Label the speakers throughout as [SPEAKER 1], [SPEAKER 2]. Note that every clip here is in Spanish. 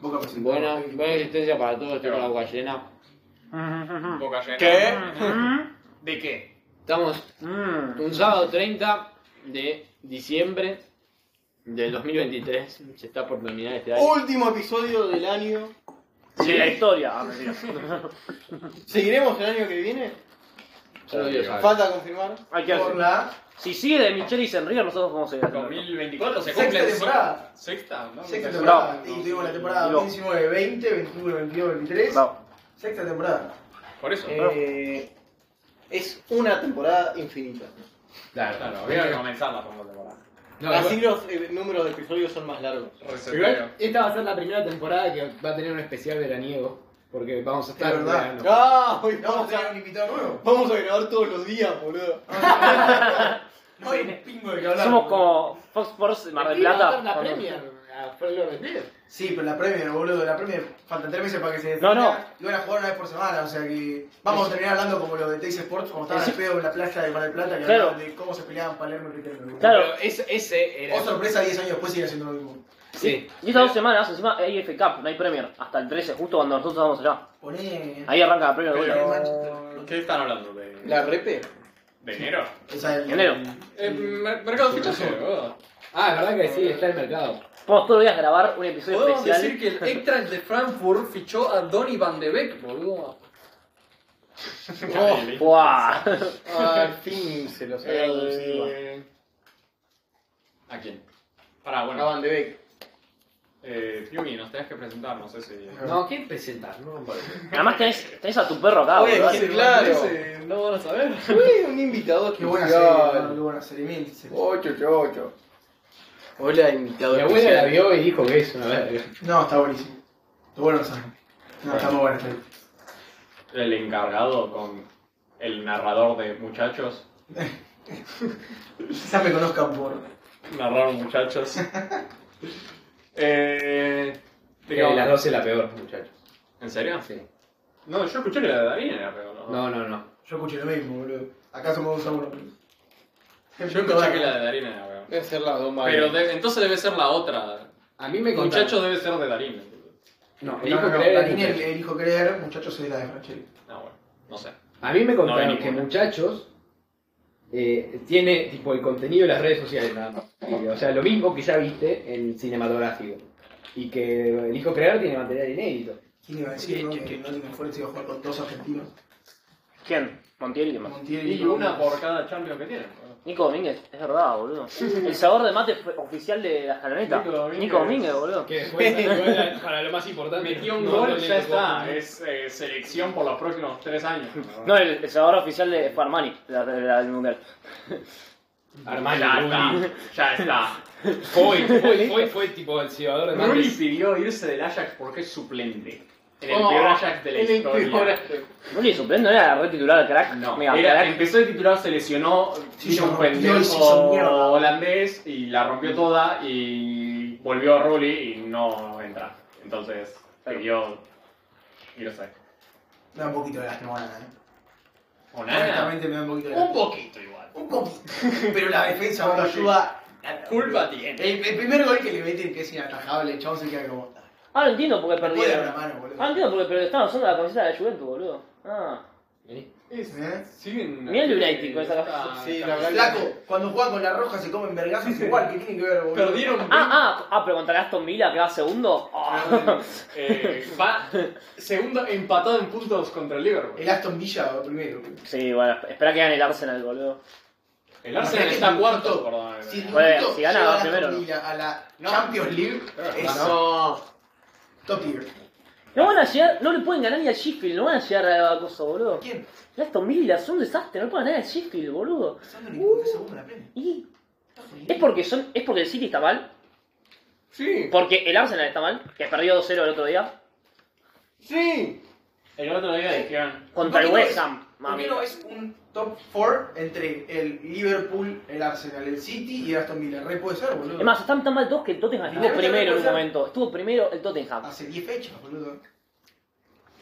[SPEAKER 1] Boca presentó.
[SPEAKER 2] Buena, buena existencia para todos, estoy con la boca llena.
[SPEAKER 3] Boca llena.
[SPEAKER 4] ¿Qué?
[SPEAKER 3] ¿De qué?
[SPEAKER 2] Estamos
[SPEAKER 4] Mm.
[SPEAKER 2] un sábado 30 de diciembre del 2023. Se está por terminar este año.
[SPEAKER 1] Último episodio del año.
[SPEAKER 4] Sí, la historia. Ah, mentira.
[SPEAKER 1] ¿Seguiremos el año que viene?
[SPEAKER 2] Solo Dios sabe.
[SPEAKER 1] Falta confirmar.
[SPEAKER 4] Hay que
[SPEAKER 1] Por
[SPEAKER 4] hacer.
[SPEAKER 1] la
[SPEAKER 4] Si sigue de Michelle y Senrío, nosotros vamos a ir a hacer.
[SPEAKER 3] 2024 se
[SPEAKER 1] sexta
[SPEAKER 3] cumple
[SPEAKER 1] temporada.
[SPEAKER 3] Sexta, ¿no?
[SPEAKER 1] Sexta
[SPEAKER 3] No.
[SPEAKER 1] temporada.
[SPEAKER 3] No.
[SPEAKER 1] Y tuvimos la temporada
[SPEAKER 4] No.
[SPEAKER 1] 19, 20, 21, 22, 23.
[SPEAKER 4] No.
[SPEAKER 1] Sexta temporada.
[SPEAKER 3] Por eso.
[SPEAKER 1] Eh, es una temporada infinita.
[SPEAKER 3] Claro, claro. Había que comenzarla por la temporada.
[SPEAKER 5] No,
[SPEAKER 1] Así
[SPEAKER 5] igual,
[SPEAKER 1] los eh, números de episodios son más largos.
[SPEAKER 5] igual
[SPEAKER 3] Reseteo.
[SPEAKER 5] esta va a ser la primera temporada que va a tener un especial veraniego. Porque vamos a estar. en verano.
[SPEAKER 1] Ah, hoy
[SPEAKER 6] Vamos
[SPEAKER 1] vamos,
[SPEAKER 6] a tener
[SPEAKER 1] a,
[SPEAKER 6] un invitado nuevo.
[SPEAKER 1] vamos a grabar todos los días, boludo.
[SPEAKER 6] No hay un pingo de que hablar.
[SPEAKER 4] Somos
[SPEAKER 6] boludo.
[SPEAKER 4] como Fox Sports y Mar del
[SPEAKER 5] Sí, va a
[SPEAKER 4] Plata.
[SPEAKER 5] estar la
[SPEAKER 4] Cuando-
[SPEAKER 5] Premier. a Flor de Piedra.
[SPEAKER 6] Sí, pero la Premier, boludo. La Premier faltan tres meses para que se defina.
[SPEAKER 4] No, no.
[SPEAKER 6] Y van a jugar una vez por semana. O sea que vamos a terminar hablando como los de Teis Sports cuando estaban al pedo en la plaza de Mar del Plata. Que
[SPEAKER 4] Claro.
[SPEAKER 6] hablaban de cómo se peleaban Palermo y Riquelme. boludo.
[SPEAKER 4] Claro.
[SPEAKER 5] Pero es-
[SPEAKER 7] eh,
[SPEAKER 5] ese era.
[SPEAKER 6] O sorpresa, 10 años después sigue haciendo lo mismo.
[SPEAKER 5] Sí.
[SPEAKER 4] Y estas dos semanas, encima hay F Cup, no hay Premier. Hasta el 13, justo cuando nosotros vamos allá.
[SPEAKER 6] Poné.
[SPEAKER 4] Ahí arranca la Premier de vuelta.
[SPEAKER 3] Pero, ¿Qué están hablando? ¿De,
[SPEAKER 1] ¿La repe?
[SPEAKER 3] de enero?
[SPEAKER 6] O sea, el-
[SPEAKER 4] Enero.
[SPEAKER 3] Eh, mer- mercado fichaje, boludo.
[SPEAKER 5] Ah, es verdad que sí, está el mercado.
[SPEAKER 4] Podemos todos los días grabar un episodio
[SPEAKER 7] Podemos
[SPEAKER 4] especial.
[SPEAKER 7] decir que el Eintracht de Frankfurt fichó a Donny Van de Beek, boludo.
[SPEAKER 4] ¡Buah!
[SPEAKER 1] Al fin se los
[SPEAKER 5] Eh,
[SPEAKER 1] agarro de encima.
[SPEAKER 3] Eh, ¿A quién? Pará, bueno.
[SPEAKER 1] Acaban de ver.
[SPEAKER 3] Eh, Piumi, nos tenés que presentar, no sé si.
[SPEAKER 5] No, ¿qué presentas? No, compadre.
[SPEAKER 4] Además tenés, tenés a tu perro
[SPEAKER 5] Ah,
[SPEAKER 4] acá,
[SPEAKER 1] Oye,
[SPEAKER 4] boludo.
[SPEAKER 1] ¿qué- claro.
[SPEAKER 7] No van a saber.
[SPEAKER 1] Uy, un invitado
[SPEAKER 6] Qué buena serie, hermano, qué buena serie. Miren, se-
[SPEAKER 1] 888. Hola, invitado.
[SPEAKER 5] Mi abuela la vio y dijo que es una verga.
[SPEAKER 6] No, está buenísimo. Lo bueno no sabe. No, está muy buena.
[SPEAKER 3] El encargado con el narrador de muchachos.
[SPEAKER 6] Quizás me conozcan por.
[SPEAKER 3] Narrar muchachos. eh. ¿de qué
[SPEAKER 5] Que
[SPEAKER 3] vamos?
[SPEAKER 5] las dos es la peor, muchachos.
[SPEAKER 3] ¿En serio?
[SPEAKER 5] Sí.
[SPEAKER 3] No, yo escuché que la de Darín era peor, ¿no?
[SPEAKER 5] No, no, no.
[SPEAKER 6] Yo escuché lo mismo, boludo. ¿Acaso me gusta uno?
[SPEAKER 3] Yo escuché que la de Darín era peor.
[SPEAKER 1] Deben ser las dos más.
[SPEAKER 3] Pero de- entonces debe ser la otra.
[SPEAKER 5] A mí me contaron.
[SPEAKER 3] Muchachos debe ser de Darín.
[SPEAKER 5] No,
[SPEAKER 6] No,
[SPEAKER 5] elijo
[SPEAKER 6] no, no,
[SPEAKER 5] creer en
[SPEAKER 6] Darín
[SPEAKER 5] muchachos.
[SPEAKER 6] elijo eh, creer, muchachos, es la de Franchella.
[SPEAKER 3] No, Ah, bueno, no sé.
[SPEAKER 5] A mí me
[SPEAKER 3] No
[SPEAKER 5] contaron
[SPEAKER 3] hay
[SPEAKER 5] que
[SPEAKER 3] ninguna.
[SPEAKER 5] muchachos eh, tiene tipo el contenido de las redes sociales nada más. Y, o sea, lo mismo que ya viste en cinematográfico. Y que el hijo crear tiene material inédito.
[SPEAKER 6] ¿Quién iba a decir, no? Que Nottingham Forest iba a jugar con dos argentinos.
[SPEAKER 4] ¿Quién? Montiel y demás.
[SPEAKER 6] Montiel
[SPEAKER 3] Y una por cada champion que tienen. ¿no?
[SPEAKER 4] Nico Domínguez, es verdad, boludo. El sabor de mate fue oficial de la escaloneta.
[SPEAKER 3] Nico Domínguez.
[SPEAKER 4] Nico Domínguez, boludo.
[SPEAKER 5] Que después, para, lo más importante.
[SPEAKER 3] Metió un gol, ya está. Es eh, selección por los próximos tres años.
[SPEAKER 4] No, el, el sabor oficial de fue Armani, de la, de la del mundial.
[SPEAKER 5] Armani,
[SPEAKER 3] ya
[SPEAKER 5] Rulli.
[SPEAKER 3] está. Ya está.
[SPEAKER 5] Hoy, hoy, hoy fue tipo el cibador de
[SPEAKER 3] Rulli
[SPEAKER 5] Mates.
[SPEAKER 3] pidió irse del Ajax porque es suplente. Oh, En el peor Ajax de la historia.
[SPEAKER 4] ¿No le suplente? ¿No era la red titular de crack?
[SPEAKER 3] No,
[SPEAKER 4] Mega
[SPEAKER 3] era-
[SPEAKER 4] crack.
[SPEAKER 3] empezó de titular, se lesionó,
[SPEAKER 6] Sí,
[SPEAKER 3] hizo
[SPEAKER 6] son
[SPEAKER 3] un
[SPEAKER 6] mierda,
[SPEAKER 3] pendejo
[SPEAKER 6] sí, son mierda.
[SPEAKER 3] holandés y la
[SPEAKER 4] Mm.
[SPEAKER 3] rompió toda y volvió a Rulli y no entra. Entonces pidió irse.
[SPEAKER 6] Me da un poquito de lástima, nada, ¿eh?
[SPEAKER 3] ¿O nada?
[SPEAKER 6] Honestamente me da un poquito de
[SPEAKER 3] Un
[SPEAKER 6] lástima.
[SPEAKER 3] poquito igual.
[SPEAKER 6] Un poquito. Pero la defensa no ayuda.
[SPEAKER 3] Culpa tiene.
[SPEAKER 6] El, el primer gol que le meten, que es inatajable, el chabón se queda como.
[SPEAKER 4] Ah, no entiendo por qué
[SPEAKER 6] Puede dar una
[SPEAKER 4] perdieron.
[SPEAKER 6] mano,
[SPEAKER 4] Ah,
[SPEAKER 6] boludo.
[SPEAKER 4] entiendo por qué, pero estaban usando la camiseta de la Juventus, boludo. Ah.
[SPEAKER 6] ¿Eh?
[SPEAKER 3] Siguen.
[SPEAKER 4] Mirá el United con esa
[SPEAKER 3] Esta-
[SPEAKER 1] Sí,
[SPEAKER 3] esta-
[SPEAKER 1] la verdad.
[SPEAKER 6] Flaco, cuando juegan con la roja se comen vergazos igual, ¿qué tiene que ver, boludo?
[SPEAKER 3] Perdieron.
[SPEAKER 4] Ah, ah, ah, pero contra el Aston Villa que va segundo. Ah.
[SPEAKER 3] Eh, va segundo empatado en puntos contra el
[SPEAKER 1] Eh,
[SPEAKER 3] Liverpool.
[SPEAKER 6] El Aston Villa va primero.
[SPEAKER 4] Sí, bueno, espera que gane el Arsenal, boludo.
[SPEAKER 3] El Arsenal está cuarto, perdón.
[SPEAKER 6] Si,
[SPEAKER 4] eh. Bueno,
[SPEAKER 6] Lukaku
[SPEAKER 4] si gana,
[SPEAKER 6] lleva
[SPEAKER 4] va
[SPEAKER 6] a la
[SPEAKER 4] primero.
[SPEAKER 6] Villa A la
[SPEAKER 3] No.
[SPEAKER 6] Champions League es
[SPEAKER 1] No.
[SPEAKER 6] top tier.
[SPEAKER 4] No van a llegar, no le pueden ganar ni al Sheffield, no van a llegar a la cosa, boludo.
[SPEAKER 6] ¿Quién?
[SPEAKER 4] El Aston Villa es un desastre, no le pueden ganar al Sheffield, boludo.
[SPEAKER 6] segundo la Premier.
[SPEAKER 4] Y es porque son, es porque el City está mal,
[SPEAKER 1] Sí.
[SPEAKER 4] porque el Arsenal está mal, que perdió 2-0 el otro día,
[SPEAKER 1] Sí.
[SPEAKER 3] El otro día dijeron.
[SPEAKER 4] contra el
[SPEAKER 6] Primero
[SPEAKER 4] West
[SPEAKER 6] es-
[SPEAKER 4] Ham, mami.
[SPEAKER 6] Primero es un top 4 entre el Liverpool, el Arsenal, el City y el Aston Villa. Re puede ser, boludo.
[SPEAKER 4] Es más, están tan mal dos que el Tottenham estuvo
[SPEAKER 6] Primero
[SPEAKER 4] primero en un
[SPEAKER 6] puede ser.
[SPEAKER 4] momento, estuvo primero el
[SPEAKER 3] Ah,
[SPEAKER 4] Tottenham.
[SPEAKER 6] Hace 10 fechas, boludo.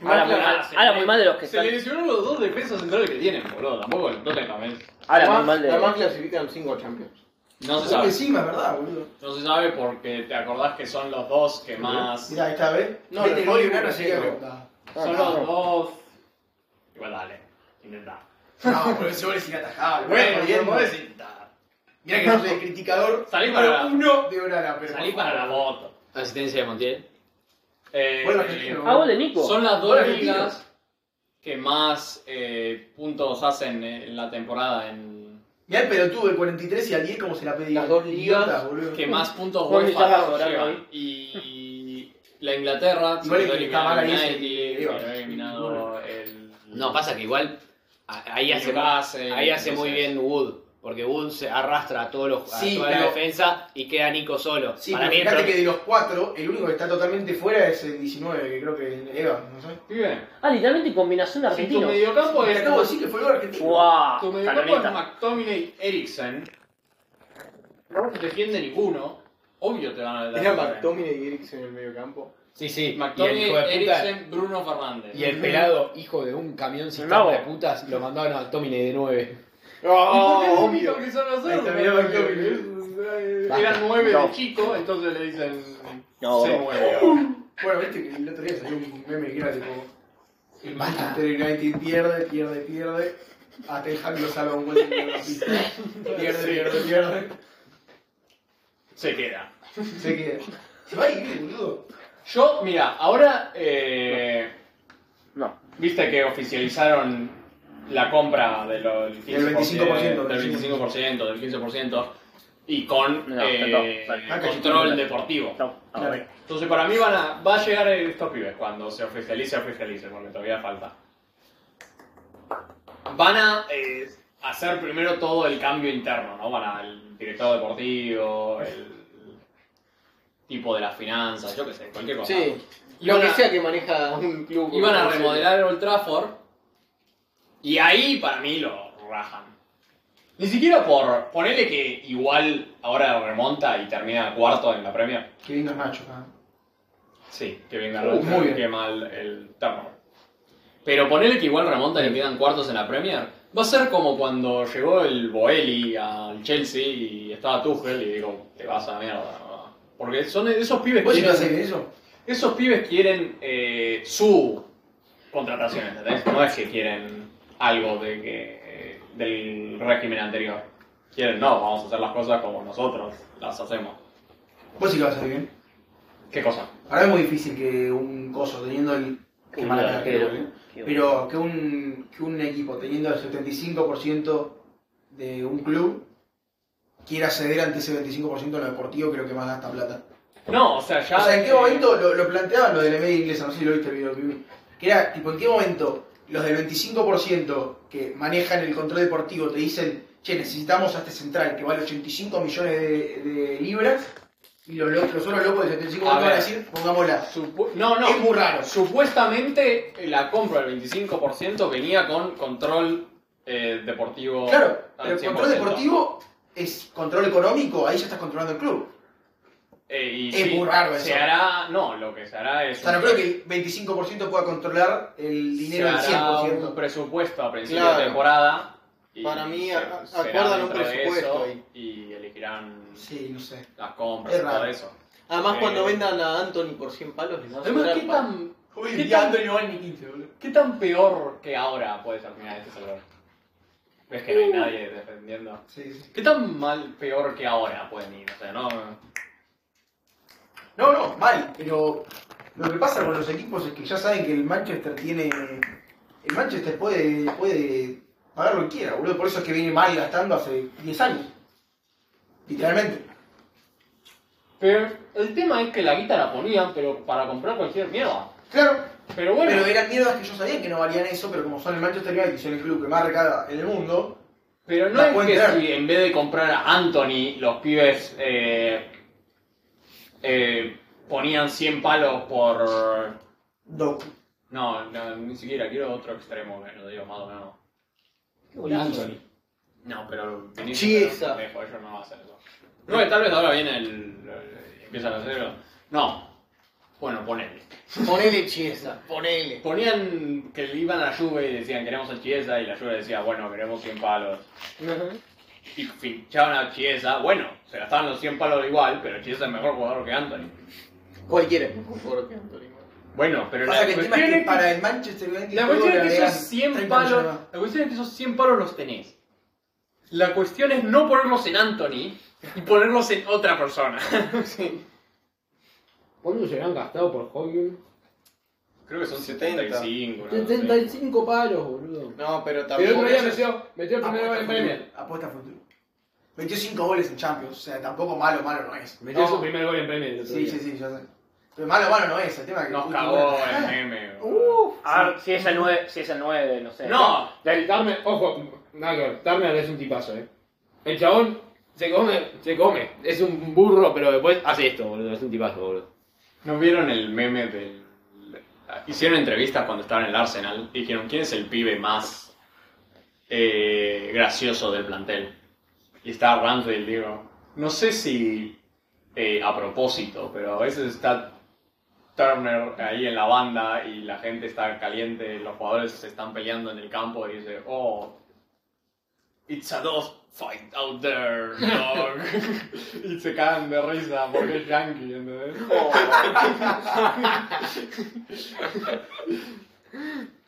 [SPEAKER 4] Habla muy mal, habla muy mal de los que
[SPEAKER 3] Se
[SPEAKER 4] están,
[SPEAKER 3] le lesionaron los dos defensas centrales que tienen, boludo. Tampoco el Tottenham es.
[SPEAKER 4] habla muy mal de
[SPEAKER 1] Además clasifican 5 champions.
[SPEAKER 3] No se
[SPEAKER 6] Creo que
[SPEAKER 3] sabe.
[SPEAKER 6] sí, es verdad, boludo.
[SPEAKER 3] No se sabe porque te acordás que son los dos que más.
[SPEAKER 6] Mirá, ahí está, ¿ves?
[SPEAKER 1] No,
[SPEAKER 6] Vete,
[SPEAKER 1] los Hollywood
[SPEAKER 6] Hollywood
[SPEAKER 1] no
[SPEAKER 6] no
[SPEAKER 1] llego.
[SPEAKER 6] llega.
[SPEAKER 3] Son los dos. Igual dale, intentá.
[SPEAKER 6] No, pero ese gol es inatajable.
[SPEAKER 3] Bueno,
[SPEAKER 6] Bueno,
[SPEAKER 3] no podés
[SPEAKER 6] bien.
[SPEAKER 3] intentar.
[SPEAKER 6] Mirá que yo soy el criticador
[SPEAKER 3] Salí para
[SPEAKER 6] número
[SPEAKER 3] la-
[SPEAKER 6] uno de Orana, pero.
[SPEAKER 3] Salí para la moto.
[SPEAKER 2] Asistencia de Montiel.
[SPEAKER 3] Eh,
[SPEAKER 6] Bueno, argentino.
[SPEAKER 4] Ah, gol de Nico.
[SPEAKER 3] Son las dos
[SPEAKER 6] Hola, argentinos.
[SPEAKER 3] ligas que más eh, puntos hacen eh, en la temporada. En,
[SPEAKER 6] Mirá el pelotudo del 43 y al 10 como se la pedí.
[SPEAKER 1] Las dos ligas
[SPEAKER 6] boludo.
[SPEAKER 3] que más puntos
[SPEAKER 2] Vos
[SPEAKER 3] UEFA
[SPEAKER 2] estás adorando,
[SPEAKER 3] llevan.
[SPEAKER 2] ¿eh?
[SPEAKER 3] Y la Inglaterra se
[SPEAKER 6] Igual es
[SPEAKER 3] quedó
[SPEAKER 6] que está
[SPEAKER 3] eliminado
[SPEAKER 6] mal
[SPEAKER 3] el
[SPEAKER 6] ahí ese-
[SPEAKER 3] United,
[SPEAKER 6] Iba.
[SPEAKER 3] quedó eliminado el...
[SPEAKER 2] No, pasa que igual a- ahí hace,
[SPEAKER 3] Newcastle,
[SPEAKER 2] ahí hace muy
[SPEAKER 3] eh, entonces.
[SPEAKER 2] bien Wood. Porque Wood se arrastra a, todos los, a
[SPEAKER 6] Sí,
[SPEAKER 2] toda la
[SPEAKER 6] pero-
[SPEAKER 2] defensa y queda Nico solo.
[SPEAKER 6] Sí,
[SPEAKER 2] Para
[SPEAKER 6] pero
[SPEAKER 2] mí, el
[SPEAKER 6] fíjate
[SPEAKER 2] pro-
[SPEAKER 6] que de los cuatro, el único que está totalmente fuera es el 19, que creo que es Eva, no sé.
[SPEAKER 3] Pibe,
[SPEAKER 4] Ah, literalmente combinación de
[SPEAKER 3] si tu
[SPEAKER 4] argentinos.
[SPEAKER 3] mediocampo
[SPEAKER 6] Te
[SPEAKER 3] es...
[SPEAKER 6] acabo de decir que fue el gol argentino.
[SPEAKER 4] Guau,
[SPEAKER 3] Tu mediocampo es
[SPEAKER 4] canonita.
[SPEAKER 3] McTominay Eriksen. No se defiende ninguno. Obvio te van a
[SPEAKER 1] Tenía
[SPEAKER 3] detener.
[SPEAKER 1] McTominay y Eriksen en el medio campo.
[SPEAKER 5] Sí, sí. y el
[SPEAKER 3] McTominay,
[SPEAKER 5] hijo de puta-
[SPEAKER 3] Eriksen, Bruno Fernández.
[SPEAKER 5] y
[SPEAKER 2] mm.
[SPEAKER 5] el pelado hijo de un camión sistema
[SPEAKER 4] Bravo.
[SPEAKER 5] de putas lo mandaban a Tomine de 9.
[SPEAKER 1] ¡Oh,
[SPEAKER 3] ¿Y por qué es el único que son los
[SPEAKER 6] Ahí está,
[SPEAKER 3] otros?
[SPEAKER 6] mirá,
[SPEAKER 3] Eh, Eran nueve de chico, entonces le dicen
[SPEAKER 2] No.
[SPEAKER 3] se mueve.
[SPEAKER 6] Bueno, viste que el otro día salió un meme que era tipo. El Manchester United pierde, pierde, pierde. Hasta el Javi lo salva un gol de la pista. Pierde, pierde, pierde.
[SPEAKER 3] Se queda.
[SPEAKER 6] Se queda. Se va a ir, boludo.
[SPEAKER 3] Yo, mira, ahora eh,
[SPEAKER 2] No.
[SPEAKER 3] viste que oficializaron la compra de lo- del
[SPEAKER 6] 25%,
[SPEAKER 3] del 25%, del 15% y con
[SPEAKER 2] No,
[SPEAKER 3] eh,
[SPEAKER 2] no, no.
[SPEAKER 6] Ah, que
[SPEAKER 3] control
[SPEAKER 6] sí, no.
[SPEAKER 3] deportivo.
[SPEAKER 2] No, no,
[SPEAKER 6] Claro.
[SPEAKER 2] bueno.
[SPEAKER 3] Entonces para mí van a, va a llegar estos pibes cuando se oficialice, oficialice, porque todavía falta. Van a eh, hacer primero todo el cambio interno, ¿no? Van al director deportivo, el tipo de las finanzas, yo qué sé, cualquier cosa.
[SPEAKER 1] Sí. Lo
[SPEAKER 3] Iban
[SPEAKER 1] que
[SPEAKER 3] a-
[SPEAKER 1] sea que maneja un club.
[SPEAKER 3] Iban a remodelar el Old Trafford y ahí para mí lo rajan. Ni siquiera por ponerle que igual ahora remonta y termina cuarto en la Premier.
[SPEAKER 6] Qué lindo es Nacho, ¿eh?
[SPEAKER 3] Sí, que bien
[SPEAKER 6] Uh, muy bien.
[SPEAKER 3] Qué mal el turnover. Pero ponerle que igual remonta y le quedan cuartos en la Premier. Va a ser como cuando llegó el Boeli al Chelsea y estaba Tuchel y digo, te vas a la mierda. ¿no? Porque son esos pibes
[SPEAKER 6] ¿Vos
[SPEAKER 3] que
[SPEAKER 6] llegas a hacer eso?
[SPEAKER 3] esos pibes quieren eh, su contratación, ¿entendés? No es que quieren algo de que, eh, del régimen anterior. Quieren, no, vamos a hacer las cosas como nosotros las hacemos.
[SPEAKER 6] Vos sí que vas a hacer bien.
[SPEAKER 3] ¿Qué cosa?
[SPEAKER 6] Ahora es muy difícil que un coso teniendo el. Qué
[SPEAKER 4] Un
[SPEAKER 6] mala cara que
[SPEAKER 4] arquero.
[SPEAKER 6] tengo, ¿eh? Pero que un, que un equipo teniendo el 75% de un club quiera ceder ante ese 25% en lo deportivo, creo que más gasta plata.
[SPEAKER 3] No, o sea, ya.
[SPEAKER 6] O sea, ¿en qué
[SPEAKER 3] eh,
[SPEAKER 6] momento lo, lo planteaban los de la media inglesa? No sé si lo viste el video que vi. Que era, tipo, ¿en qué momento los del 25% que manejan el control deportivo te dicen, che, necesitamos a este central que vale 85 millones de, de libras? Y los, lo- los otros locos del 75%
[SPEAKER 3] A
[SPEAKER 6] van a
[SPEAKER 3] ver.
[SPEAKER 6] decir, pongámosla.
[SPEAKER 3] Supu- no, no.
[SPEAKER 6] Es muy raro.
[SPEAKER 3] Supuestamente la compra del 25% venía con control eh, deportivo.
[SPEAKER 6] Claro,
[SPEAKER 3] al
[SPEAKER 6] pero el control
[SPEAKER 3] 100%.
[SPEAKER 6] deportivo es control económico, ahí ya estás controlando el club.
[SPEAKER 3] Eh, y
[SPEAKER 6] es
[SPEAKER 3] sí,
[SPEAKER 6] muy raro
[SPEAKER 3] Se
[SPEAKER 6] eso.
[SPEAKER 3] hará. No, lo que se hará es.
[SPEAKER 6] O sea, no
[SPEAKER 3] un-
[SPEAKER 6] creo que el 25% pueda controlar el dinero del
[SPEAKER 3] se hará
[SPEAKER 6] 100%.
[SPEAKER 3] un presupuesto a principio
[SPEAKER 1] Claro.
[SPEAKER 3] de temporada. y
[SPEAKER 1] Para mí,
[SPEAKER 3] se-
[SPEAKER 1] a-
[SPEAKER 3] será
[SPEAKER 1] acuerdan un
[SPEAKER 3] dentro de
[SPEAKER 1] presupuesto
[SPEAKER 3] eso
[SPEAKER 1] ahí.
[SPEAKER 3] Y elegirán
[SPEAKER 6] Sí, no sé.
[SPEAKER 3] las compras
[SPEAKER 6] Es
[SPEAKER 3] y todo
[SPEAKER 6] raro.
[SPEAKER 3] eso.
[SPEAKER 1] Además,
[SPEAKER 3] Eh,
[SPEAKER 1] cuando vendan a Anthony por 100 palos, les van a
[SPEAKER 3] Además,
[SPEAKER 1] sobrar
[SPEAKER 3] ¿qué
[SPEAKER 1] para-
[SPEAKER 3] tan,
[SPEAKER 6] Uy,
[SPEAKER 3] ¿Qué
[SPEAKER 6] ya
[SPEAKER 3] tan-
[SPEAKER 6] Antonio Giovanni 15, boludo.
[SPEAKER 3] ¿qué tan peor que ahora puede terminar este celular? Ves que no hay nadie defendiendo.
[SPEAKER 6] Sí, sí.
[SPEAKER 3] ¿Qué tan mal peor que ahora pueden ir? O sea, no.
[SPEAKER 6] No, no, mal, pero lo que pasa con los equipos es que ya saben que el Manchester tiene. El Manchester puede, puede pagar lo que quiera, boludo. Por eso es que viene mal gastando hace 10 años. Literalmente.
[SPEAKER 3] Pero el tema es que la guita la ponían, pero para comprar cualquier mierda.
[SPEAKER 6] Claro,
[SPEAKER 3] Pero bueno.
[SPEAKER 6] pero eran mierdas que yo sabía que no valían eso, pero como son el Manchester United, que son el club que más recada en el mundo,
[SPEAKER 3] Pero no
[SPEAKER 6] La
[SPEAKER 3] es
[SPEAKER 6] pueden
[SPEAKER 3] que
[SPEAKER 6] crear.
[SPEAKER 3] si en vez de comprar a Anthony, los pibes eh, eh, ponían 100 palos por...
[SPEAKER 6] no.
[SPEAKER 3] No, no, ni siquiera, quiero otro extremo, que lo digo más o menos.
[SPEAKER 4] Qué boludo.
[SPEAKER 3] No, pero... Vinicius
[SPEAKER 1] Chiesa.
[SPEAKER 3] era un pendejo, ellos no van a hacer eso. No, que tal vez ahora viene el... el- empiezan a hacerlo. No. Bueno, ponele.
[SPEAKER 1] Ponele Chiesa, ponele.
[SPEAKER 3] Ponían que le iban a la Juve y decían queremos a Chiesa y la Juve decía, bueno, queremos 100 palos. y ficharon a Chiesa, bueno, se gastaban los 100 palos igual, pero Chiesa es mejor jugador que Anthony.
[SPEAKER 1] Cualquiera.
[SPEAKER 3] Bueno, pero
[SPEAKER 6] Pasa
[SPEAKER 3] la
[SPEAKER 6] que el
[SPEAKER 3] cuestión
[SPEAKER 6] tema es que
[SPEAKER 3] es que-
[SPEAKER 6] para el Manchester United.
[SPEAKER 8] La
[SPEAKER 6] todo
[SPEAKER 8] cuestión
[SPEAKER 6] le
[SPEAKER 8] es que esos
[SPEAKER 6] agregan
[SPEAKER 8] 100
[SPEAKER 6] 30 millones
[SPEAKER 8] palos,
[SPEAKER 6] más.
[SPEAKER 8] la cuestión es que esos 100 palos los tenés. La cuestión es no ponerlos en Anthony y ponerlos en otra persona.
[SPEAKER 2] ¿Cuánto se han gastado por Hogan?
[SPEAKER 3] Creo que son
[SPEAKER 1] 70.
[SPEAKER 3] 75. una cosa así.
[SPEAKER 2] 75 palos, boludo. Ah,
[SPEAKER 1] No,
[SPEAKER 2] Pero
[SPEAKER 1] pero
[SPEAKER 2] el
[SPEAKER 1] tampoco.
[SPEAKER 2] otro día metió, metió el primer gol
[SPEAKER 6] Apuesta
[SPEAKER 2] en
[SPEAKER 6] futuro.
[SPEAKER 2] Premier.
[SPEAKER 6] Apuesta futuro. Metió 5 goles en Champions, o sea, tampoco malo, malo no es.
[SPEAKER 2] Metió
[SPEAKER 6] No.
[SPEAKER 2] su primer gol en Premier el otro
[SPEAKER 6] Sí,
[SPEAKER 2] día.
[SPEAKER 6] sí, sí, ya sé. Pero malo, malo no es, el tema es que.
[SPEAKER 3] Nos
[SPEAKER 6] justo
[SPEAKER 3] cagó
[SPEAKER 6] bueno.
[SPEAKER 3] el meme.
[SPEAKER 4] A ver, si es el 9, si es el 9, no sé.
[SPEAKER 3] No,
[SPEAKER 2] Del Darme, ojo, nada que ver, Darme es un tipazo, eh. El chabón se come, se come. Es un burro, pero después hace esto, boludo. Es un tipazo, boludo.
[SPEAKER 3] ¿No vieron el meme del.? Hicieron entrevistas cuando estaban en el Arsenal y dijeron: ¿Quién es el pibe más eh, gracioso del plantel? Y estaba Ramsdale, digo. No sé si eh, a propósito, pero a veces está Turner ahí en la banda y la gente está caliente, los jugadores se están peleando en el campo y dice: Oh, it's a dog fight out there, dog. y se cagan de risa porque es yankee, ¿entendés? Oh.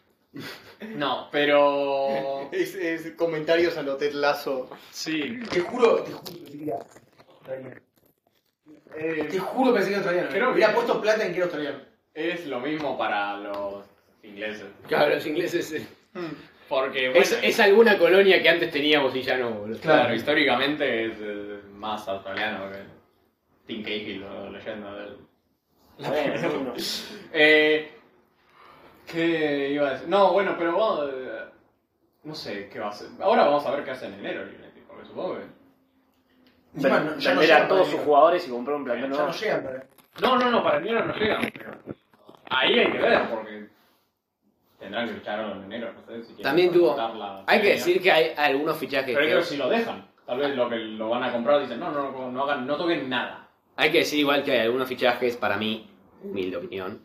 [SPEAKER 3] No, pero.
[SPEAKER 1] Es, es comentarios a lo Ted Lasso.
[SPEAKER 3] Sí.
[SPEAKER 6] Te juro, te juro, pensé que era australiano. Te juro, Eh, pensé que era australiano.
[SPEAKER 3] creo que-
[SPEAKER 6] Hubiera puesto plata en que era australiano.
[SPEAKER 3] Es lo mismo para los ingleses.
[SPEAKER 2] Claro, los ingleses. eh.
[SPEAKER 3] Porque, bueno,
[SPEAKER 2] Es, es alguna colonia que antes teníamos y ya no, boludo.
[SPEAKER 3] claro, históricamente es eh, más australiano que Tim Cahill, la leyenda del.
[SPEAKER 4] Bueno,
[SPEAKER 3] Eh, ¿Qué iba a decir? No, bueno, pero vos, eh, No sé qué va a hacer. Ahora vamos a ver qué hace en enero el United, porque supongo que.
[SPEAKER 6] Encima, no- ya no
[SPEAKER 4] vender
[SPEAKER 6] llegan
[SPEAKER 4] a
[SPEAKER 6] para
[SPEAKER 4] todos
[SPEAKER 6] enero.
[SPEAKER 4] sus jugadores y comprar un plantel
[SPEAKER 6] Ya
[SPEAKER 4] nuevo.
[SPEAKER 6] no llegan para.
[SPEAKER 3] No, no, no, para mí no llegan, pero. Ahí hay que ver, porque. Tendrán que lucharlo en enero, no sé si quieren
[SPEAKER 2] También tuvo-
[SPEAKER 3] soltar la
[SPEAKER 2] Hay que
[SPEAKER 3] feria.
[SPEAKER 2] decir que hay algunos fichajes.
[SPEAKER 3] Pero hay que
[SPEAKER 2] que-
[SPEAKER 3] ver si lo dejan. Tal vez lo que lo van a comprar dicen, no, no, no, no hagan, no toquen nada.
[SPEAKER 2] Hay que decir igual que hay algunos fichajes, para mí, humilde opinión,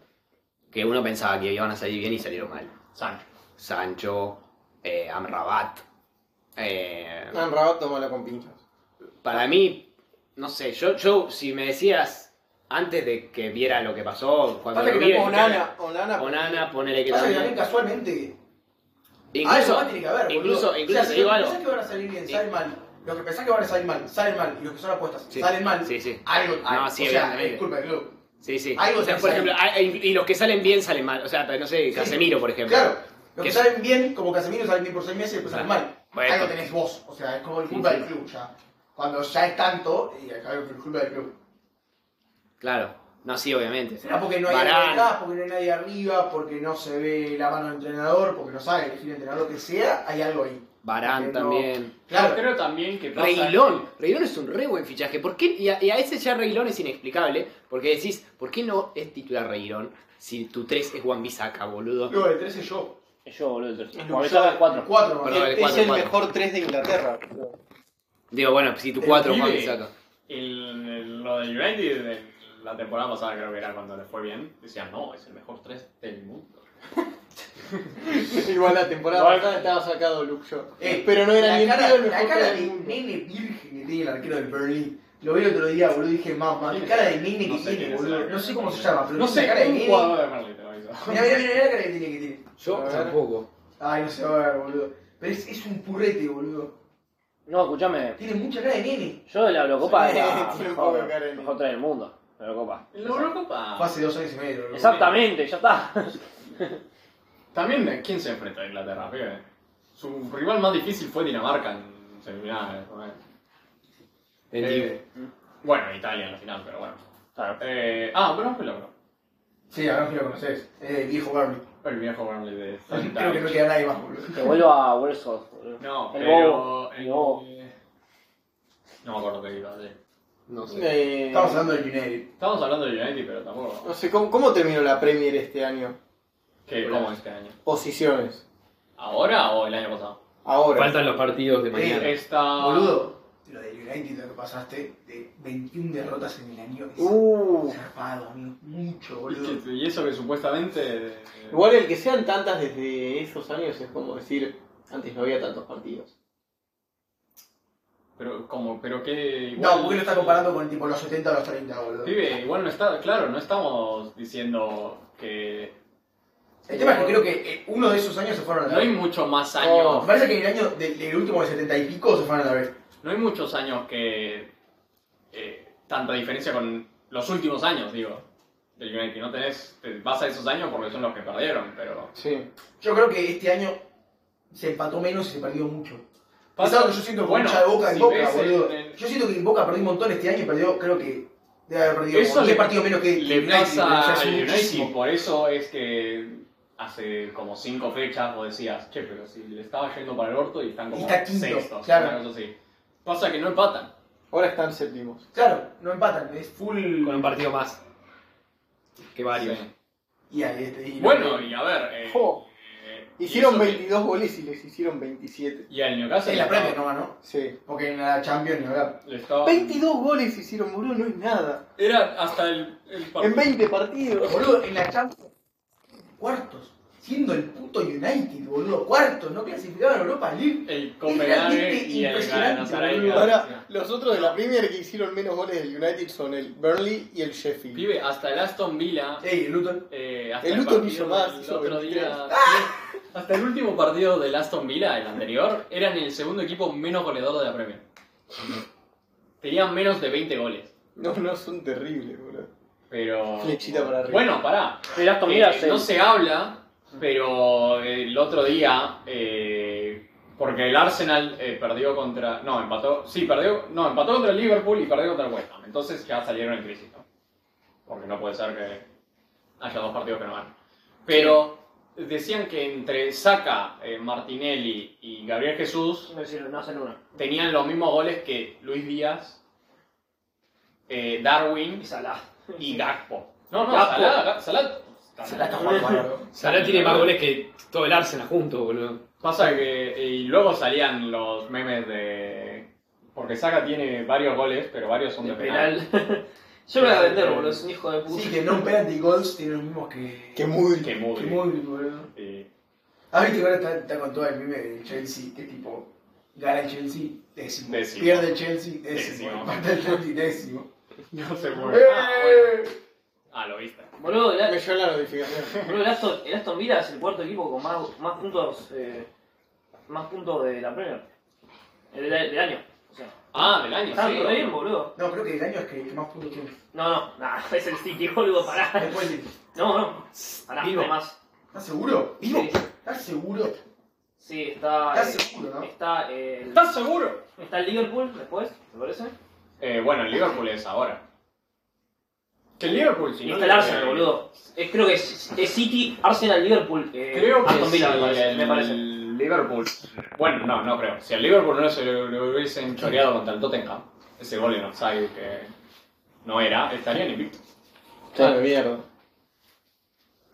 [SPEAKER 2] que uno pensaba que iban a salir bien y salieron mal.
[SPEAKER 3] Sancho.
[SPEAKER 2] Sancho, eh, Amrabat. eh,
[SPEAKER 1] Anrabat tomala con pinchas.
[SPEAKER 2] para mí, no sé, yo, yo, si me decías antes de que viera lo que pasó, cuando
[SPEAKER 6] Pasa
[SPEAKER 2] lo
[SPEAKER 6] que
[SPEAKER 2] vi,
[SPEAKER 6] tampoco
[SPEAKER 1] Onana, Onana.
[SPEAKER 2] Onana, ponele que
[SPEAKER 6] Pasa que también
[SPEAKER 2] también.
[SPEAKER 6] casualmente.
[SPEAKER 2] Incluso,
[SPEAKER 6] algo más tiene que haber, boludo.
[SPEAKER 2] incluso, incluso
[SPEAKER 6] o sea,
[SPEAKER 2] te
[SPEAKER 6] si
[SPEAKER 2] digo
[SPEAKER 6] los que
[SPEAKER 2] algo.
[SPEAKER 6] pensás que van a salir bien,
[SPEAKER 2] Sí.
[SPEAKER 6] salen mal. Los que pensás que van a salir mal, salen mal. Y los que son apuestas,
[SPEAKER 2] Sí.
[SPEAKER 6] salen mal.
[SPEAKER 2] Sí, sí.
[SPEAKER 6] Algo.
[SPEAKER 2] No,
[SPEAKER 6] algo.
[SPEAKER 2] sí,
[SPEAKER 6] o sea,
[SPEAKER 2] evidentemente.
[SPEAKER 6] es culpa del club.
[SPEAKER 2] Sí, sí.
[SPEAKER 6] Algo
[SPEAKER 2] o sea,
[SPEAKER 6] te
[SPEAKER 2] por
[SPEAKER 6] sale.
[SPEAKER 2] ejemplo, hay- y los que salen bien salen mal. O sea, pero no sé,
[SPEAKER 6] Sí.
[SPEAKER 2] Casemiro, por ejemplo.
[SPEAKER 6] Claro. Los
[SPEAKER 2] Que
[SPEAKER 6] que
[SPEAKER 2] es-
[SPEAKER 6] salen bien, como Casemiro, salen bien por seis meses y después salen mal.
[SPEAKER 2] Bueno.
[SPEAKER 6] Algo tenés vos. O sea, es como el culpa del club ya. Cuando ya es tanto, y acá es culpa del club.
[SPEAKER 2] Claro. No, sí, obviamente.
[SPEAKER 6] Será porque no hay
[SPEAKER 2] Varane.
[SPEAKER 6] nadie atrás, porque no hay nadie arriba, porque no se ve la mano del entrenador, porque no sabe elegir el entrenador, lo que sea, hay algo ahí.
[SPEAKER 2] Barán
[SPEAKER 6] Porque no-
[SPEAKER 2] también.
[SPEAKER 3] Yo
[SPEAKER 6] Claro.
[SPEAKER 3] creo también que pasa-
[SPEAKER 2] Reilón. Reilón es un re buen fichaje. ¿Por qué? Y a, y a ese ya Reilón es inexplicable. Porque decís, ¿por qué no es titular Reilón si tu 3 es Juan Bisaca, boludo?
[SPEAKER 6] Luego el 13 yo.
[SPEAKER 4] Es yo, boludo, el tercero.
[SPEAKER 6] El
[SPEAKER 4] Como me
[SPEAKER 6] Luxor,
[SPEAKER 4] toca el 4.
[SPEAKER 6] el cuatro, más.
[SPEAKER 2] Perdón, el
[SPEAKER 1] es
[SPEAKER 2] 4,
[SPEAKER 1] el mejor 3 de Inglaterra.
[SPEAKER 2] Digo, bueno, si tu
[SPEAKER 6] El
[SPEAKER 2] 4 es
[SPEAKER 3] pibe.
[SPEAKER 2] Juan Bisaca.
[SPEAKER 3] el- el- lo de United de la temporada pasada creo que era cuando le fue bien. Decían, no, es el mejor 3 del mundo.
[SPEAKER 1] Igual la temporada
[SPEAKER 3] Igual-
[SPEAKER 1] pasada estaba sacado Luke Shaw.
[SPEAKER 6] Eh,
[SPEAKER 1] pero no era ni
[SPEAKER 6] la
[SPEAKER 1] el
[SPEAKER 6] cara,
[SPEAKER 1] tío el
[SPEAKER 6] la
[SPEAKER 1] mejor
[SPEAKER 6] cara
[SPEAKER 1] tres
[SPEAKER 6] de
[SPEAKER 1] del mundo.
[SPEAKER 6] nene virgen que tiene el arquero del Berlín. Lo vi el otro día, boludo, y dije, mamá, qué cara de nene
[SPEAKER 3] No
[SPEAKER 6] que
[SPEAKER 3] sé quién
[SPEAKER 6] tiene,
[SPEAKER 3] es el
[SPEAKER 6] boludo.
[SPEAKER 3] arquero.
[SPEAKER 6] No sé cómo se llama, pero
[SPEAKER 3] No
[SPEAKER 6] tiene
[SPEAKER 3] sé,
[SPEAKER 6] cara de
[SPEAKER 3] un
[SPEAKER 6] nene.
[SPEAKER 3] jugador de Marley te lo hizo.
[SPEAKER 6] Mirá, mirá, mirá, mirá la cara que tiene que tiene.
[SPEAKER 1] Yo
[SPEAKER 6] A ver.
[SPEAKER 2] tampoco.
[SPEAKER 6] Ay, no se va a ver, boludo. Pero es, es un purrete, boludo.
[SPEAKER 4] No, escúchame.
[SPEAKER 6] Tiene mucha cara de nene.
[SPEAKER 4] Yo de la Eurocopa
[SPEAKER 1] Sí,
[SPEAKER 4] era
[SPEAKER 1] tiene un poco
[SPEAKER 4] mejor,
[SPEAKER 1] de cara de
[SPEAKER 4] mejor traer el mundo. La Eurocopa.
[SPEAKER 3] En la Eurocopa.
[SPEAKER 6] Fue hace dos años y medio, boludo.
[SPEAKER 4] Exactamente, ya está.
[SPEAKER 3] También, ¿eh? ¿quién se enfrentó a Inglaterra? pibe? Su rival más difícil fue Dinamarca en semifinales. ¿no? Eh, bueno, Italia en la final, pero bueno.
[SPEAKER 4] Claro.
[SPEAKER 3] Eh, ah, pero no fue logro.
[SPEAKER 6] Sí, ahora que lo conoces. Eh, viejo Garmin.
[SPEAKER 3] El viejo Burnley de
[SPEAKER 6] Creo que no queda nadie más, boludo.
[SPEAKER 4] Que vuelva a Warsaw. boludo.
[SPEAKER 3] No,
[SPEAKER 4] El
[SPEAKER 3] pero.
[SPEAKER 4] bobo,
[SPEAKER 3] el-
[SPEAKER 4] el bobo.
[SPEAKER 3] No me acuerdo qué iba a decir.
[SPEAKER 2] No sé.
[SPEAKER 1] Eh,
[SPEAKER 6] Estamos hablando del United.
[SPEAKER 3] Estamos hablando de United, pero tampoco.
[SPEAKER 1] No sé, ¿cómo, ¿cómo terminó la Premier este año?
[SPEAKER 3] ¿Qué, ¿Cómo este año?
[SPEAKER 1] Posiciones.
[SPEAKER 3] ¿Ahora o el año pasado?
[SPEAKER 1] Ahora. Eh,
[SPEAKER 2] Faltan los partidos de mañana.
[SPEAKER 3] Esta.
[SPEAKER 6] Boludo, lo del United lo que pasaste de 21 derrotas en el año. Es
[SPEAKER 1] Uh,
[SPEAKER 6] zarpado, amigo. Mucho,
[SPEAKER 3] Y
[SPEAKER 6] boludo.
[SPEAKER 3] que- Y eso que supuestamente.
[SPEAKER 1] igual el que sean tantas desde esos años es como decir, antes no había tantos partidos.
[SPEAKER 3] Pero, como, pero qué.
[SPEAKER 6] No, porque lo está comparando con tipo los 70 o los 30, boludo.
[SPEAKER 3] Pibe, igual no está. Claro, no estamos diciendo que.
[SPEAKER 6] El tema es que creo que eh, uno de esos años se fueron a
[SPEAKER 3] No
[SPEAKER 6] la
[SPEAKER 3] hay
[SPEAKER 6] vez.
[SPEAKER 3] muchos más
[SPEAKER 6] Me
[SPEAKER 3] años.
[SPEAKER 6] parece que en el año del, del último de 70 y pico se fueron a la vez.
[SPEAKER 3] No hay muchos años que. eh, tanta diferencia con los últimos años, digo. Del United. No tenés. Te vas a esos años porque son los que perdieron, pero.
[SPEAKER 2] Sí.
[SPEAKER 6] Yo creo que este año se empató menos y se perdió mucho.
[SPEAKER 3] Pasa-
[SPEAKER 6] Pasado que yo siento
[SPEAKER 3] bueno,
[SPEAKER 6] mucha de boca en
[SPEAKER 3] si
[SPEAKER 6] boca,
[SPEAKER 3] ves el-
[SPEAKER 6] boludo.
[SPEAKER 3] el-
[SPEAKER 6] Yo siento que en boca perdió un montón este año, perdió, creo que debe haber perdido
[SPEAKER 3] Eso
[SPEAKER 6] como
[SPEAKER 3] le-
[SPEAKER 6] 10 partidos menos que este.
[SPEAKER 3] Le
[SPEAKER 6] United, o sea,
[SPEAKER 3] pasa
[SPEAKER 6] es
[SPEAKER 3] al
[SPEAKER 6] muchísimo.
[SPEAKER 3] United, por eso es que hace como cinco fechas vos decías, che, pero si le estaba yendo para el orto y están
[SPEAKER 6] Y
[SPEAKER 3] como
[SPEAKER 6] está quinto,
[SPEAKER 3] sextos,
[SPEAKER 6] claro.
[SPEAKER 3] una cosa así. Pasa que no empatan.
[SPEAKER 2] Ahora están séptimos.
[SPEAKER 6] Claro, no empatan, es full.
[SPEAKER 5] Con un partido más. Que varios.
[SPEAKER 3] Sí.
[SPEAKER 6] Y ahí, este, y-
[SPEAKER 3] Bueno, y a ver. eh,
[SPEAKER 2] Jo.
[SPEAKER 3] eh,
[SPEAKER 1] Hicieron
[SPEAKER 3] y eso que-
[SPEAKER 1] 22 goles y les hicieron 27.
[SPEAKER 3] Y al Newcastle.
[SPEAKER 6] en la
[SPEAKER 3] le
[SPEAKER 6] Premier
[SPEAKER 3] estaba-
[SPEAKER 6] no ganó,
[SPEAKER 1] Sí.
[SPEAKER 6] porque en la Champions ni hablar.
[SPEAKER 3] le estaba-
[SPEAKER 1] 22 goles hicieron, boludo, no es nada.
[SPEAKER 3] Era hasta el. el partido.
[SPEAKER 1] En 20 partidos.
[SPEAKER 6] Boludo, en la Champions, cuartos, siendo el puto United, boludo, cuartos, no clasificaban a Europa League.
[SPEAKER 3] El Copenhague
[SPEAKER 6] realmente
[SPEAKER 3] y el
[SPEAKER 6] impresionante,
[SPEAKER 3] Galatasaray.
[SPEAKER 6] boludo.
[SPEAKER 3] Galaxia.
[SPEAKER 1] Ahora, los otros de la Premier que hicieron menos goles del United son el Burnley y el Sheffield.
[SPEAKER 3] Pibe, hasta el Aston Villa.
[SPEAKER 6] Ey, el Luton.
[SPEAKER 3] eh, hasta
[SPEAKER 1] El Luton
[SPEAKER 3] partido
[SPEAKER 1] hizo más,
[SPEAKER 3] del
[SPEAKER 1] hizo
[SPEAKER 3] otro
[SPEAKER 1] 23.
[SPEAKER 3] día. sí, Hasta el último partido del Aston Villa, el anterior, eran el segundo equipo menos goleador de la Premier. Tenían menos de 20 goles.
[SPEAKER 1] No, no, son terribles, boludo.
[SPEAKER 3] Pero.
[SPEAKER 1] Flechita para arriba.
[SPEAKER 3] Bueno, pará.
[SPEAKER 4] El Aston
[SPEAKER 3] Eh,
[SPEAKER 4] Villa
[SPEAKER 3] no
[SPEAKER 4] seis.
[SPEAKER 3] se habla, pero el otro día, eh, porque el Arsenal eh, perdió contra. No, empató. Sí, perdió. No, empató contra el Liverpool y perdió contra el West Ham. Entonces ya salieron en crisis, ¿no? Porque no puede ser que haya dos partidos que no ganen. Pero decían que entre Saca, Martinelli y Gabriel Jesús
[SPEAKER 4] No hicieron, no hacen una.
[SPEAKER 3] tenían los mismos goles que Luis Díaz, eh, Darwin
[SPEAKER 4] Y Salah.
[SPEAKER 3] y Gakpo. No, no,
[SPEAKER 4] Gakpo.
[SPEAKER 3] Salah, Salah.
[SPEAKER 6] Salah está jugando bárbaro.
[SPEAKER 5] Salah tiene más goles que todo el Arsenal junto, boludo.
[SPEAKER 3] Pasa que. eh, Y luego salían los memes de. Porque Saga tiene varios goles, pero varios son de,
[SPEAKER 4] De
[SPEAKER 3] penal.
[SPEAKER 4] penal. Yo me voy a vender, boludo, es un hijo de puta.
[SPEAKER 6] Sí, que no penalty goals tienen los mismos que.
[SPEAKER 1] Que muy.
[SPEAKER 3] Que
[SPEAKER 6] que
[SPEAKER 3] mugre.
[SPEAKER 6] Mudrik, boludo.
[SPEAKER 3] Sí.
[SPEAKER 6] Ah, viste que ahora está, está con todo el meme de Chelsea, que tipo, gana el Chelsea, décimo.
[SPEAKER 3] Décimo.
[SPEAKER 6] Pierde el Chelsea, décimo.
[SPEAKER 3] Décimo.
[SPEAKER 6] Empata el Chelsea, décimo.
[SPEAKER 3] No se mueve. Ah, bueno.
[SPEAKER 6] ¡Eh!
[SPEAKER 3] Ah, lo viste.
[SPEAKER 4] Boludo, el,
[SPEAKER 1] Me llegó la notificación.
[SPEAKER 4] boludo, el Aston, el Aston Villa es el cuarto equipo con más, más puntos eh, más puntos de la Premier. El, del- del año. O sea,
[SPEAKER 3] Ah, del año,
[SPEAKER 4] está
[SPEAKER 3] sí.
[SPEAKER 4] re bien, boludo.
[SPEAKER 6] No, creo que el año es que más puntos tiene.
[SPEAKER 4] No, no, nah, es el City, boludo, pará.
[SPEAKER 6] Después de-
[SPEAKER 4] No, no, pará,
[SPEAKER 5] Vivo.
[SPEAKER 4] no más.
[SPEAKER 6] ¿Estás seguro?
[SPEAKER 4] ¿Vivo?
[SPEAKER 6] ¿Estás seguro?
[SPEAKER 4] Sí, está.
[SPEAKER 6] ¿Estás
[SPEAKER 4] eh,
[SPEAKER 6] seguro, no?
[SPEAKER 4] Está el,
[SPEAKER 3] ¿Estás seguro?
[SPEAKER 4] está el Liverpool después, ¿te parece?
[SPEAKER 3] Eh, bueno, el Liverpool es ahora. Que el Liverpool, si
[SPEAKER 4] Y
[SPEAKER 3] no.
[SPEAKER 4] está el Arsenal, boludo. Es, creo que es, es City, Arsenal, Liverpool. Eh,
[SPEAKER 3] Creo que
[SPEAKER 4] Aston Villa,
[SPEAKER 3] si
[SPEAKER 4] me parece.
[SPEAKER 3] el
[SPEAKER 4] me parece.
[SPEAKER 3] Liverpool. Bueno, no, no creo. Si el Liverpool no se lo, lo hubiesen choreado contra el Tottenham, ese gol en offside que no era, estarían invictos.
[SPEAKER 1] Claro, mierda.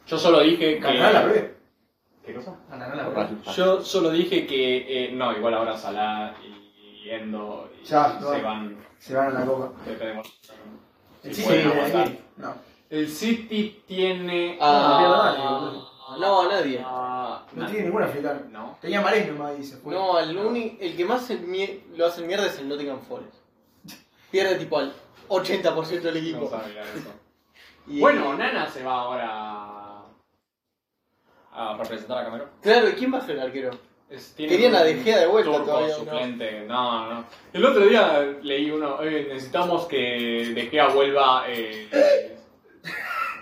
[SPEAKER 3] Yo solo dije que.
[SPEAKER 6] Ganará la B.
[SPEAKER 3] ¿Qué cosa?
[SPEAKER 6] Ganará la B.
[SPEAKER 3] Yo solo dije que. eh, no, igual ahora Salah y Endo y
[SPEAKER 6] Ya,
[SPEAKER 3] se
[SPEAKER 6] no.
[SPEAKER 3] van.
[SPEAKER 6] Se van a la copa.
[SPEAKER 3] Pepe de Mor-
[SPEAKER 6] El
[SPEAKER 3] Sí,
[SPEAKER 6] City
[SPEAKER 3] bueno,
[SPEAKER 6] de
[SPEAKER 3] está.
[SPEAKER 6] ahí. No.
[SPEAKER 3] El City tiene.
[SPEAKER 1] Ah,
[SPEAKER 3] Ah,
[SPEAKER 1] No, nadie.
[SPEAKER 3] ah,
[SPEAKER 6] No tiene ningún africano.
[SPEAKER 3] No.
[SPEAKER 6] Tenía Marés nomás y se fue.
[SPEAKER 1] No, el, uni- el que más el mie- lo hacen mierda es el Nottingham Forest. Pierde tipo al 80% del
[SPEAKER 3] No
[SPEAKER 1] equipo.
[SPEAKER 3] sabe mirar eso.
[SPEAKER 1] Y-
[SPEAKER 3] Bueno, Nana se va ahora a representar a Camerún.
[SPEAKER 1] Claro, ¿y quién va a ser el arquero?
[SPEAKER 3] Es- tiene
[SPEAKER 1] Querían a
[SPEAKER 3] un
[SPEAKER 1] De Gea de vuelta
[SPEAKER 3] turco
[SPEAKER 1] todavía. ¿no?
[SPEAKER 3] suplente. No. no, El otro día leí uno, eh, necesitamos que De Gea vuelva. eh,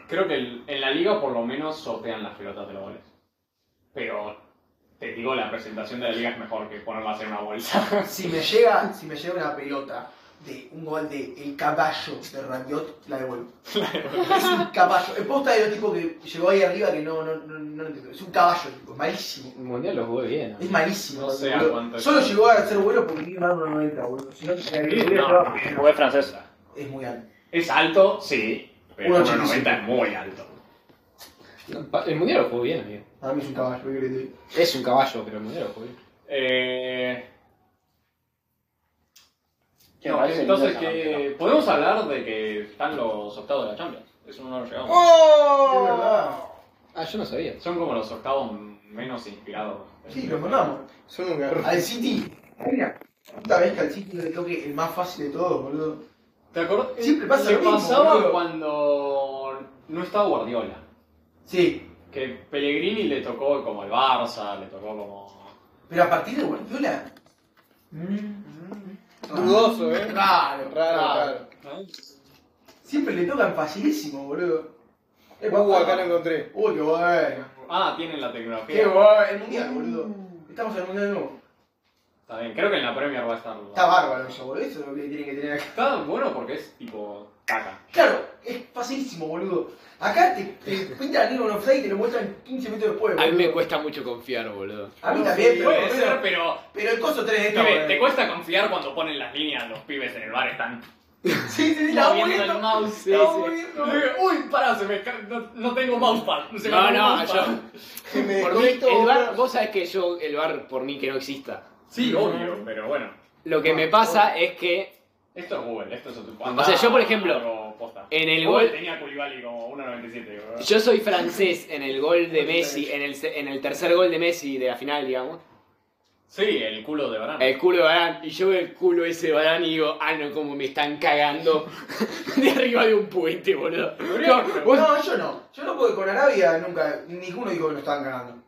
[SPEAKER 3] creo que el- en la liga por lo menos sortean las pelotas de los goles. Pero te digo, la presentación de la liga es mejor que ponerlas en una bolsa.
[SPEAKER 6] Si me llega, si me llega una pelota de un gol de el caballo de Rabiot, la devuelvo. es un caballo. El posta de los tipos que llegó ahí arriba que no, no, no, no lo entiendo. Es un caballo, tipo, es malísimo.
[SPEAKER 5] El mundial lo jugó bien.
[SPEAKER 6] Es malísimo.
[SPEAKER 3] No sé a
[SPEAKER 6] boludo.
[SPEAKER 3] cuánto-
[SPEAKER 6] Solo llegó a ser bueno porque tiene más de 90, boludo. Si no, se la
[SPEAKER 2] No,
[SPEAKER 6] hubiera llevado.
[SPEAKER 2] jugué francés.
[SPEAKER 6] Es muy alto.
[SPEAKER 3] es alto, sí. Pero
[SPEAKER 6] 1,85.
[SPEAKER 3] 1,90 es muy alto.
[SPEAKER 5] El mundial lo jugó bien, amigo.
[SPEAKER 6] Para mí es un caballo, ¿qué querés decir?
[SPEAKER 5] Es un caballo, pero el mundial lo jugó bien.
[SPEAKER 3] Eh,
[SPEAKER 2] Que
[SPEAKER 3] no,
[SPEAKER 2] parece que
[SPEAKER 3] entonces,
[SPEAKER 2] no se
[SPEAKER 3] que
[SPEAKER 2] arranca.
[SPEAKER 3] podemos hablar de que están los octavos de la Champions. Eso no lo llegamos.
[SPEAKER 6] Es verdad.
[SPEAKER 5] Ah, yo no sabía.
[SPEAKER 3] Son como los octavos menos inspirados.
[SPEAKER 6] Sí, lo mandamos.
[SPEAKER 1] Son un garro.
[SPEAKER 6] Al City. Mira, Puta vez que al City le toque el más fácil de todos, boludo.
[SPEAKER 3] ¿Te acordás?
[SPEAKER 6] Siempre pasa
[SPEAKER 3] ¿Qué
[SPEAKER 6] lo mismo,
[SPEAKER 3] pasaba
[SPEAKER 6] boludo.
[SPEAKER 3] cuando no estaba Guardiola?
[SPEAKER 6] Sí,
[SPEAKER 3] Que Pellegrini le tocó como el Barça, le tocó como.
[SPEAKER 6] pero a partir de Guardiola.
[SPEAKER 1] Mm. Dudoso, eh.
[SPEAKER 6] Raro,
[SPEAKER 1] Raro, raro.
[SPEAKER 6] Siempre le tocan facilísimo, boludo.
[SPEAKER 1] Uh, acá lo encontré.
[SPEAKER 6] Uy, qué bueno.
[SPEAKER 3] Ah, tienen la tecnología.
[SPEAKER 6] Qué bueno. El mundial, boludo.
[SPEAKER 1] Mm.
[SPEAKER 6] Estamos en el mundial de nuevo.
[SPEAKER 3] Está bien, creo que en la Premier va a estar.
[SPEAKER 6] Está bárbaro eso, boludo. Eso es lo que tiene que tener acá.
[SPEAKER 3] Está bueno porque es tipo caca.
[SPEAKER 6] Claro, es facilísimo, boludo. Acá te, te pintan el libro offside y te lo muestran 15 minutos después,
[SPEAKER 2] A mí
[SPEAKER 6] boludo.
[SPEAKER 2] me cuesta mucho confiar, boludo.
[SPEAKER 6] A mí también, pero,
[SPEAKER 3] Puede
[SPEAKER 6] pero,
[SPEAKER 3] ser, pero.
[SPEAKER 6] pero el coso 3 de esta,
[SPEAKER 3] pibe, te
[SPEAKER 6] boludo.
[SPEAKER 3] cuesta confiar cuando ponen las líneas los pibes en el bar están.
[SPEAKER 6] Sí, sí, sí, la voy
[SPEAKER 3] moviendo el mouse.
[SPEAKER 2] Sí,
[SPEAKER 3] la
[SPEAKER 2] sí.
[SPEAKER 3] voy moviendo. Uy, pará, se me ca- no, no tengo mousepad. Se me
[SPEAKER 2] No,
[SPEAKER 3] acabó el
[SPEAKER 2] no,
[SPEAKER 3] mousepad.
[SPEAKER 2] yo.
[SPEAKER 1] Si me
[SPEAKER 2] Por mí,
[SPEAKER 1] desconecto,
[SPEAKER 2] el bar,
[SPEAKER 1] boludo.
[SPEAKER 2] vos sabés que yo, el bar, por mí que no exista.
[SPEAKER 3] Sí, obvio, pero bueno.
[SPEAKER 2] Lo
[SPEAKER 6] Ah,
[SPEAKER 2] que me pasa es que
[SPEAKER 3] Esto es Google, esto es otro.
[SPEAKER 2] O sea, yo, por ejemplo,
[SPEAKER 3] algo posta.
[SPEAKER 2] en el
[SPEAKER 3] Google
[SPEAKER 2] gol-
[SPEAKER 3] tenía Koulibaly como 1.97. boludo.
[SPEAKER 2] Yo soy francés en el gol de Messi, en el, se- en el tercer gol de Messi de la final, digamos.
[SPEAKER 3] Sí, el culo de Varane.
[SPEAKER 2] El culo de Barán, y yo veo el culo ese de Barán y digo, ah, no, como me están cagando de arriba de un puente, boludo. No, vos-
[SPEAKER 6] No, yo no. Yo no porque con Arabia nunca, ninguno dijo que nos estaban ganando.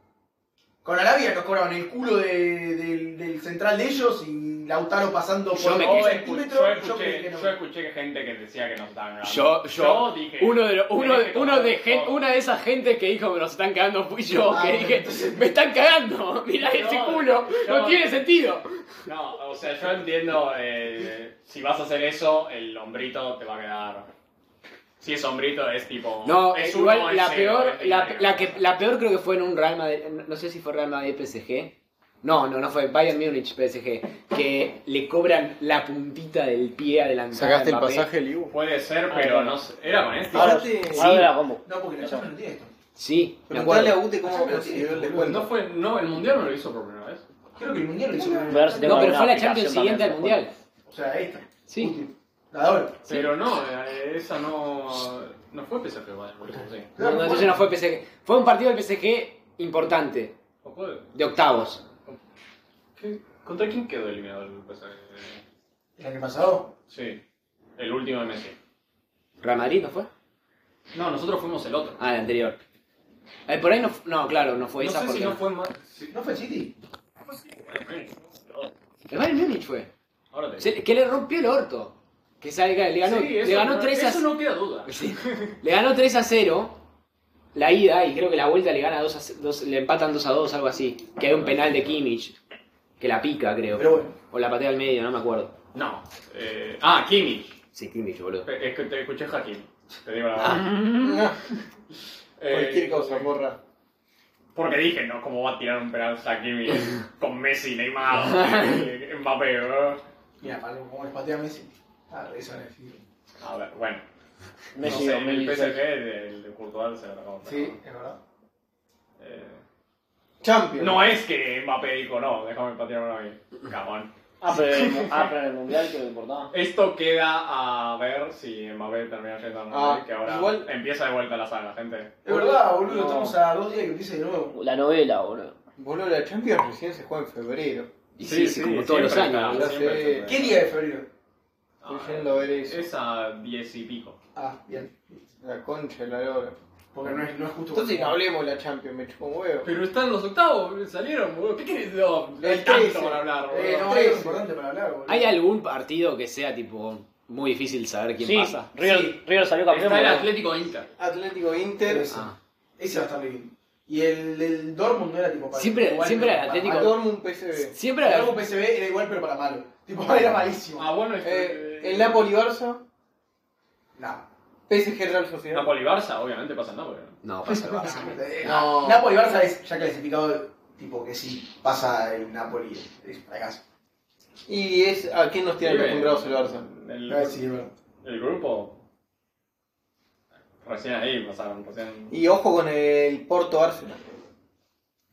[SPEAKER 6] Con Arabia nos cobraron el culo de- del, del central de ellos y Lautaro pasando
[SPEAKER 2] Yo
[SPEAKER 6] por
[SPEAKER 2] me
[SPEAKER 3] Yo
[SPEAKER 6] dos
[SPEAKER 2] quejé.
[SPEAKER 3] escu- yo
[SPEAKER 6] centímetros. Yo creí
[SPEAKER 3] escuché,
[SPEAKER 6] que no.
[SPEAKER 3] yo escuché que gente que decía que nos estaban grabando.
[SPEAKER 2] yo, yo,
[SPEAKER 3] dije.
[SPEAKER 2] uno de, los- uno,
[SPEAKER 3] tenés que
[SPEAKER 2] uno de
[SPEAKER 3] tomar
[SPEAKER 2] gen-
[SPEAKER 3] todo.
[SPEAKER 2] una de esas gentes que dijo que nos están cagando fui yo,
[SPEAKER 6] Ah,
[SPEAKER 2] que
[SPEAKER 6] bueno,
[SPEAKER 2] dije, me están cagando, mirá ese
[SPEAKER 3] No,
[SPEAKER 2] culo,
[SPEAKER 3] no.
[SPEAKER 2] no tiene sentido.
[SPEAKER 3] No, o sea, yo entiendo. eh, si vas a hacer eso, el hombrito te va a quedar. Si es hombrito, es tipo.
[SPEAKER 2] No, eh,
[SPEAKER 3] es uno, eh,
[SPEAKER 2] igual
[SPEAKER 3] es
[SPEAKER 2] la
[SPEAKER 3] cero,
[SPEAKER 2] peor,
[SPEAKER 3] es
[SPEAKER 2] la,
[SPEAKER 3] binario.
[SPEAKER 2] la que, la peor creo que fue en un Real Madrid, no sé si fue Real Madrid PSG. No, no, no fue Bayern Múnich PSG, que le cobran la puntita del pie adelantado.
[SPEAKER 9] ¿Sacaste
[SPEAKER 2] a
[SPEAKER 9] el
[SPEAKER 2] Mbappé.
[SPEAKER 9] pasaje, Liu?
[SPEAKER 3] Puede ser, pero no sé. ¿Era con este?
[SPEAKER 1] Ahora te.
[SPEAKER 4] Ahora la combo.
[SPEAKER 6] No, porque la Champions no tiene esto.
[SPEAKER 2] Sí, me
[SPEAKER 1] Preguntale a
[SPEAKER 2] acuerdo.
[SPEAKER 1] Ute cómo
[SPEAKER 6] Pero
[SPEAKER 1] consiguió
[SPEAKER 6] sí,
[SPEAKER 1] el
[SPEAKER 3] Pues No
[SPEAKER 1] descuento.
[SPEAKER 3] fue. No, el mundial no lo hizo por primera vez.
[SPEAKER 6] Creo que el mundial lo hizo. una-
[SPEAKER 4] Pero ahora se te
[SPEAKER 2] No,
[SPEAKER 4] va
[SPEAKER 2] pero
[SPEAKER 4] una
[SPEAKER 2] fue la
[SPEAKER 4] aplicación
[SPEAKER 2] Champions
[SPEAKER 4] también,
[SPEAKER 2] siguiente al
[SPEAKER 4] pero
[SPEAKER 2] Mundial.
[SPEAKER 6] O sea, esta.
[SPEAKER 2] Sí.
[SPEAKER 6] Útil. La de ahora.
[SPEAKER 3] Pero no, eh, esa no. No fue PSG, vale, por eso sí.
[SPEAKER 2] No, no, entonces no fue PSG. Fue un partido del PSG importante,
[SPEAKER 3] ¿O puede?
[SPEAKER 2] de octavos.
[SPEAKER 3] ¿Qué? ¿Contra quién quedó eliminado el PSG?
[SPEAKER 6] ¿El año pasado?
[SPEAKER 3] Sí, el último de Messi.
[SPEAKER 2] ¿Real Madrid no fue?
[SPEAKER 3] No, nosotros fuimos el otro.
[SPEAKER 2] Ah, el anterior. Eh, por ahí no, fu- no, claro, no fue
[SPEAKER 3] no
[SPEAKER 2] esa
[SPEAKER 3] sé
[SPEAKER 2] porque
[SPEAKER 3] si no fue más. sí.
[SPEAKER 6] ¿No fue el City?
[SPEAKER 2] El Bayern Múnich fue.
[SPEAKER 3] Ahora te
[SPEAKER 2] Se- que le rompió el orto. Que salga, le ganó,
[SPEAKER 3] Sí, eso
[SPEAKER 2] le ganó
[SPEAKER 3] no-
[SPEAKER 2] 3 a
[SPEAKER 3] Eso no queda duda.
[SPEAKER 2] Sí. Le ganó 3 a 0 la ida y creo que la vuelta le gana 2 a 2, le empatan 2 a 2, algo así. Que hay un penal de Kimmich que la pica, creo.
[SPEAKER 6] Pero bueno.
[SPEAKER 2] O la patea al medio, no me acuerdo.
[SPEAKER 3] No. Eh, ah, Kimmich.
[SPEAKER 2] Sí, Kimmich, boludo.
[SPEAKER 3] Es que te escuché Hakim. Te digo la verdad.
[SPEAKER 1] No,
[SPEAKER 3] Eh,
[SPEAKER 1] Cualquier cosa, porra.
[SPEAKER 3] Porque dije, no, ¿cómo va a tirar un penal a Kimmich con Messi, Neymar, eh, Mbappé? ¿verdad?
[SPEAKER 6] Mira, Pablo, cómo les patea a Messi. Ah, eso en el City.
[SPEAKER 3] A ver, bueno.
[SPEAKER 4] Messi
[SPEAKER 3] no sé, en el
[SPEAKER 4] 2016.
[SPEAKER 3] PSG, el de Courtois se lo acabó.
[SPEAKER 6] Sí, es verdad.
[SPEAKER 3] Eh,
[SPEAKER 1] Champions.
[SPEAKER 9] eh.
[SPEAKER 3] no es que Mbappé dijo, no, déjame patear una vez. Camón.
[SPEAKER 4] Ah, pero en el mu- ah, pero en el mundial que lo importaba.
[SPEAKER 3] Esto queda a ver si Mbappé termina yendo a Real
[SPEAKER 1] Ah,
[SPEAKER 3] Madrid, que ahora
[SPEAKER 1] igual-
[SPEAKER 3] empieza de vuelta la saga, gente.
[SPEAKER 6] Es verdad, boludo.
[SPEAKER 4] No.
[SPEAKER 6] Estamos a dos días que empiece de nuevo.
[SPEAKER 4] La novela, boludo.
[SPEAKER 1] Boludo, la Champions recién se juega en febrero.
[SPEAKER 2] Y sí, sí, como todos los
[SPEAKER 3] siempre
[SPEAKER 2] años.
[SPEAKER 3] está,
[SPEAKER 1] ¿no?
[SPEAKER 3] siempre
[SPEAKER 1] Sí.
[SPEAKER 3] está.
[SPEAKER 6] ¿Qué día de febrero?
[SPEAKER 3] Ah,
[SPEAKER 1] Estoy yendo a ver eso.
[SPEAKER 3] Es a 10 y pico.
[SPEAKER 6] Ah, bien.
[SPEAKER 1] La concha de la lora.
[SPEAKER 6] Porque no es, no es justo.
[SPEAKER 1] Entonces no hablemos de la Champions, me chupo un huevo.
[SPEAKER 7] Pero están los octavos, salieron, boludo. ¿Qué querés? No,
[SPEAKER 1] El
[SPEAKER 7] hay tanto
[SPEAKER 1] 13.
[SPEAKER 7] para hablar, boludo.
[SPEAKER 6] Eh, no, hay algo importante para hablar, boludo.
[SPEAKER 2] ¿Hay algún partido que sea tipo muy difícil saber quién
[SPEAKER 4] Sí,
[SPEAKER 2] pasa?
[SPEAKER 4] River,
[SPEAKER 6] Sí.
[SPEAKER 4] River salió campeón.
[SPEAKER 7] Está el
[SPEAKER 4] boludo.
[SPEAKER 7] Atlético Inter.
[SPEAKER 1] Atlético Inter.
[SPEAKER 6] Ese.
[SPEAKER 2] Ah.
[SPEAKER 6] Ese va a estar bien. Y el, el Dortmund no era tipo para
[SPEAKER 2] Siempre-
[SPEAKER 6] igual,
[SPEAKER 2] siempre
[SPEAKER 6] pero
[SPEAKER 2] el
[SPEAKER 6] para
[SPEAKER 2] Atlético-
[SPEAKER 6] malo.
[SPEAKER 1] Dortmund PSV.
[SPEAKER 2] Siempre
[SPEAKER 6] El
[SPEAKER 2] a
[SPEAKER 6] Dortmund PSV era igual pero para malo. Tipo era malísimo.
[SPEAKER 3] Ah, bueno, es
[SPEAKER 1] Eh, el Napoli Barça.
[SPEAKER 6] Nah.
[SPEAKER 1] PSG Real Sociedad.
[SPEAKER 3] Napoli Barça, obviamente pasa en Napoli. ¿no?
[SPEAKER 2] No, pasa el Barça.
[SPEAKER 6] Eh,
[SPEAKER 1] No.
[SPEAKER 6] Napoli Barça es ya clasificado tipo que sí pasa el Napoli es fracaso.
[SPEAKER 1] Y es a quién nos tiene
[SPEAKER 3] Bien.
[SPEAKER 1] acostumbrados el Barça.
[SPEAKER 3] El,
[SPEAKER 6] No, sí, bueno.
[SPEAKER 3] el grupo. Recién ahí pasaron, recién.
[SPEAKER 1] Y ojo con el Porto Arsenal.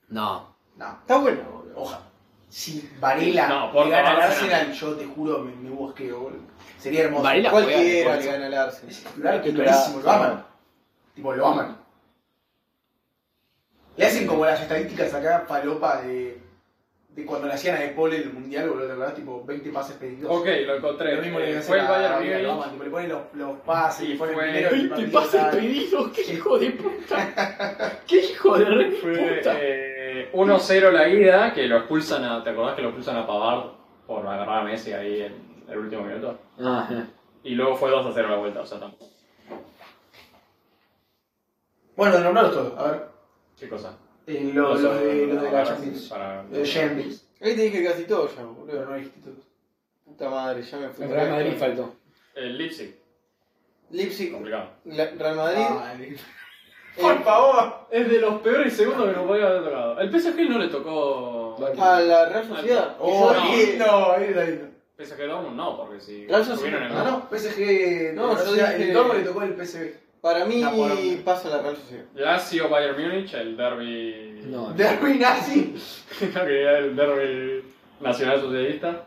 [SPEAKER 2] No.
[SPEAKER 6] No.
[SPEAKER 1] Está bueno, boludo.
[SPEAKER 6] Oja. Si Varela
[SPEAKER 3] No,
[SPEAKER 6] le
[SPEAKER 3] Porto,
[SPEAKER 6] gana al
[SPEAKER 3] Arsenal.
[SPEAKER 6] Arsenal, yo te juro me, me bosqueo, boludo. Sería hermoso.
[SPEAKER 2] Varela juega de
[SPEAKER 1] Cualquiera le
[SPEAKER 2] fuerza.
[SPEAKER 1] gana al Arsenal.
[SPEAKER 6] Ese titular que es buenísimo, lo aman. Tipo, lo aman. Le hacen como las estadísticas acá, palopa de, de cuando le hacían a De Paul en el mundial, boludo, ¿te acordás? Tipo 20 pases pedidos.
[SPEAKER 7] Ok, lo encontré.
[SPEAKER 6] Lo mismo
[SPEAKER 7] Eh,
[SPEAKER 6] le hacen
[SPEAKER 7] fue el
[SPEAKER 6] a
[SPEAKER 7] Bayern
[SPEAKER 6] Miguel
[SPEAKER 7] Múnich.
[SPEAKER 6] Loman, tipo, le ponen los, los pases,
[SPEAKER 7] Sí,
[SPEAKER 6] le ponen
[SPEAKER 7] fue
[SPEAKER 6] primero y
[SPEAKER 2] ¿Te
[SPEAKER 6] el
[SPEAKER 2] pasa
[SPEAKER 6] partido
[SPEAKER 2] el pedido? ¡Qué hijo de puta! ¡Qué hijo de re
[SPEAKER 3] Fue
[SPEAKER 2] puta!
[SPEAKER 3] eh, 1-0 la ida, que lo expulsan a. ¿Te acordás que lo expulsan a Pavard por agarrar a Messi ahí en el último minuto?
[SPEAKER 2] Ajá.
[SPEAKER 3] Y luego fue 2-0 la vuelta, o sea, tampoco.
[SPEAKER 6] Bueno, nombrarlos todos, a ver.
[SPEAKER 3] ¿Qué cosa?
[SPEAKER 6] Eh, los, los de, los de la
[SPEAKER 3] Para-
[SPEAKER 6] Champions.
[SPEAKER 3] para-
[SPEAKER 6] Los de Champions.
[SPEAKER 1] Ahí te dije casi todo ya, boludo.
[SPEAKER 6] Pero no dijiste todos.
[SPEAKER 1] Puta madre, ya me fui.
[SPEAKER 2] El Real Madrid faltó.
[SPEAKER 3] El Leipzig,
[SPEAKER 1] Leipzig,
[SPEAKER 3] complicado.
[SPEAKER 1] la- Real Madrid.
[SPEAKER 6] Ay,
[SPEAKER 1] eh,
[SPEAKER 6] Ah, Por favor.
[SPEAKER 3] Es de los peores segundos que nos podía haber tocado. El PSG no le tocó.
[SPEAKER 1] a la Real Sociedad.
[SPEAKER 6] Oh,
[SPEAKER 1] Yo
[SPEAKER 3] no.
[SPEAKER 1] dije-
[SPEAKER 6] lindo, lindo, lindo.
[SPEAKER 3] PSG Dortmund no, porque si.
[SPEAKER 1] Real Sociedad.
[SPEAKER 3] estuvieron en
[SPEAKER 6] Ah, No, no, PSG.
[SPEAKER 1] No,
[SPEAKER 6] No,
[SPEAKER 1] yo
[SPEAKER 6] o sea,
[SPEAKER 1] dije-
[SPEAKER 6] el Dortmund le tocó el PSV.
[SPEAKER 1] Para mí
[SPEAKER 6] La poronga.
[SPEAKER 1] pasa la Real Sociedad.
[SPEAKER 3] Lazio Bayern Múnich, el derby.
[SPEAKER 2] No.
[SPEAKER 6] Derby nazi.
[SPEAKER 3] el derby nacional socialista.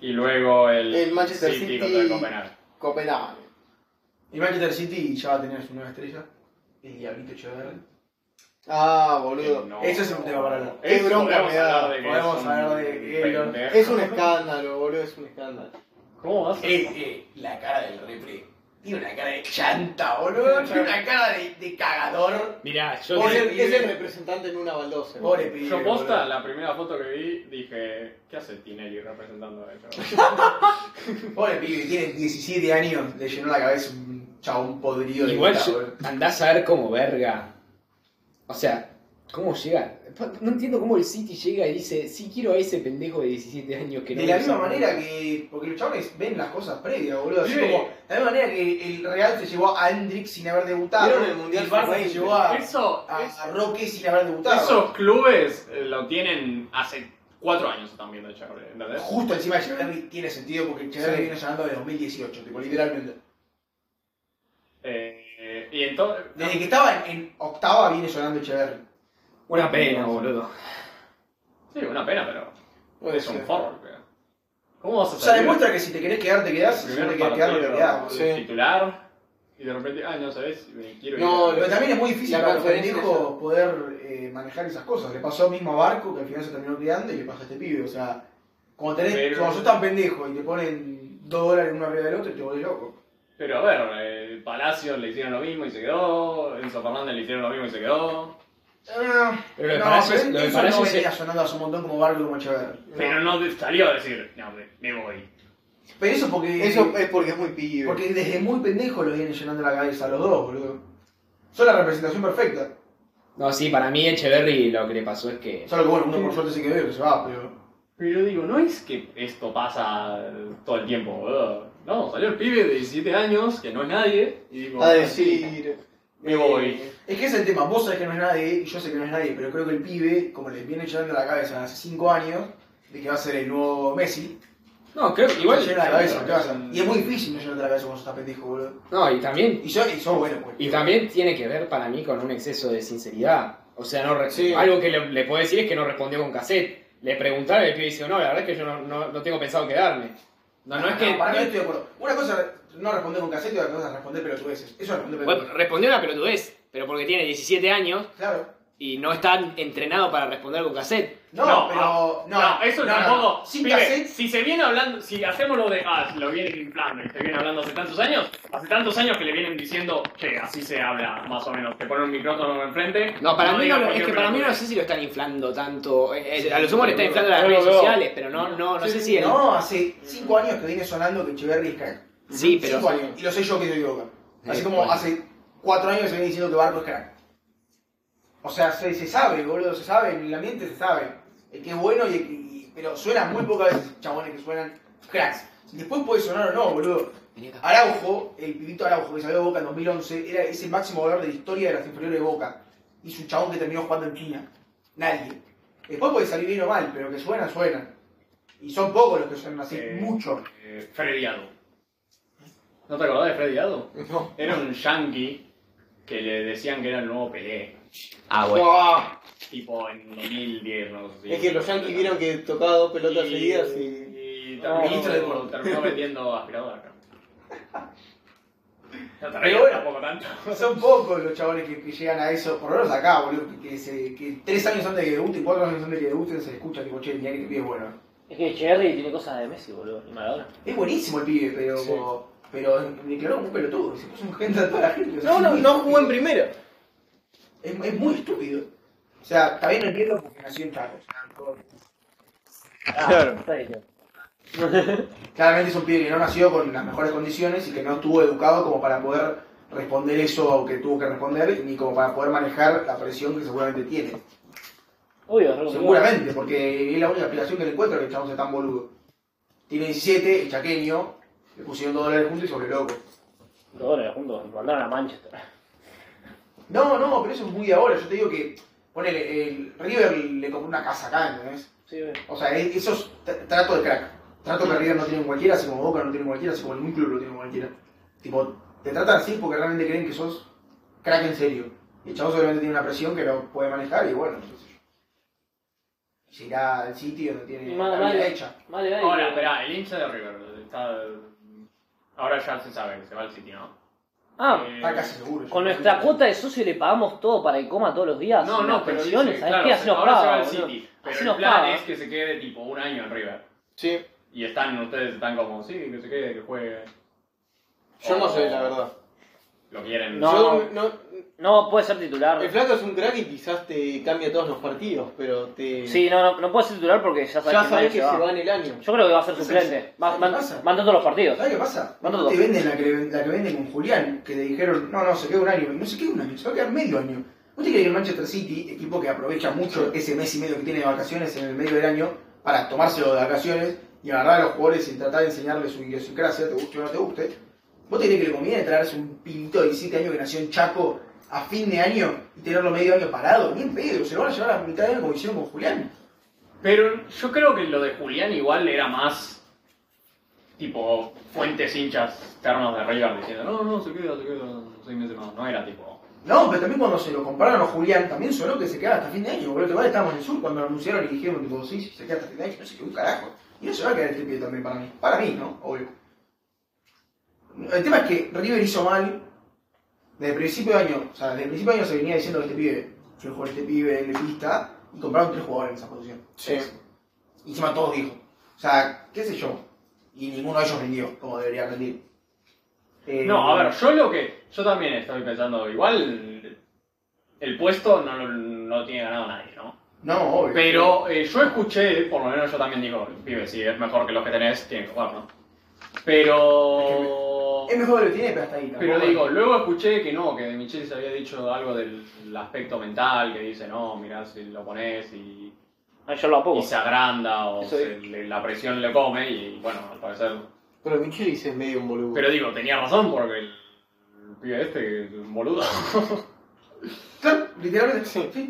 [SPEAKER 3] Y luego el,
[SPEAKER 1] El Manchester City.
[SPEAKER 3] contra el Copenhague.
[SPEAKER 1] Copenhague.
[SPEAKER 6] Y Manchester City ya va a tener su nueva estrella. El Diablito Echeverry.
[SPEAKER 1] Ah, boludo.
[SPEAKER 3] Eh, No.
[SPEAKER 6] Ese es un tema para hablar.
[SPEAKER 1] Qué
[SPEAKER 3] Eso
[SPEAKER 1] bronca
[SPEAKER 3] podemos
[SPEAKER 1] me da.
[SPEAKER 3] hablar de que
[SPEAKER 6] Podemos
[SPEAKER 3] es un
[SPEAKER 6] hablar de que él no-
[SPEAKER 3] pendejo.
[SPEAKER 1] Es un escándalo, boludo, es un escándalo.
[SPEAKER 3] ¿Cómo vas?
[SPEAKER 6] Eh, eh, la cara del repre. Tiene una cara de chanta, boludo. Tiene una cara de, de cagador.
[SPEAKER 5] Mirá, yo
[SPEAKER 1] Es
[SPEAKER 6] Pobre
[SPEAKER 1] el, es el
[SPEAKER 6] pibe.
[SPEAKER 1] representante en una baldosa.
[SPEAKER 6] Pobre pibe.
[SPEAKER 3] Yo posta,
[SPEAKER 6] boludo.
[SPEAKER 3] la primera foto que vi, dije, ¿qué hace Tinelli representando a ellos?
[SPEAKER 6] Pobre pibe, tiene 17 años. Le llenó la cabeza un chabón podrido de
[SPEAKER 5] Igual
[SPEAKER 6] puta,
[SPEAKER 5] yo-
[SPEAKER 6] boludo.
[SPEAKER 5] andás a ver cómo verga. O sea, ¿cómo llega? Pa- No entiendo cómo el City llega y dice, sí quiero a ese pendejo de 17 años que no
[SPEAKER 6] De la
[SPEAKER 5] usa nada".
[SPEAKER 6] misma manera que. Porque los chabones ven las cosas previas, boludo. Así
[SPEAKER 3] Sí.
[SPEAKER 6] como. De la misma manera que el Real se llevó a Hendrik sin haber debutado.
[SPEAKER 1] Vieron el Mundial
[SPEAKER 6] el Barça se
[SPEAKER 1] sub-veinte.
[SPEAKER 6] llevó a,
[SPEAKER 3] Eso,
[SPEAKER 6] a,
[SPEAKER 3] es-
[SPEAKER 6] a Roque sin haber debutado.
[SPEAKER 3] esos clubes eh, lo tienen hace cuatro años están viendo el Chagre, ¿entendés?
[SPEAKER 6] Justo encima de Echeverry tiene sentido porque Echeverry viene llamando de 2018, tipo, literalmente.
[SPEAKER 3] Eh, y entonces...
[SPEAKER 6] Desde que estaba en, en octava viene sonando Echeverry.
[SPEAKER 5] Una pena, boludo.
[SPEAKER 3] Sí, una pena, pero
[SPEAKER 1] Puede
[SPEAKER 3] es un
[SPEAKER 1] ser.
[SPEAKER 3] forward, creo. ¿Cómo vas a
[SPEAKER 6] O sea,
[SPEAKER 3] salir?
[SPEAKER 6] demuestra que si te querés quedar, te quedás, si no te
[SPEAKER 3] primer
[SPEAKER 6] querés quedar, no te quedás.
[SPEAKER 3] partido
[SPEAKER 6] boludo.
[SPEAKER 1] sí.
[SPEAKER 3] titular y de repente, ah, no sabes, me quiero
[SPEAKER 1] No,
[SPEAKER 3] ir.
[SPEAKER 6] Pero también es muy difícil
[SPEAKER 1] La
[SPEAKER 6] para los
[SPEAKER 1] conferencia
[SPEAKER 6] pendejos poder eh, manejar esas cosas. Le pasó mismo a Barco, que al final se terminó criando, y le pasa a este pibe. O sea, cuando, tenés,
[SPEAKER 3] Pero-
[SPEAKER 6] cuando sos tan pendejo y te ponen dos dólares uno arriba del otro, te volvés loco.
[SPEAKER 3] Pero a ver, eh, Palacios le hicieron lo mismo y se quedó, Enzo Fernández le hicieron lo mismo y se quedó.
[SPEAKER 6] Ah,
[SPEAKER 5] Pero lo de
[SPEAKER 6] no,
[SPEAKER 5] Palacios-
[SPEAKER 6] pero
[SPEAKER 5] lo de
[SPEAKER 6] eso no
[SPEAKER 5] Palacios
[SPEAKER 6] venía
[SPEAKER 5] es-
[SPEAKER 6] sonando hace un montón como Barco y como Echeverry.
[SPEAKER 3] Pero no te salió a decir, no, me, me voy.
[SPEAKER 6] Pero eso porque...
[SPEAKER 1] Eso es porque es muy pibe.
[SPEAKER 6] Porque desde muy pendejo lo vienen llenando la cabeza a los dos, boludo. Son la representación perfecta.
[SPEAKER 5] No, sí, para mí Echeverry lo que le pasó es que...
[SPEAKER 6] Solo que bueno, uno por suerte se quedó y se va, pero.
[SPEAKER 3] Pero digo, no es que esto pasa eh, todo el tiempo, boludo. No, salió el pibe de 17 años, que no es nadie, y digo,
[SPEAKER 1] A decir. eh,
[SPEAKER 3] me voy.
[SPEAKER 6] Es que ese es el tema, vos sabés que no es nadie, y yo sé que no es nadie, pero creo que el pibe, como le viene llenando la cabeza hace 5 años, de que va a ser el nuevo Messi,
[SPEAKER 5] No, creo que
[SPEAKER 6] se
[SPEAKER 5] igual...
[SPEAKER 6] llena la cabeza,
[SPEAKER 3] sí,
[SPEAKER 6] ¿qué vas a
[SPEAKER 3] es un-
[SPEAKER 6] Y es muy difícil no llenarte la cabeza cuando sos tan pendejo, boludo.
[SPEAKER 5] No, y también
[SPEAKER 6] Y yo, y yo bueno, pues.
[SPEAKER 5] Y también tiene que ver para mí con un exceso de sinceridad. O sea, no re-
[SPEAKER 1] Sí.
[SPEAKER 5] algo que le, le puedo decir es que no respondió con cassette. Le preguntaron y el pibe dice, no, la verdad es que yo no, no- no tengo pensado quedarme. No,
[SPEAKER 3] Ah,
[SPEAKER 5] no es que...
[SPEAKER 6] para mí estoy de acuerdo. Una cosa es no responder con casete y otra cosa es responder pelotudeces. Eso es responder
[SPEAKER 5] Bueno,
[SPEAKER 6] pelotudeces.
[SPEAKER 5] respondió una pelotudez, pero porque tiene 17 años
[SPEAKER 6] Claro.
[SPEAKER 5] y no está entrenado para responder con cassette.
[SPEAKER 6] No,
[SPEAKER 5] ah,
[SPEAKER 6] pero. No,
[SPEAKER 3] no, eso
[SPEAKER 6] no, no.
[SPEAKER 3] tampoco.
[SPEAKER 6] Sin
[SPEAKER 3] Pibe,
[SPEAKER 6] cassette.
[SPEAKER 3] si se viene hablando, si hacemos lo de, ah, lo vienen inflando y se viene hablando hace tantos años, hace tantos años que le vienen diciendo, che, así se habla, más o menos, te ponen un micrófono enfrente.
[SPEAKER 5] No, para mí
[SPEAKER 3] digas
[SPEAKER 5] no, lo- es
[SPEAKER 3] cualquier
[SPEAKER 5] que para mí no
[SPEAKER 3] pelotudez.
[SPEAKER 5] sé si lo están inflando tanto. Eh, eh, A lo sumo le están
[SPEAKER 3] seguro.
[SPEAKER 5] inflando las
[SPEAKER 3] Yo lo
[SPEAKER 5] redes
[SPEAKER 3] veo.
[SPEAKER 5] sociales, pero no, no, no
[SPEAKER 3] Sí,
[SPEAKER 5] sé
[SPEAKER 3] sí,
[SPEAKER 5] si... el- Mm.
[SPEAKER 6] No, hace 5 años que viene sonando que Echeverry es crack.
[SPEAKER 5] Sí, pero...
[SPEAKER 6] Cinco años. Y lo sé yo que se equivoca. Así
[SPEAKER 5] Eh,
[SPEAKER 6] como
[SPEAKER 5] bueno.
[SPEAKER 6] hace cuatro años se viene diciendo que Barco es crack. O sea, se, se sabe, boludo, se sabe, en el ambiente se sabe. El que es bueno y, y- Pero suenan muy pocas veces chabones que suenan cracks. Después puede sonar o no, boludo.
[SPEAKER 5] Vení acá.
[SPEAKER 6] Araujo, el pibito Araujo que salió de Boca en 2011, era, es el máximo goleador de la historia de las inferiores de Boca. Y es un chabón que terminó jugando en China. Nadie. Después puede salir bien o mal, pero que suenan, suenan. Y son pocos los que suenan así,
[SPEAKER 3] Eh,
[SPEAKER 6] muchos.
[SPEAKER 3] eh, Freddy Adu. ¿No te acordás de Freddy Adu?
[SPEAKER 1] No.
[SPEAKER 3] Era un yankee que le decían que era el nuevo Pelé.
[SPEAKER 5] Ah, bueno.
[SPEAKER 1] Ah,
[SPEAKER 3] Tipo en 2010, no sé. si-
[SPEAKER 1] es que los Yankees vieron que tocaba dos pelotas
[SPEAKER 3] Y-
[SPEAKER 1] seguidas y.
[SPEAKER 3] y
[SPEAKER 1] No.
[SPEAKER 3] terminó, terminó vendiendo aspiradoras. No te
[SPEAKER 6] Pero
[SPEAKER 3] rías
[SPEAKER 6] bueno.
[SPEAKER 3] tampoco tanto.
[SPEAKER 6] Son pocos los chabones que, que llegan a eso, por lo menos acá, boludo, que- que, se, que tres años antes de que debuten, cuatro años antes de que debuten, se escucha tipo, che, mirá que el pibe es bueno.
[SPEAKER 4] Es que Cherry tiene cosas de Messi, boludo. Y Maradona.
[SPEAKER 6] Es buenísimo el pibe, pero, pero declaró como un pelotudo, se puso un gente a toda la gente. o sea,
[SPEAKER 1] No,
[SPEAKER 6] es
[SPEAKER 1] no,
[SPEAKER 6] muy
[SPEAKER 1] no
[SPEAKER 6] estúpido.
[SPEAKER 1] jugó en primera.
[SPEAKER 6] Es, es muy estúpido. O sea, también no entiendo porque nació en Chaco. o sea, todo-
[SPEAKER 4] Ah,
[SPEAKER 1] Claro.
[SPEAKER 4] está bien.
[SPEAKER 6] Claramente es un pibe que no nació con las mejores condiciones y que no estuvo educado como para poder responder eso que tuvo que responder, ni como para poder manejar la presión que seguramente tiene.
[SPEAKER 4] Obvio, es re
[SPEAKER 6] Seguramente, porque es la única explicación que le encuentro que el chabón sea tan boludo. Tiene 17, es chaqueño, le pusieron 2 dólares juntos y sobre loco.
[SPEAKER 4] Los dólares juntos lo mandaron a Manchester.
[SPEAKER 6] No, no, pero eso es muy de ahora. Yo te digo que, ponele, el River le compró una casa acá, ¿entendés?
[SPEAKER 4] Sí, obvio.
[SPEAKER 6] O sea, es- eso es tra- trato de crack. Trato que River no tiene cualquiera, así como Boca no tiene cualquiera, así como ningún club lo tiene cualquiera. Tipo, te tratan así porque realmente creen que sos crack en serio. Y el chabón obviamente tiene una presión que no puede manejar y bueno, qué sé yo. Se irá al sitio donde tiene
[SPEAKER 4] Mal,
[SPEAKER 6] la vida
[SPEAKER 4] mal.
[SPEAKER 6] hecha.
[SPEAKER 4] Vale, vale.
[SPEAKER 3] Ahora, espera, el hincha de River está. Ahora ya se sabe que se va al City, ¿no?
[SPEAKER 4] Ah,
[SPEAKER 3] Eh,
[SPEAKER 6] Está casi seguro.
[SPEAKER 4] con nuestra cuota de socio le pagamos todo para que coma todos los días.
[SPEAKER 3] No,
[SPEAKER 4] Las
[SPEAKER 3] no, pero dice,
[SPEAKER 4] pensiones, ¿sabes
[SPEAKER 3] claro,
[SPEAKER 4] qué? Así nos
[SPEAKER 3] ahora se va
[SPEAKER 4] paga,
[SPEAKER 3] al
[SPEAKER 4] boludo.
[SPEAKER 3] City.
[SPEAKER 4] Así
[SPEAKER 3] Pero
[SPEAKER 4] nos
[SPEAKER 3] el plan
[SPEAKER 4] paga.
[SPEAKER 3] es que se quede tipo un año en River.
[SPEAKER 1] Sí,
[SPEAKER 3] Y están, ustedes están como, sí, que se quede, que juegue.
[SPEAKER 1] yo no
[SPEAKER 3] O
[SPEAKER 1] sé, la verdad.
[SPEAKER 3] Lo quieren.
[SPEAKER 4] No.
[SPEAKER 1] Yo no-
[SPEAKER 4] No puede ser titular.
[SPEAKER 1] el flaco es un crack y quizás te cambia todos los partidos, pero te.
[SPEAKER 4] Sí, no, no, no puede ser titular porque ya sabes
[SPEAKER 1] ya sabés que se
[SPEAKER 4] va.
[SPEAKER 1] va en el año.
[SPEAKER 4] Yo creo que va a ser
[SPEAKER 6] ¿Sabes
[SPEAKER 4] suplente.
[SPEAKER 6] qué
[SPEAKER 4] Va, va,
[SPEAKER 6] pasa?
[SPEAKER 4] va en todos los partidos.
[SPEAKER 6] ¿Sabes qué pasa?
[SPEAKER 4] No, no,
[SPEAKER 6] te
[SPEAKER 4] no.
[SPEAKER 6] venden la que, le- la que venden con Julián, que le dijeron, no, no, se queda un año. No se queda un año, se va a quedar medio año. ¿Vos te crees que el Manchester City, equipo que aprovecha mucho ese mes y medio que tiene de vacaciones en el medio del año para tomárselo de vacaciones y agarrar a los jugadores y tratar de enseñarles su idiosincrasia, te guste o no te guste? ¿Vos te crees que le conviene traerse un pibito de 17 años que nació en Chaco a fin de año y tenerlo medio año parado? Ni en pedo, se lo van a llevar a la mitad de año como hicieron con Julián.
[SPEAKER 3] Pero yo creo que lo de Julián igual era más. Tipo, fuentes hinchas ternos de River diciendo, no, no, se queda, se queda, seis meses más. No era tipo.
[SPEAKER 6] No, pero también cuando se lo compraron a Julián, también sonó que se quedaba hasta fin de año, boludo. Igual estábamos en el sur cuando lo anunciaron y dijeron, tipo, sí, sí, se queda hasta fin de año, no se quedó un carajo. Y no se va a quedar este pibe también para mí. Para mí, ¿no? Obvio. El tema es que River hizo mal desde el principio de año. O sea, desde el principio de año se venía diciendo que este pibe, yo jugar este pibe de pista, y compraron tres jugadores en esa posición.
[SPEAKER 1] Sí.
[SPEAKER 6] Y encima todos dijo. O sea, qué sé yo. Y ninguno de ellos vendió como debería rendir. Eh,
[SPEAKER 3] No, a ver, yo lo que. Yo también estoy pensando, igual. El puesto no, lo- no tiene ganado nadie, ¿no?
[SPEAKER 6] No, obvio.
[SPEAKER 3] Pero eh, yo escuché, por lo menos yo también digo, pibe, si es mejor que los que tenés, tienen que jugar, ¿no? Pero.
[SPEAKER 6] Es mejor de lo que tiene, pero hasta ahí.
[SPEAKER 3] Pero
[SPEAKER 6] tampoco-
[SPEAKER 3] digo, luego escuché que no, que de Michel se había dicho algo del aspecto mental, que dice, no, mirá si lo pones y,
[SPEAKER 4] Ah, yo lo
[SPEAKER 3] y
[SPEAKER 4] apogo.
[SPEAKER 3] se agranda o
[SPEAKER 4] Eso
[SPEAKER 3] se- le- la presión le come y bueno, al parecer...
[SPEAKER 1] Pero Michelis es medio un
[SPEAKER 4] Uh.
[SPEAKER 1] boludo.
[SPEAKER 3] Pero digo, tenía razón porque el, el pibe este es un boludo.
[SPEAKER 6] Claro, literalmente, sí. Pasa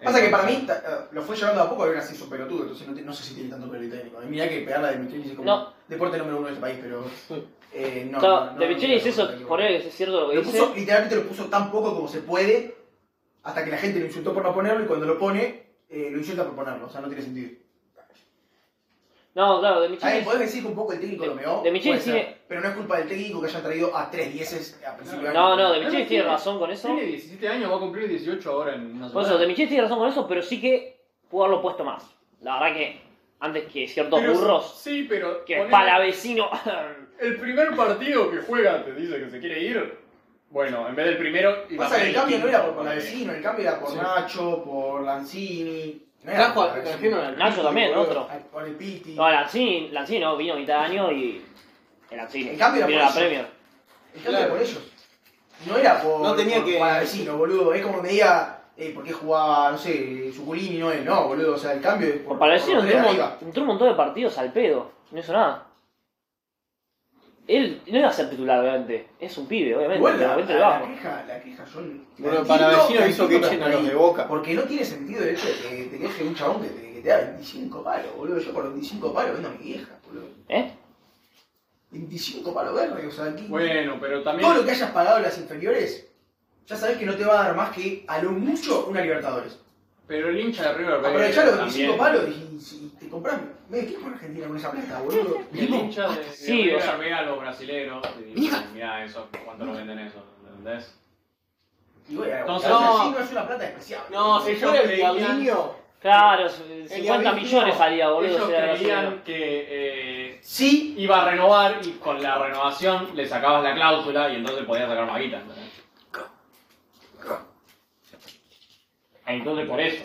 [SPEAKER 3] Entonces-
[SPEAKER 6] que para mí ta- eh, lo fue llevando a poco a ver así su pelotudo, entonces no, te- no sé si tiene tanto pelotudo técnico. Y Mirá que pegarla de Michelis es como
[SPEAKER 4] No.
[SPEAKER 6] deporte número uno de este país, pero. Eh, no,
[SPEAKER 4] Claro,
[SPEAKER 6] no, no,
[SPEAKER 4] de
[SPEAKER 6] no,
[SPEAKER 4] Micheli
[SPEAKER 6] no,
[SPEAKER 4] dice
[SPEAKER 6] no, no,
[SPEAKER 4] eso,
[SPEAKER 6] no.
[SPEAKER 4] por él es cierto lo que
[SPEAKER 6] Lo puso,
[SPEAKER 4] dice.
[SPEAKER 6] literalmente lo puso tan poco como se puede, hasta que la gente lo insultó por no ponerlo y cuando lo pone, eh, lo insulta por ponerlo, o sea, no tiene sentido.
[SPEAKER 4] No, claro, de
[SPEAKER 6] A ver,
[SPEAKER 4] Micheli.
[SPEAKER 6] podés decir que un poco el técnico
[SPEAKER 4] De-
[SPEAKER 6] lo meó,
[SPEAKER 4] de Michelis
[SPEAKER 6] puede ser,
[SPEAKER 4] tiene-
[SPEAKER 6] pero no es culpa del técnico que hayan traído a tres dieces a principio de
[SPEAKER 4] No,
[SPEAKER 6] año.
[SPEAKER 4] no, de Micheli
[SPEAKER 3] No, no,
[SPEAKER 4] tiene
[SPEAKER 3] tiene-
[SPEAKER 4] razón con eso.
[SPEAKER 3] Tiene 17 años, va a cumplir 18 ahora en una
[SPEAKER 4] Por
[SPEAKER 3] semana.
[SPEAKER 4] eso, de Micheli tiene razón con eso, pero sí que pudo haberlo puesto más. La verdad que antes que ciertos
[SPEAKER 3] Pero-
[SPEAKER 4] burros,
[SPEAKER 3] Sí, pero...
[SPEAKER 4] que
[SPEAKER 3] ponele-
[SPEAKER 4] palavecino.
[SPEAKER 3] El primer partido que juega te dice que se quiere ir. Bueno, en vez del primero... iba a
[SPEAKER 6] Pasa
[SPEAKER 3] ser
[SPEAKER 6] que el cambio no
[SPEAKER 3] quinto,
[SPEAKER 6] era por
[SPEAKER 3] ponele.
[SPEAKER 6] Palavecino, el cambio era por
[SPEAKER 3] Sí.
[SPEAKER 6] Nacho, por Lanzini. No era
[SPEAKER 1] Trajo
[SPEAKER 6] por
[SPEAKER 1] a-
[SPEAKER 6] Palavecino.
[SPEAKER 1] trajeron al
[SPEAKER 4] Nacho también,
[SPEAKER 1] boludo.
[SPEAKER 4] otro.
[SPEAKER 6] Al- Por el Piti.
[SPEAKER 4] No, Lanzini, Lanzini no, vino a mitad de año y. El Lanzini.
[SPEAKER 6] En cambio, la
[SPEAKER 4] Vino a la
[SPEAKER 6] Pozo.
[SPEAKER 4] Premier.
[SPEAKER 6] El cambio era
[SPEAKER 1] Claro.
[SPEAKER 6] por ellos. No era por,
[SPEAKER 1] No tenía
[SPEAKER 6] por
[SPEAKER 1] que-
[SPEAKER 6] Palavecino, boludo. Es como que me diga eh, por qué jugaba, no sé, Suculini y no él. No, boludo. O sea, el cambio es por.
[SPEAKER 4] Por Palavecino
[SPEAKER 6] por los
[SPEAKER 4] entró,
[SPEAKER 6] tres
[SPEAKER 4] un mon-
[SPEAKER 6] arriba.
[SPEAKER 4] entró un montón de partidos al pedo. No hizo nada. Él no iba a ser titular, obviamente. Es un pibe, obviamente.
[SPEAKER 6] Igual
[SPEAKER 4] pero
[SPEAKER 6] la,
[SPEAKER 4] obviamente
[SPEAKER 6] la-
[SPEAKER 4] lo
[SPEAKER 6] la
[SPEAKER 4] bajo.
[SPEAKER 6] queja, la queja, yo. la
[SPEAKER 1] Bueno,
[SPEAKER 6] entiendo,
[SPEAKER 1] Palavecino
[SPEAKER 6] la
[SPEAKER 1] hizo que
[SPEAKER 6] entiendo
[SPEAKER 1] echen a
[SPEAKER 6] hasta
[SPEAKER 1] los de
[SPEAKER 6] ahí.
[SPEAKER 1] Boca.
[SPEAKER 6] Porque no tiene sentido el hecho de que te queje un chabón que te, que te da 25 palos, boludo. Yo por 25 palos vendo a mi vieja, boludo.
[SPEAKER 4] ¿Eh?
[SPEAKER 6] 25 palos verdes, o sea, aquí.
[SPEAKER 3] Bueno, pero también...
[SPEAKER 6] Todo lo que hayas pagado en las inferiores, ya sabes que no te va a dar más que a lo mucho una Libertadores.
[SPEAKER 3] Pero el hincha de River Plate.
[SPEAKER 6] Aprovechá los
[SPEAKER 3] también-
[SPEAKER 6] 25 palos y, y te compras medio equipo en Argentina con esa plata, boludo.
[SPEAKER 3] El hincha de, de
[SPEAKER 4] Sí,
[SPEAKER 3] River
[SPEAKER 4] o sea-
[SPEAKER 3] ve a los brasileños y dice, mirá eso, ¿cuánto lo venden eso? ¿Entendés?
[SPEAKER 6] Y bueno,
[SPEAKER 3] Entonces-
[SPEAKER 6] así no es una plata despreciable.
[SPEAKER 1] No, si
[SPEAKER 7] Ellos
[SPEAKER 1] fuera el
[SPEAKER 7] creían-
[SPEAKER 1] Diablillo,
[SPEAKER 4] Claro, su- 50
[SPEAKER 1] Diablillo,
[SPEAKER 4] millones salía, boludo.
[SPEAKER 3] Ellos
[SPEAKER 4] o sea,
[SPEAKER 3] creían que eh,
[SPEAKER 6] Sí,
[SPEAKER 3] iba a renovar y con la renovación le sacabas la cláusula y entonces podías sacar más guita. ¿entendés? Ah, Entonces por eso.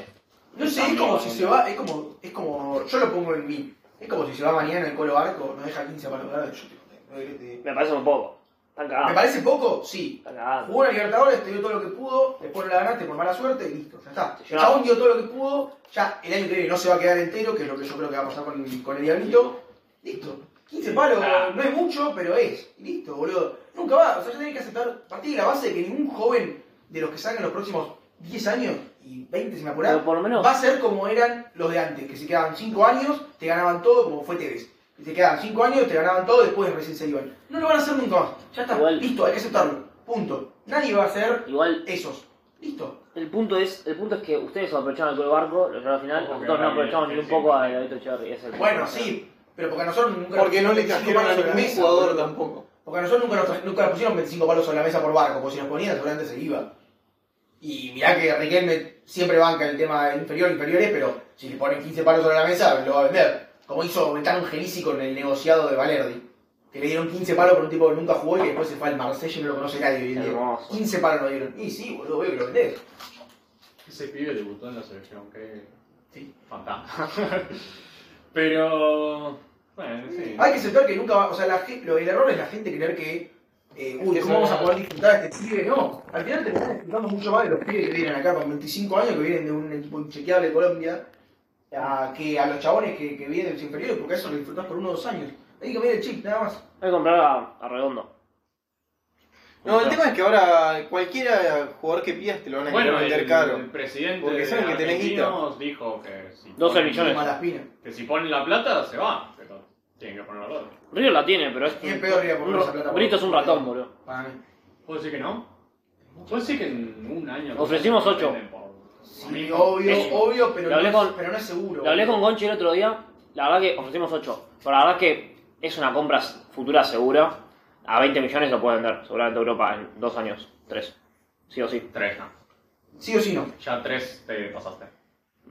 [SPEAKER 6] no sé, es como si se va, es como, es como, yo lo pongo en mí. Es como si se va mañana el Colo Barco, no deja 15 palos verdes, yo te conté. Eh, eh,
[SPEAKER 4] Me parece un poco. Están
[SPEAKER 6] ¿Me
[SPEAKER 4] cagados.
[SPEAKER 6] parece poco? Sí.
[SPEAKER 4] Están cagados.
[SPEAKER 6] Jugó una Libertadores, te dio todo lo que pudo, después no la ganaste por mala suerte y listo, ya está. El
[SPEAKER 4] Ya.
[SPEAKER 6] chabón dio todo lo que pudo, ya el año que viene no se va a quedar entero, que es lo que yo creo que va a pasar con, con el Diablito. Listo. 15 palos,
[SPEAKER 3] Ah.
[SPEAKER 6] no es mucho, pero es. Y Listo, boludo. Nunca va, o sea, ya tenés que aceptar, partir de la base de que ningún joven de los que salgan en los próximos 10 años y 20 si me apurás,
[SPEAKER 4] Pero por lo menos.
[SPEAKER 6] Va a ser como eran los de antes, que se quedaban 5 años, te ganaban todo, como fue Tevez. Que se quedaban 5 años, te ganaban todo, después recién se iban. No lo van a hacer nunca más. Ya está,
[SPEAKER 4] Igual.
[SPEAKER 6] listo, hay que aceptarlo. Punto. Nadie va a hacer
[SPEAKER 4] Igual,
[SPEAKER 6] esos. Listo.
[SPEAKER 4] el punto es, el punto es que ustedes aprovecharon el Colo Barco, lo llevaron al final,
[SPEAKER 3] Ojo, que
[SPEAKER 4] nosotros no
[SPEAKER 3] ahora
[SPEAKER 4] aprovechamos ni
[SPEAKER 3] viene
[SPEAKER 4] un
[SPEAKER 3] el
[SPEAKER 4] poco a
[SPEAKER 3] 50.
[SPEAKER 4] David Echeverri, ese es el punto.
[SPEAKER 6] Bueno, sí, pero porque a nosotros nunca.
[SPEAKER 1] porque no le
[SPEAKER 6] 25
[SPEAKER 1] trajeron a
[SPEAKER 6] palos la
[SPEAKER 1] ningún
[SPEAKER 6] mesa,
[SPEAKER 1] jugador
[SPEAKER 6] boludo.
[SPEAKER 1] tampoco.
[SPEAKER 6] Porque a nosotros nunca nos, tra- nunca nos pusieron 25 palos sobre la mesa por barco, porque si nos ponían seguramente se iba. Y mirá que Riquelme siempre banca el tema inferior, inferiores, pero si le ponen 15 palos sobre la mesa, lo va a vender. Como hizo Betano Angelisi con el negociado de Valerdi. Que le dieron 15 palos por un tipo que nunca jugó y que después se fue al Marsella y no lo conoce nadie hoy en día.
[SPEAKER 4] Hermoso.
[SPEAKER 6] 15 palos nos dieron. Y sí, boludo, obvio que lo vendés.
[SPEAKER 3] Ese pibe debutó en la selección, que
[SPEAKER 6] Sí.
[SPEAKER 3] fantasma. Pero. Bueno, sí.
[SPEAKER 6] Hay que aceptar que nunca va. O sea, la, ge- lo, el error es la gente creer que. eh, uy, ¿cómo vamos a poder disfrutar a este pibe? No, al final terminás disfrutando mucho más de los pibes que vienen acá con 25 años, que vienen de un equipo inchequeable de Colombia, a, que a los chabones que, que vienen de los inferiores, porque eso lo disfrutás por uno o dos años. Hay que cambiar el chip, nada más.
[SPEAKER 4] Voy a comprar a, a Redondo.
[SPEAKER 1] No, el tema es que ahora cualquiera jugador que pidas te lo van a querer
[SPEAKER 3] Bueno, el,
[SPEAKER 1] vender caro.
[SPEAKER 3] el presidente
[SPEAKER 1] Porque
[SPEAKER 3] de
[SPEAKER 1] saben que tenés guita.
[SPEAKER 3] Argentinos dijo que si,
[SPEAKER 4] 12
[SPEAKER 3] ponen-
[SPEAKER 4] millones.
[SPEAKER 6] Malas pinas.
[SPEAKER 3] que si ponen la plata, se va. Pero tienen que poner la plata.
[SPEAKER 4] Río la tiene, pero es.
[SPEAKER 6] Y es peor ir a comprar
[SPEAKER 4] un-
[SPEAKER 6] esa plata.
[SPEAKER 4] Brito es un ratón, boludo.
[SPEAKER 6] Para mí.
[SPEAKER 3] ¿Puedo decir que no? ¿Puedo decir que en un año.
[SPEAKER 4] Ofrecimos ocho.
[SPEAKER 3] venden por-
[SPEAKER 6] Sí, obvio,
[SPEAKER 4] Es-
[SPEAKER 6] obvio, pero
[SPEAKER 4] lo hablé
[SPEAKER 6] no, es-
[SPEAKER 4] con-
[SPEAKER 6] pero no es seguro.
[SPEAKER 4] Lo hablé con Gonchi el otro día, la verdad que ofrecimos 8, pero la verdad que es una compra futura segura, a 20 millones lo puede vender, seguramente Europa en 2 años, 3, sí o sí.
[SPEAKER 3] Tres, no.
[SPEAKER 6] Sí o sí no.
[SPEAKER 3] Ya tres te pasaste.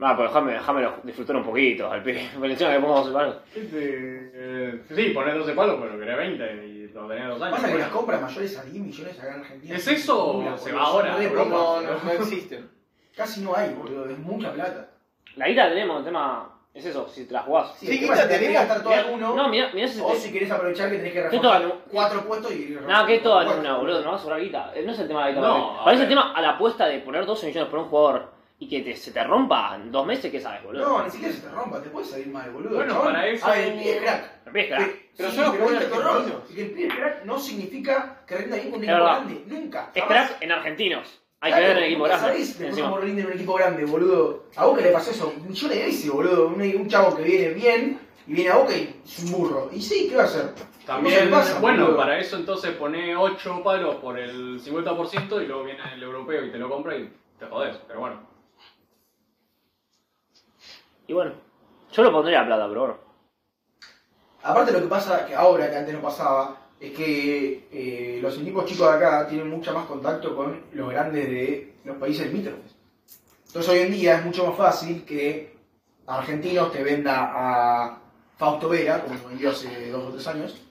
[SPEAKER 4] Ah, pero déjame, déjamelo disfrutar un poquito, al pibe, encima le pongo 12 palos.
[SPEAKER 3] Eh, sí, ponés 12 palos, pero querés 20 y lo tenés dos años.
[SPEAKER 6] Pasa que las compras mayores a 10 millones acá en Argentina.
[SPEAKER 3] ¿Es eso o
[SPEAKER 6] Nula,
[SPEAKER 3] se
[SPEAKER 6] boludo.
[SPEAKER 3] va ahora?
[SPEAKER 6] Re
[SPEAKER 1] No,
[SPEAKER 3] Europa.
[SPEAKER 6] poco.
[SPEAKER 1] no, no existen.
[SPEAKER 6] Casi no hay, boludo, es mucha plata.
[SPEAKER 4] La guita la tenemos, el tema es eso, si te la jugás.
[SPEAKER 1] Sí,
[SPEAKER 6] el tema es
[SPEAKER 1] quítate,
[SPEAKER 6] que tenés que
[SPEAKER 1] mirá,
[SPEAKER 6] gastar todo
[SPEAKER 1] mirá,
[SPEAKER 6] en uno.
[SPEAKER 4] No, mirá, mirá si
[SPEAKER 6] o
[SPEAKER 4] te-
[SPEAKER 6] si querés aprovechar que tenés que
[SPEAKER 4] Que todo
[SPEAKER 6] reforzar
[SPEAKER 4] en-
[SPEAKER 6] cuatro puestos y.
[SPEAKER 4] No, que todo en
[SPEAKER 6] Cuatro.
[SPEAKER 4] una, boludo, no vas a sobrar guita. Eh, No es el tema de la guita.
[SPEAKER 3] No,
[SPEAKER 4] para mí.
[SPEAKER 3] a
[SPEAKER 4] para mí es el
[SPEAKER 3] ver.
[SPEAKER 4] tema a la apuesta de poner 12 millones por un jugador y que te- se te rompa en dos meses, ¿qué sabes, boludo?
[SPEAKER 6] No, ni siquiera se te rompa, te puede salir mal, boludo.
[SPEAKER 3] Bueno,
[SPEAKER 6] chabón.
[SPEAKER 3] para eso-
[SPEAKER 6] A ver, el pie es crack.
[SPEAKER 4] Me pides que la-
[SPEAKER 6] Pe-
[SPEAKER 1] Pero
[SPEAKER 6] sí,
[SPEAKER 1] solo
[SPEAKER 6] pero
[SPEAKER 1] juega
[SPEAKER 6] es
[SPEAKER 1] en
[SPEAKER 6] el error,
[SPEAKER 1] Argentinos.
[SPEAKER 6] y Que el pie es crack no significa que rinda bien con un
[SPEAKER 4] Es
[SPEAKER 6] equipo
[SPEAKER 4] verdad.
[SPEAKER 6] grande. Nunca.
[SPEAKER 4] Es
[SPEAKER 6] jamás.
[SPEAKER 4] crack en argentinos. Hay que
[SPEAKER 6] Claro,
[SPEAKER 4] ver en el equipo
[SPEAKER 6] nunca
[SPEAKER 4] grande.
[SPEAKER 6] Sabés después
[SPEAKER 4] encima.
[SPEAKER 6] cómo rinde en un equipo grande, boludo. A Boca le pasó eso millones de veces, boludo. Un, un chavo que viene bien y viene a Boca y es un burro. Y sí, ¿qué va a hacer?
[SPEAKER 3] También,
[SPEAKER 6] Cosas pasan,
[SPEAKER 3] bueno,
[SPEAKER 6] boludo.
[SPEAKER 3] para eso entonces pone 8 palos por el 50% y luego viene el europeo y te lo compra y te jodés. Pero bueno,
[SPEAKER 4] Y bueno, yo lo pondría a plata, pero bueno.
[SPEAKER 6] Aparte lo que pasa, que ahora que antes no pasaba, es que eh, los equipos chicos de acá tienen mucho más contacto con los grandes de los países limítrofes. Entonces hoy en día es mucho más fácil que argentinos te venda a Fausto Vera, como se vendió hace dos o tres años,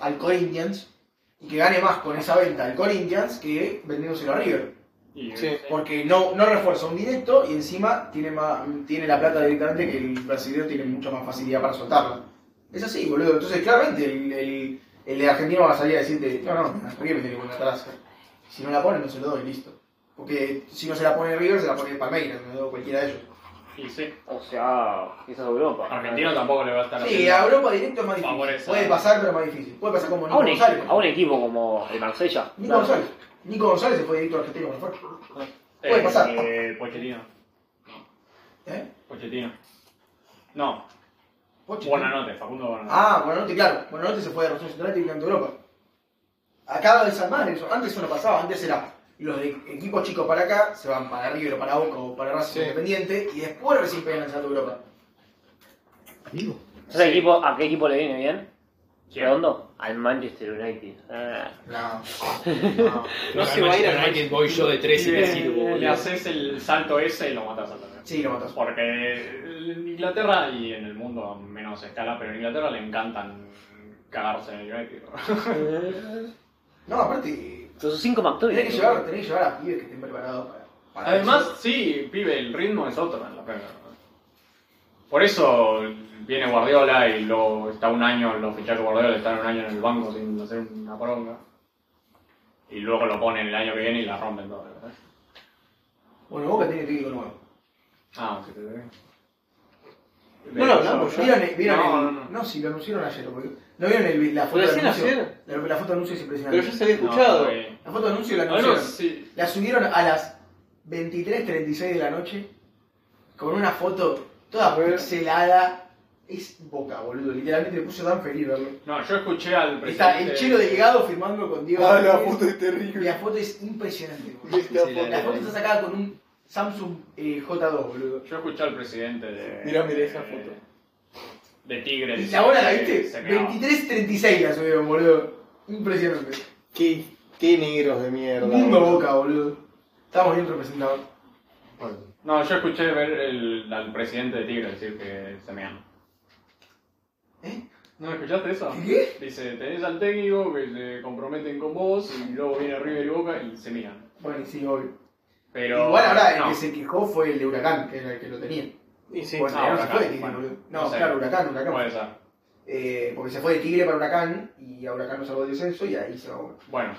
[SPEAKER 6] al Corinthians, y que gane más con esa venta al Corinthians que vendiéndoselo a River.
[SPEAKER 3] y
[SPEAKER 1] Sí.
[SPEAKER 6] Porque no, no refuerza un directo y encima tiene, más, tiene la plata directamente que el brasileño tiene mucha más facilidad para soltarla. Es así, boludo. Entonces, claramente, el, el, el de argentino va a salir a decirte: No, no, ¿por qué me tiene que poner atrás? Si no la ponen, no se lo doy, listo. Porque si no se la pone River, se la pone Palmeiras, no doy cualquiera de ellos.
[SPEAKER 3] y sí.
[SPEAKER 4] O sea, quizás Europa.
[SPEAKER 3] Argentino tampoco le va a estar
[SPEAKER 6] Sí, a Europa directo es más difícil.
[SPEAKER 3] Favorece.
[SPEAKER 6] Puede pasar, pero es más difícil. Puede pasar como
[SPEAKER 4] A
[SPEAKER 6] Nico
[SPEAKER 4] un,
[SPEAKER 6] González.
[SPEAKER 4] a un equipo como el Marsella.
[SPEAKER 6] Nico
[SPEAKER 4] claro.
[SPEAKER 6] González. Nico González se fue directo a Argentina como fue. puede
[SPEAKER 3] Eh,
[SPEAKER 6] pasar.
[SPEAKER 3] eh, Pochettino.
[SPEAKER 6] ¿Eh?
[SPEAKER 3] Pochettino. No,
[SPEAKER 6] Pochi. ¿eh?
[SPEAKER 3] Buenanote, Facundo Buenanote.
[SPEAKER 6] Ah, Buenanote, claro. Buenanote se fue de Rosario Central y vino a Europa. Acaba de desarmar eso. Antes eso no pasaba. Antes era y los de equipos chicos para acá se van para River o para Boca o para Racing
[SPEAKER 1] Sí.
[SPEAKER 6] Independiente y después recién pegan el salto a Europa.
[SPEAKER 4] ¿Sabes a qué equipo- a qué equipo le viene bien? ¿Redondo? Al Manchester United. Ah.
[SPEAKER 6] No.
[SPEAKER 1] No se va a ir al
[SPEAKER 5] United voy yo de 3 y te sirvo,
[SPEAKER 3] Le,
[SPEAKER 5] boludo.
[SPEAKER 3] haces el salto ese y lo matas al torneo.
[SPEAKER 6] Sí, lo matas.
[SPEAKER 3] Porque en Inglaterra y en el mundo a menos escala, pero en Inglaterra le encantan cagarse en el United.
[SPEAKER 6] No, aparte,
[SPEAKER 4] Son sus cinco McToy.
[SPEAKER 6] tenés que llevar, tenés que llevar a pibes que estén preparados para. para
[SPEAKER 3] Además,
[SPEAKER 6] eso.
[SPEAKER 3] sí, pibe, el ritmo es otro en la Premier. Por eso viene Guardiola y luego está un año, los fichajes de Guardiola están un año en el banco sin hacer una poronga. Y luego lo ponen el año que viene y la rompen todo. ¿verdad?
[SPEAKER 6] Bueno, Boca tiene técnico nuevo.
[SPEAKER 3] Ah, sí, sí, sí.
[SPEAKER 1] No lo hablamos ya.
[SPEAKER 6] ¿Vieron, vieron
[SPEAKER 3] No,
[SPEAKER 6] el-
[SPEAKER 3] no, no.
[SPEAKER 6] no, sí, lo anunciaron ayer. boludo. ¿No vieron el- la foto
[SPEAKER 1] ¿Lo
[SPEAKER 6] de
[SPEAKER 1] decían
[SPEAKER 6] anuncio?
[SPEAKER 1] ayer?
[SPEAKER 6] La, la foto de anuncio es
[SPEAKER 1] Pero
[SPEAKER 6] impresionante.
[SPEAKER 1] yo se había
[SPEAKER 3] No,
[SPEAKER 1] escuchado.
[SPEAKER 3] eh,
[SPEAKER 6] La foto de anuncio la
[SPEAKER 3] algo
[SPEAKER 6] anunciaron.
[SPEAKER 3] sí.
[SPEAKER 6] La subieron a las 23.36 de la noche con una foto toda pixelada. Es boca, boludo. Literalmente me puso tan feliz verlo.
[SPEAKER 3] No, yo escuché al
[SPEAKER 6] Está
[SPEAKER 3] presidente.
[SPEAKER 6] el chelo delegado firmando con Diego.
[SPEAKER 1] Ah, la
[SPEAKER 6] Martínez.
[SPEAKER 1] foto es terrible.
[SPEAKER 6] La foto es impresionante, boludo.
[SPEAKER 1] Esta
[SPEAKER 5] Sí,
[SPEAKER 1] foto.
[SPEAKER 6] La foto está sacada con un Samsung eh, J2, boludo.
[SPEAKER 3] Yo escuché al presidente de.
[SPEAKER 1] Mirá, mirá esa foto.
[SPEAKER 3] De Tigres.
[SPEAKER 6] Y la hora la
[SPEAKER 3] que
[SPEAKER 6] viste,
[SPEAKER 3] se quedaba.
[SPEAKER 6] 23.36 la subieron, boludo. Impresionante.
[SPEAKER 1] Qué, qué negros de mierda.
[SPEAKER 6] Mundo
[SPEAKER 1] boludo.
[SPEAKER 6] boca, boludo. Estamos bien representados.
[SPEAKER 3] No, yo escuché ver el- al presidente de Tigres decir que se mean.
[SPEAKER 6] ¿Eh?
[SPEAKER 3] ¿No escuchaste eso?
[SPEAKER 6] ¿Qué?
[SPEAKER 3] Dice, tenés al técnico que se comprometen con vos y luego viene River y Boca y se miran.
[SPEAKER 6] Bueno, sí, obvio.
[SPEAKER 3] Pero...
[SPEAKER 6] Igual ahora
[SPEAKER 3] no.
[SPEAKER 6] el que se quejó fue el de Huracán, que era el que lo tenía.
[SPEAKER 1] Y sí.
[SPEAKER 6] Bueno, no,
[SPEAKER 3] Ah,
[SPEAKER 6] se
[SPEAKER 3] Huracán,
[SPEAKER 6] fue de Tigre,
[SPEAKER 3] bueno,
[SPEAKER 6] boludo. No,
[SPEAKER 3] no sé.
[SPEAKER 6] claro, Huracán, Huracán.
[SPEAKER 3] Puede ser.
[SPEAKER 6] Eh, porque se fue de Tigre para Huracán y a Huracán lo salvó el descenso y ahí se va. bueno.
[SPEAKER 3] Bueno,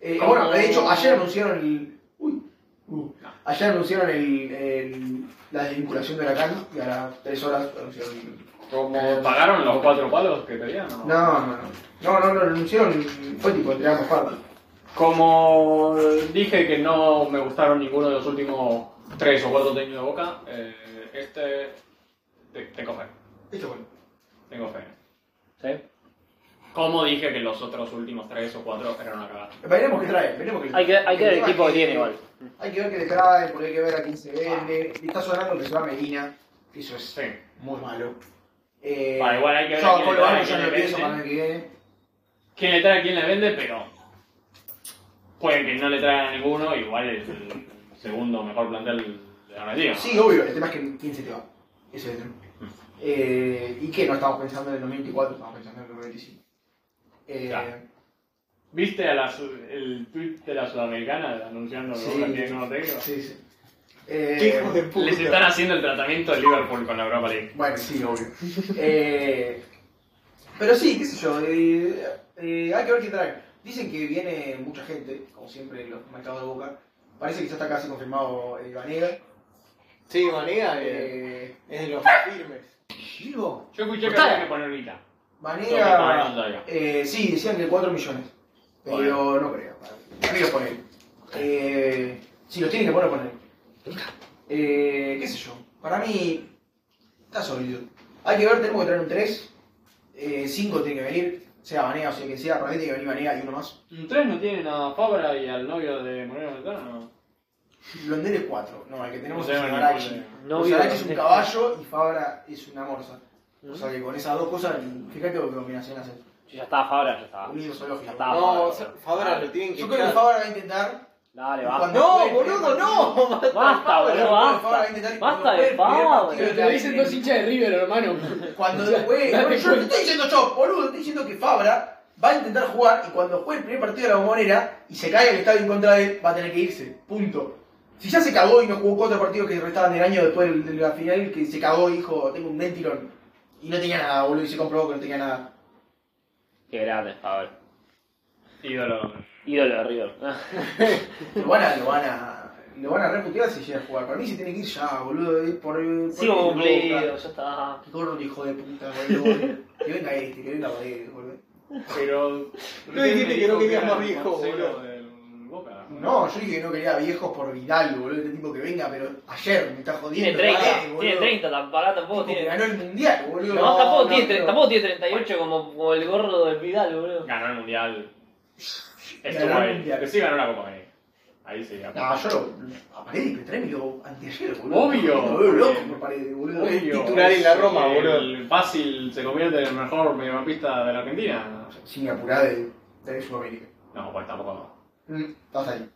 [SPEAKER 6] Eh,
[SPEAKER 3] ¿Cómo?
[SPEAKER 6] bueno, de hecho, ayer anunciaron el. Uy, uh,
[SPEAKER 3] No.
[SPEAKER 6] ayer anunciaron el, el- la desvinculación de Huracán y a las 3 horas anunciaron. el-
[SPEAKER 3] como pagaron los cuatro palos que pedían,
[SPEAKER 6] No,
[SPEAKER 3] ¿no?
[SPEAKER 6] no, no. No, no, no, lo anunciaron. Fue tipo, tiramos parte.
[SPEAKER 3] Como dije que no me gustaron ninguno de los últimos tres o cuatro técnicos de Boca, eh, este... te- Tengo fe,
[SPEAKER 6] Esto bueno.
[SPEAKER 3] tengo fe.
[SPEAKER 4] ¿Sí?
[SPEAKER 3] Como dije que los otros últimos tres o cuatro eran una cagada.
[SPEAKER 6] Veremos qué trae, veremos qué
[SPEAKER 4] Hay que, hay que ver el
[SPEAKER 6] tema
[SPEAKER 4] equipo que
[SPEAKER 6] es
[SPEAKER 4] tiene igual.
[SPEAKER 6] Hay que ver qué le trae, porque hay que ver a quién se vende. Y está sonando que se va Medina, que eso es
[SPEAKER 3] Sí.
[SPEAKER 6] muy malo. Eh,
[SPEAKER 3] Bueno, igual hay que ver
[SPEAKER 6] yo
[SPEAKER 3] a
[SPEAKER 6] a
[SPEAKER 3] quién le
[SPEAKER 6] Colo
[SPEAKER 3] trae,
[SPEAKER 6] Barrio ya
[SPEAKER 3] quién
[SPEAKER 6] no
[SPEAKER 3] le
[SPEAKER 6] lo pienso
[SPEAKER 3] vende.
[SPEAKER 6] para el año que viene.
[SPEAKER 3] quién le trae, quién le vende, pero puede que no le traigan a ninguno, igual es el segundo mejor plantel de la Argentina.
[SPEAKER 6] Sí, obvio, el tema es que quién se te va. Ese es el tema.
[SPEAKER 3] Mm.
[SPEAKER 6] Eh, y que no estamos pensando en el 2024, estamos pensando en el 2025. Eh,
[SPEAKER 3] Claro. ¿Viste a la su- el tweet de la Sudamericana anunciando
[SPEAKER 6] Sí.
[SPEAKER 3] que Boca tiene nuevo técnico?
[SPEAKER 6] Sí, sí. Eh,
[SPEAKER 1] Qué hijos de puta.
[SPEAKER 3] Les están haciendo el tratamiento de Liverpool con la Europa League.
[SPEAKER 6] Bueno, sí, obvio. Eh, pero sí, qué sé yo, eh, eh, hay que ver qué trae. Dicen que viene mucha gente, como siempre en los mercados de boca. Parece que ya está casi confirmado el Vanega.
[SPEAKER 1] Sí, Vanega eh,
[SPEAKER 6] Eh,
[SPEAKER 1] es de los firmes.
[SPEAKER 6] ¿Vivo?
[SPEAKER 3] Yo escuché que
[SPEAKER 4] Cortala.
[SPEAKER 3] había que poner guita.
[SPEAKER 6] Vanega. Eh, sí, decían que 4 millones. Pero no creo. Para mí los ponen. Eh, si los tienen que poner, ponen. Eh, qué sé yo. Para mí está sólido. Hay que ver, tenemos que traer un 3. 5 tiene que venir. Sea Vanega o sea quien sea. Para mí tiene que venir Vanega y uno más.
[SPEAKER 3] ¿Un 3 no tienen a Fabra y al novio de Moreno Letano?
[SPEAKER 6] Blondel es 4. No, el que tenemos
[SPEAKER 3] No
[SPEAKER 6] es
[SPEAKER 3] sé, no
[SPEAKER 6] Arachi.
[SPEAKER 3] recuerdo.
[SPEAKER 4] No
[SPEAKER 6] Arachi
[SPEAKER 4] vio-
[SPEAKER 6] es un caballo y Fabra es una morsa. O
[SPEAKER 4] Mm.
[SPEAKER 6] sea que con esas dos cosas, fíjate lo que combinación hace.
[SPEAKER 4] Yo ya estaba Fabra, ya estaba.
[SPEAKER 6] Unidos zoológico.
[SPEAKER 4] Ya está. Ah,
[SPEAKER 1] No,
[SPEAKER 4] Fabra.
[SPEAKER 1] o sea, Fabra lo tienen que
[SPEAKER 6] Yo creo que
[SPEAKER 1] echar.
[SPEAKER 6] Fabra va a intentar
[SPEAKER 4] Dale,
[SPEAKER 6] Cuando-
[SPEAKER 4] basta.
[SPEAKER 1] No,
[SPEAKER 6] Bueno,
[SPEAKER 1] boludo, no.
[SPEAKER 4] Basta,
[SPEAKER 6] Pero
[SPEAKER 4] boludo,
[SPEAKER 6] bueno, Fabra va a
[SPEAKER 4] basta.
[SPEAKER 6] intentar-
[SPEAKER 4] Basta de
[SPEAKER 6] Pero el primer
[SPEAKER 4] Fabra.
[SPEAKER 6] partido
[SPEAKER 5] Pero
[SPEAKER 6] de
[SPEAKER 5] te
[SPEAKER 6] la-
[SPEAKER 5] lo dicen dos hinchas de River, hermano.
[SPEAKER 6] Cuando después.
[SPEAKER 5] Date
[SPEAKER 6] Yo no te estoy diciendo yo, boludo, te estoy diciendo que Fabra va a intentar jugar y cuando juegue el primer partido de la bombonera y se caiga el estadio en contra de él, va a tener que irse. Punto. Si ya se cagó y no jugó cuatro partidos que restaban del año después del- de la final, que se cagó y dijo, tengo un mentirón. Y no tenía nada, boludo, y se comprobó que no tenía nada.
[SPEAKER 4] Qué grande, Fabra.
[SPEAKER 3] eh, Ídolo.
[SPEAKER 4] Ídolo de River.
[SPEAKER 6] Lo van a, lo van a. Lo van a reputear si llega a jugar. Para mí se tiene que ir ya, boludo. ir por, por
[SPEAKER 4] Sigo
[SPEAKER 6] Boca.
[SPEAKER 4] cumplido, ya está.
[SPEAKER 6] Qué gordo hijo de puta, boludo. que venga este, que venga Paredes, boludo.
[SPEAKER 3] Pero.
[SPEAKER 1] Tú dijiste que no querías más viejo, boludo.
[SPEAKER 3] boludo.
[SPEAKER 6] No, yo dije que no quería viejos por Vidal, boludo, este tipo que venga, pero ayer me está
[SPEAKER 4] Tiene
[SPEAKER 6] jodiendo.
[SPEAKER 4] 30,
[SPEAKER 6] Paredes,
[SPEAKER 4] tiene
[SPEAKER 6] boludo.
[SPEAKER 4] 30, tampoco, tampoco
[SPEAKER 6] Tipo que
[SPEAKER 4] tiene.
[SPEAKER 6] ganó el mundial, boludo.
[SPEAKER 4] No, tampoco, tiene, tre-
[SPEAKER 6] pero-
[SPEAKER 4] tampoco tiene 38 como, como el gordo del Vidal, boludo.
[SPEAKER 3] Ganó el mundial.
[SPEAKER 6] Ganó
[SPEAKER 3] Estuvo
[SPEAKER 6] el
[SPEAKER 3] ahí.
[SPEAKER 6] Mundial.
[SPEAKER 3] Pero sí ganó la Copa América. Ahí sí.
[SPEAKER 6] No, yo lo, a Paredes y Petremi lo anteayer, boludo.
[SPEAKER 3] Obvio.
[SPEAKER 6] Lo veo loco por Paredes, boludo.
[SPEAKER 3] Obvio,
[SPEAKER 1] titular en la
[SPEAKER 3] es
[SPEAKER 1] Roma,
[SPEAKER 3] el
[SPEAKER 1] boludo.
[SPEAKER 3] Fácil se convierte en el mejor mediocampista de la Argentina.
[SPEAKER 6] Sin apurar de, de Sudamérica.
[SPEAKER 3] No, pues tampoco no.
[SPEAKER 6] Mm, Estás ahí.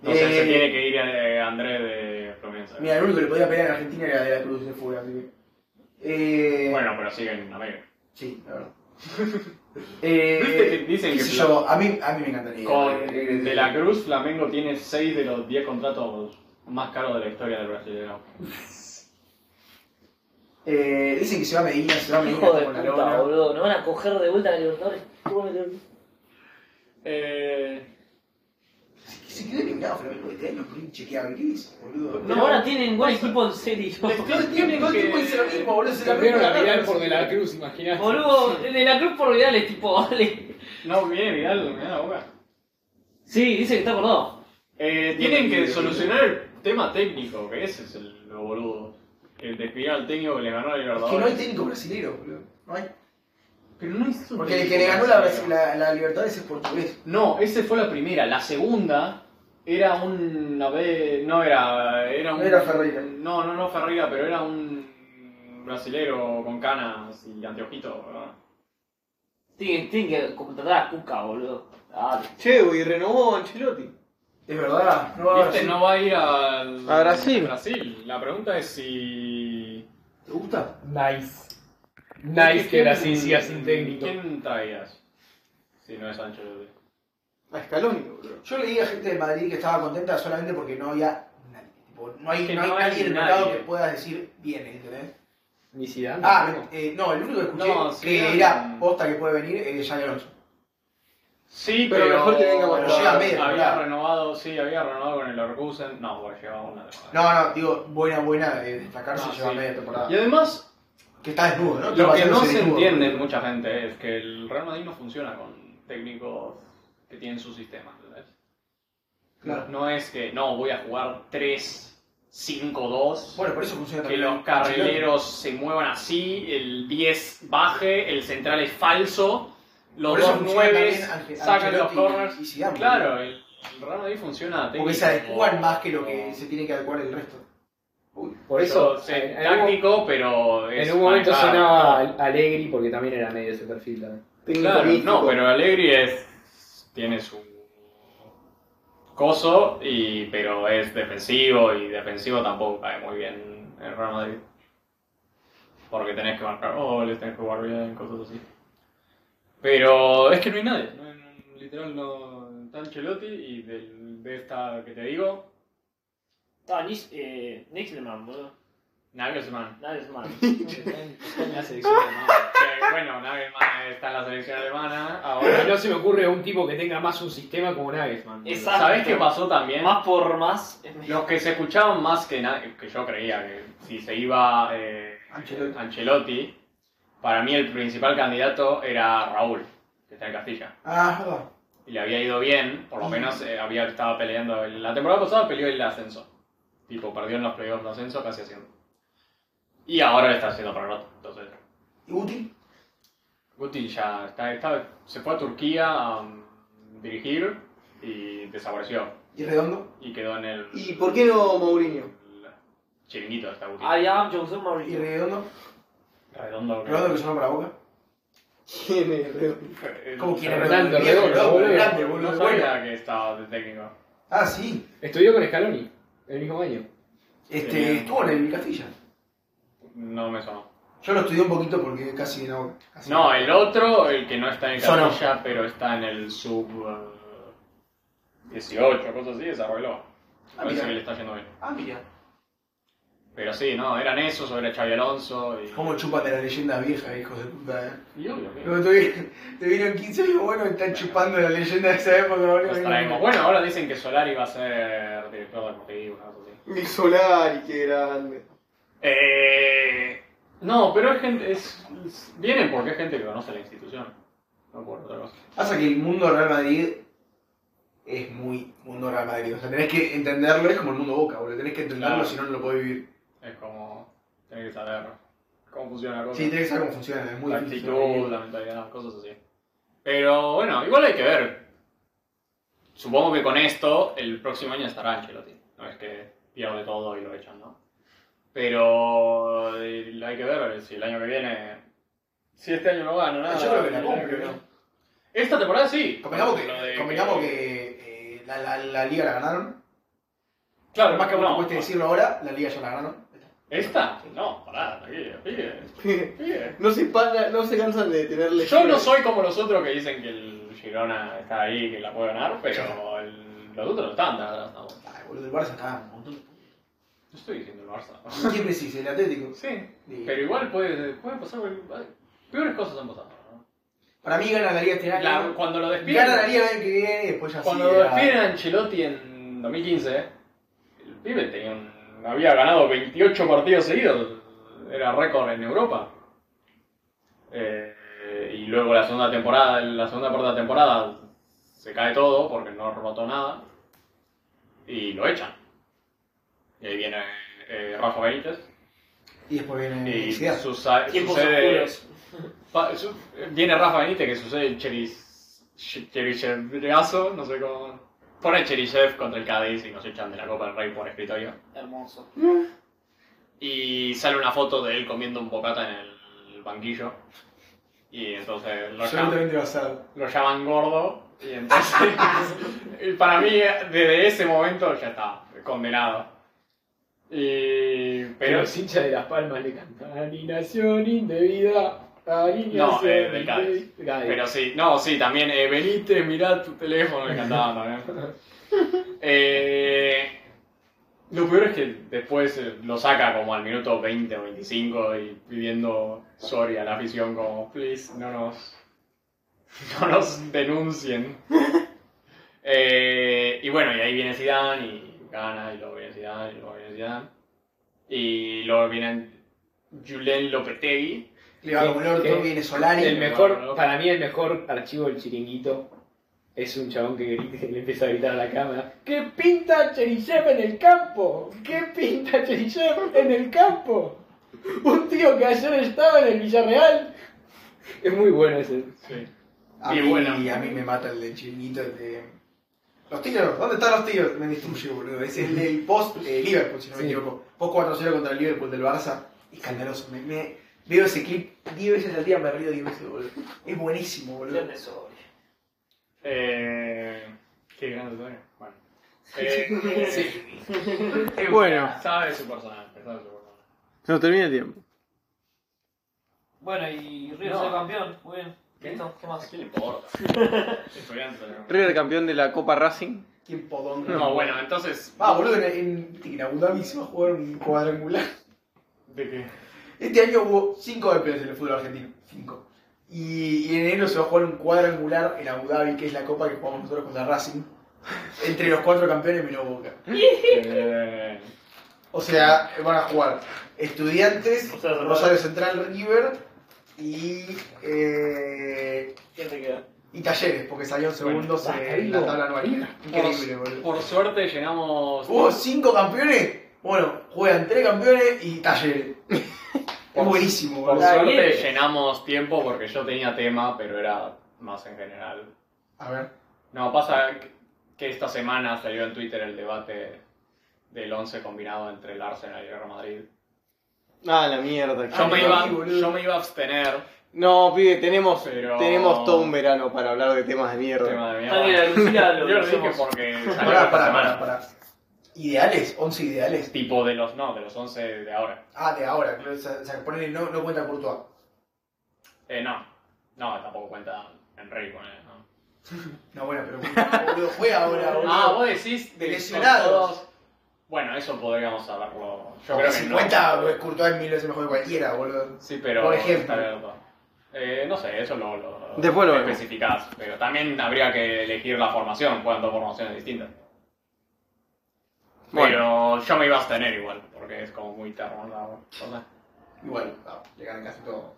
[SPEAKER 3] Entonces se
[SPEAKER 6] Eh,
[SPEAKER 3] tiene que ir a Andrés de Providencia.
[SPEAKER 6] Mira, el único que le podía pelear en Argentina era de la Cruz de Fuga, así que. Eh,
[SPEAKER 3] Bueno, pero sigue en América.
[SPEAKER 6] Sí, la verdad.
[SPEAKER 3] ¿Viste que
[SPEAKER 6] eh,
[SPEAKER 3] dicen
[SPEAKER 6] qué
[SPEAKER 3] que
[SPEAKER 6] sé
[SPEAKER 3] Fla-
[SPEAKER 6] yo, a mí, a mí me encantaría.
[SPEAKER 3] Con
[SPEAKER 6] Eh, eh,
[SPEAKER 3] De la Cruz, Flamengo tiene 6 de los 10 contratos más caros de la historia del brasileño.
[SPEAKER 6] eh, dicen que se va a Medina, se va a Medina
[SPEAKER 4] Hijo de
[SPEAKER 6] con la
[SPEAKER 4] puta,
[SPEAKER 6] lona.
[SPEAKER 4] boludo. No van a coger de vuelta a Libertadores. ¿Cómo me tengo-
[SPEAKER 3] Eh,
[SPEAKER 6] Se quedó eliminado Flamengo este año, por chequeable. ¿Qué dice, boludo?
[SPEAKER 4] Pero ahora tienen un equipo en serio.
[SPEAKER 6] Todo el tiempo, todo el tiempo dice lo mismo, boludo. Se la
[SPEAKER 5] Cambiaron
[SPEAKER 6] misma
[SPEAKER 5] a Vidal
[SPEAKER 6] cara.
[SPEAKER 5] por De la Cruz, imagínate.
[SPEAKER 4] Boludo, de la Cruz por Vidal es tipo, vale.
[SPEAKER 3] no, viene Vidal, me da la boca.
[SPEAKER 4] Sí, dice que está acordado.
[SPEAKER 3] Eh, tienen que solucionar el tema técnico, que ese es el, lo boludo. Que despidió al técnico que le ganó a
[SPEAKER 6] Es que no hay
[SPEAKER 3] Libertadores.
[SPEAKER 6] técnico brasileño, boludo. No hay.
[SPEAKER 3] Pero no hizo
[SPEAKER 6] Porque el que le ganó
[SPEAKER 3] técnico
[SPEAKER 6] la,
[SPEAKER 3] brasileño.
[SPEAKER 6] la, la Libertadores es portugués.
[SPEAKER 3] No, esa fue la primera. La segunda era un... una vez- No era... era un,
[SPEAKER 6] No era Ferreira.
[SPEAKER 3] No, no, no Ferreira, pero era un brasilero con canas y anteojito. ¿verdad?
[SPEAKER 4] Tienen, tienen que contratar a Cuca, boludo. Dale.
[SPEAKER 1] Che, güey, renovó Ancelotti.
[SPEAKER 6] Es verdad. No va a
[SPEAKER 3] Este
[SPEAKER 6] Brasil.
[SPEAKER 3] no va a ir al,
[SPEAKER 1] A Brasil.
[SPEAKER 3] Brasil. La pregunta es si...
[SPEAKER 6] ¿Te gusta?
[SPEAKER 5] Nice. Nice que
[SPEAKER 3] ¿Quién-
[SPEAKER 5] Brasil siga sin técnico.
[SPEAKER 3] ¿Quién traías? Si no es Ancelotti.
[SPEAKER 1] A Scaloni, boludo.
[SPEAKER 6] Yo leí a gente de Madrid que estaba contenta solamente porque no había nadie. Tipo, no hay,
[SPEAKER 3] Que
[SPEAKER 6] no hay
[SPEAKER 3] no hay
[SPEAKER 6] nadie en el
[SPEAKER 3] nadie.
[SPEAKER 6] mercado que pueda decir bien, ¿entendés?
[SPEAKER 5] Ni Zidane.
[SPEAKER 6] Ah, eh, no, el único que escuché
[SPEAKER 3] No, sí,
[SPEAKER 6] que
[SPEAKER 3] no.
[SPEAKER 6] era posta que puede venir es Xabi Alonso.
[SPEAKER 3] Sí,
[SPEAKER 1] Pero
[SPEAKER 3] pero,
[SPEAKER 1] mejor que venga
[SPEAKER 6] cuando llega medio,
[SPEAKER 3] Había
[SPEAKER 6] claro.
[SPEAKER 3] renovado, sí, había renovado con el Orgusen. No, porque llevaba una temporada.
[SPEAKER 6] No, no, digo, buena, buena de destacarse
[SPEAKER 3] No,
[SPEAKER 6] lleva
[SPEAKER 3] Ah, sí.
[SPEAKER 6] media temporada.
[SPEAKER 3] Y además,
[SPEAKER 6] Que está desnudo, ¿no?
[SPEAKER 3] Lo
[SPEAKER 6] Está
[SPEAKER 3] que no
[SPEAKER 6] pasándose
[SPEAKER 3] se
[SPEAKER 6] desnudo.
[SPEAKER 3] entiende en mucha gente es que el Real Madrid no funciona con técnicos que tienen su sistema. ¿entendés?
[SPEAKER 6] Claro.
[SPEAKER 3] No es que no voy a jugar 3, 5, 2,
[SPEAKER 6] Bueno, por eso funciona
[SPEAKER 3] que
[SPEAKER 6] también.
[SPEAKER 3] los carrileros se muevan así, el 10 baje, el central es falso, los
[SPEAKER 6] Por eso
[SPEAKER 3] dos
[SPEAKER 6] funciona
[SPEAKER 3] 9
[SPEAKER 6] también Ange-
[SPEAKER 3] sacan los
[SPEAKER 6] Ancelotti
[SPEAKER 3] corners.
[SPEAKER 6] y Zidane,
[SPEAKER 3] Claro, Oh, el, el Real Madrid funciona
[SPEAKER 6] Porque se adecúan más que lo que se eh, tiene que adecuar el resto.
[SPEAKER 5] Por eso,
[SPEAKER 3] sí,
[SPEAKER 5] en, en un-
[SPEAKER 3] táctico, pero es
[SPEAKER 5] en un momento
[SPEAKER 3] manejar-
[SPEAKER 5] sonaba Al- Allegri porque también era medio ese perfil. también.
[SPEAKER 3] Claro,
[SPEAKER 1] místico.
[SPEAKER 3] no, pero Allegri es, tiene su coso, y, pero es defensivo y defensivo tampoco cae muy bien en Real Madrid. Porque tenés que marcar goles, tenés que jugar bien, cosas así. Pero es que no hay nadie. no hay- no- literal, no. Está Ancelotti y del- de esta que te digo,
[SPEAKER 4] Estaba Nix, eh, Nixleman, boludo.
[SPEAKER 3] Nagelsmann.
[SPEAKER 4] Nadie es más.
[SPEAKER 3] Que, bueno, Nagelsmann está en la selección alemana.
[SPEAKER 5] Pero
[SPEAKER 3] Ahora,
[SPEAKER 5] no se me ocurre un tipo que tenga más un sistema como Nagelsmann. boludo.
[SPEAKER 4] Exacto.
[SPEAKER 3] ¿sabés qué pasó también?
[SPEAKER 4] Más por más. es mejor.
[SPEAKER 3] Los que se escuchaban más que na- que yo creía que si se iba eh,
[SPEAKER 6] Ancelotti.
[SPEAKER 3] Ancelotti, para mí el principal candidato era Raúl, que está en Castilla.
[SPEAKER 6] Ah, es verdad.
[SPEAKER 3] Y le había ido bien, por lo
[SPEAKER 4] Mm.
[SPEAKER 3] menos eh, había estaba peleando. el- La temporada pasada peleó el ascenso. Tipo, perdió en los playoffs de ascenso casi haciendo. Y ahora está haciendo para Entonces,
[SPEAKER 6] ¿Y Guti?
[SPEAKER 3] Guti ya está, está- se fue a Turquía a mm, dirigir y desapareció.
[SPEAKER 6] ¿Y Redondo?
[SPEAKER 3] Y quedó en el.
[SPEAKER 1] ¿Y por qué no Mourinho?
[SPEAKER 3] el Chiringuito está Guti.
[SPEAKER 4] Había Ah, Johnson
[SPEAKER 6] ¿Y
[SPEAKER 4] Mourinho.
[SPEAKER 6] Redondo?
[SPEAKER 3] Redondo. creo.
[SPEAKER 6] ¿Redondo que sonó para Boca?
[SPEAKER 1] ¿Quién es, Redondo?
[SPEAKER 3] Eh,
[SPEAKER 6] ¿Cómo quiere
[SPEAKER 5] Redondo,
[SPEAKER 6] Bien,
[SPEAKER 5] Redondo, boludo.
[SPEAKER 6] grande,
[SPEAKER 3] No
[SPEAKER 6] boludo. Bueno.
[SPEAKER 3] sabía que estaba de técnico.
[SPEAKER 6] Ah, sí.
[SPEAKER 5] Estudió con Scaloni el mismo año.
[SPEAKER 6] Este,
[SPEAKER 3] Genial.
[SPEAKER 6] estuvo en el Castilla.
[SPEAKER 3] No me sonó.
[SPEAKER 6] Yo lo estudié un poquito porque casi no. casi
[SPEAKER 3] No, eh. el otro, el que no está en
[SPEAKER 6] Sonó.
[SPEAKER 3] Castilla, pero está en el sub eh, 18, cosas así, desarrolló.
[SPEAKER 6] Ah,
[SPEAKER 3] Parece
[SPEAKER 6] mira.
[SPEAKER 3] que le está yendo bien.
[SPEAKER 6] Ah, mira.
[SPEAKER 3] Pero sí, no, eran esos, o era Xavi Alonso. Y,
[SPEAKER 6] ¿Cómo chupan de las leyendas viejas, hijos de puta, eh?
[SPEAKER 3] y obvio que
[SPEAKER 6] Luego tuvieron, tuvieron 15 años, bueno, están chupando la leyenda de esa época, boludo.
[SPEAKER 3] los traemos. Bueno, ahora dicen que Solari va a ser director deportivo, una cosa así.
[SPEAKER 1] El Solari, qué grande.
[SPEAKER 3] Eh, no, pero es gente. Es, es- vienen porque es gente que conoce la institución. No por otra cosa.
[SPEAKER 6] Pasa que el mundo Real Madrid es muy mundo Real Madrid. O sea, tenés que entenderlo, es como el mundo Boca, boludo. Tenés que entenderlo,
[SPEAKER 3] Claro.
[SPEAKER 6] si no, no lo podés vivir.
[SPEAKER 3] Es como. Tienes que saber cómo funciona la cosa.
[SPEAKER 6] Sí, tenés que saber cómo funciona, es muy
[SPEAKER 3] la
[SPEAKER 6] difícil.
[SPEAKER 3] actitud, la mentalidad, cosas así. Pero bueno, igual hay que ver. Supongo que con esto el próximo año estará Ancelotti. No es que pierde todo y lo echan, ¿no? Pero eh, hay que ver si el año que viene. Si este año no gana nada.
[SPEAKER 6] Yo creo que la
[SPEAKER 3] el año
[SPEAKER 6] cumple,
[SPEAKER 3] viene-
[SPEAKER 6] ¿no?
[SPEAKER 3] Esta temporada sí.
[SPEAKER 6] Convengamos
[SPEAKER 3] Lo de
[SPEAKER 6] que, convengamos que eh, la, la, la liga la ganaron.
[SPEAKER 3] Claro,
[SPEAKER 6] Más que
[SPEAKER 3] no,
[SPEAKER 6] no, cueste decirlo ahora, la liga ya la ganaron.
[SPEAKER 3] ¿Esta? No, pará, tranquilo, pibe, pibe.
[SPEAKER 1] No se, para, no se cansan de tenerle.
[SPEAKER 3] Yo no soy como los otros que dicen que el Girona está ahí, que la puede ganar, pero el- los otros no están tan atrás tampoco.
[SPEAKER 6] Ay, boludo, el Barça está un montón de puntos.
[SPEAKER 3] Yo estoy diciendo el Barça.
[SPEAKER 6] ¿Y ¿Quién decís? ¿El Atlético?
[SPEAKER 3] Sí,
[SPEAKER 6] Sí.
[SPEAKER 3] pero igual puede, puede pasar. Peores cosas han pasado. ¿no?
[SPEAKER 6] Para mí gana la liga este año.
[SPEAKER 3] La- cuando lo
[SPEAKER 6] gana la
[SPEAKER 3] despiden,
[SPEAKER 6] liga el año que viene y después ya
[SPEAKER 3] cuando
[SPEAKER 6] sí,
[SPEAKER 3] lo
[SPEAKER 6] era-
[SPEAKER 3] despiden a Ancelotti en 2015, el pibe tenía un- había ganado 28 partidos seguidos. Era récord en Europa. Eh, y luego la segunda temporada, la segunda parte de la temporada se cae todo porque no rotó nada. Y lo echan. Y ahí viene eh, Rafa Benítez.
[SPEAKER 6] Y después viene
[SPEAKER 3] Y
[SPEAKER 6] Zidane.
[SPEAKER 3] susa-
[SPEAKER 4] Tiempos
[SPEAKER 3] sucede-
[SPEAKER 4] oscuros.
[SPEAKER 3] Pa- su- Viene Rafa Benítez que sucede el Cheris. Cherichevazo, no sé cómo. Pone Cherichev contra el Cádiz y nos echan de la Copa del Rey por escritorio.
[SPEAKER 4] Hermoso.
[SPEAKER 3] Y sale una foto de él comiendo un bocata en el banquillo. Y entonces lo, llaman,
[SPEAKER 6] Absolutamente basado.
[SPEAKER 3] lo llaman gordo. Y entonces. y para mí, desde ese momento ya está, condenado. Y.
[SPEAKER 5] Pero
[SPEAKER 3] Pero
[SPEAKER 5] los hinchas de Las Palmas le cantan alineación indebida. Alineación
[SPEAKER 3] No, eh, del Cádiz.
[SPEAKER 5] indebida". Cádiz.
[SPEAKER 3] Pero sí, no, sí, también eh, venite, mirá tu teléfono, le cantaban también. Eh, lo peor es que después eh, lo saca como al minuto 20 o 25 y pidiendo sorry a la afición como, please, no nos, no nos denuncien. Eh, y bueno, y ahí viene Zidane y gana, y luego viene Zidane, y luego viene Zidane. Y luego vienen Julien Lopetegui,
[SPEAKER 6] Le va como el orto,
[SPEAKER 5] ¿Qué?
[SPEAKER 6] viene Solari.
[SPEAKER 5] El
[SPEAKER 3] me-
[SPEAKER 5] mejor, para mí el mejor archivo del chiringuito es un chabón que grita- le empieza a gritar a la cámara ¿Qué pinta Cherichev en el campo? ¿Qué pinta Cherichev en el campo? Un tío que ayer estaba en el Villarreal. Es muy bueno ese.
[SPEAKER 6] A,
[SPEAKER 3] Y
[SPEAKER 6] mí,
[SPEAKER 3] bueno.
[SPEAKER 6] a mí me mata el de chiringuito, el de. Los tiros, ¿dónde están los tiros? Me destruye, boludo. Es el del post eh, Liverpool, si no me
[SPEAKER 5] Sí.
[SPEAKER 6] equivoco. Post 4-0 contra el Liverpool del Barça. Escandaloso. Me, me- veo ese clip 10 veces al día, me río 10 veces, boludo. Es buenísimo, boludo.
[SPEAKER 4] Grande sobre.
[SPEAKER 3] Eh, qué grande Antonio. Bueno. Eh,
[SPEAKER 1] Bueno.
[SPEAKER 3] Sabe su personaje, sabe su personaje.
[SPEAKER 1] Se nos termina el tiempo.
[SPEAKER 4] Bueno, y River
[SPEAKER 3] No.
[SPEAKER 4] salió campeón. Muy bien.
[SPEAKER 3] ¿Qué?
[SPEAKER 4] Listo, ¿qué
[SPEAKER 3] ¿A
[SPEAKER 4] más?
[SPEAKER 3] quién le importa? Estudiante.
[SPEAKER 1] River campeón de la Copa Racing.
[SPEAKER 6] ¿Quién podón?
[SPEAKER 3] No, bueno, entonces.
[SPEAKER 6] Ah, boludo, en, en, en Abu Dhabi se va a jugar un cuadrangular.
[SPEAKER 3] ¿De qué?
[SPEAKER 6] Este año hubo 5 campeones en el fútbol argentino. 5. Y, y en enero se va a jugar un cuadrangular en Abu Dhabi, que es la copa que jugamos nosotros contra Racing. Entre los cuatro campeones menos Boca.
[SPEAKER 3] Eh,
[SPEAKER 6] O sea, van a jugar Estudiantes,
[SPEAKER 4] O sea,
[SPEAKER 6] Rosario Central River y, eh,
[SPEAKER 4] ¿Quién te queda?
[SPEAKER 6] y Talleres, porque salieron segundos
[SPEAKER 5] Bueno,
[SPEAKER 6] en la tabla anual. Increíble, boludo.
[SPEAKER 3] por suerte llegamos.
[SPEAKER 6] ¿Hubo cinco campeones? Bueno, juegan tres campeones y Talleres. es buenísimo,
[SPEAKER 3] Por
[SPEAKER 6] boludo.
[SPEAKER 3] suerte llenamos tiempo porque yo tenía tema, pero era más en general.
[SPEAKER 6] A ver.
[SPEAKER 3] No, pasa que esta semana salió en Twitter el debate del 11 combinado entre el Arsenal y el Real Madrid.
[SPEAKER 1] Ah, la mierda.
[SPEAKER 3] Yo,
[SPEAKER 6] Ah,
[SPEAKER 3] me
[SPEAKER 6] no,
[SPEAKER 3] iba,
[SPEAKER 6] sí, boludo.
[SPEAKER 3] yo me iba a abstener.
[SPEAKER 1] No, pibe, tenemos,
[SPEAKER 3] Pero-
[SPEAKER 1] tenemos todo un verano para hablar de temas de mierda.
[SPEAKER 3] Tema de mierda.
[SPEAKER 4] Ángela Lucía lo
[SPEAKER 3] Yo lo dije
[SPEAKER 4] hacemos.
[SPEAKER 3] porque salió
[SPEAKER 6] Pará,
[SPEAKER 3] esta
[SPEAKER 6] pará,
[SPEAKER 3] semana.
[SPEAKER 6] pará, pará. ¿Ideales? ¿11 ideales?
[SPEAKER 3] Tipo de los, no, de los 11 de ahora.
[SPEAKER 6] Ah, de ahora. claro, O sea, o sea, ponele, no, no cuenta Courtois.
[SPEAKER 3] Eh, no. No, tampoco cuenta Enrique con él, ¿no?
[SPEAKER 6] No, bueno, pero boludo, juega ahora, boludo.
[SPEAKER 3] Ah, vos decís
[SPEAKER 6] de
[SPEAKER 3] que
[SPEAKER 6] lesionados.
[SPEAKER 3] son todos- Bueno, eso podríamos hablarlo. Yo creo que
[SPEAKER 6] si
[SPEAKER 3] no.
[SPEAKER 6] cuenta, Pues Courtois es mil veces mejor que cualquiera, boludo.
[SPEAKER 3] Sí, pero.
[SPEAKER 6] Por ejemplo.
[SPEAKER 3] está abierto. Eh, no sé, eso lo, lo,
[SPEAKER 1] Después lo vemos.
[SPEAKER 3] especificás. Pero también habría que elegir la formación, pueden dos formaciones distintas.
[SPEAKER 1] Bueno.
[SPEAKER 3] Pero yo me iba a abstener igual, porque es como muy terno la cosa.
[SPEAKER 6] Igual, no, le ganan casi todo.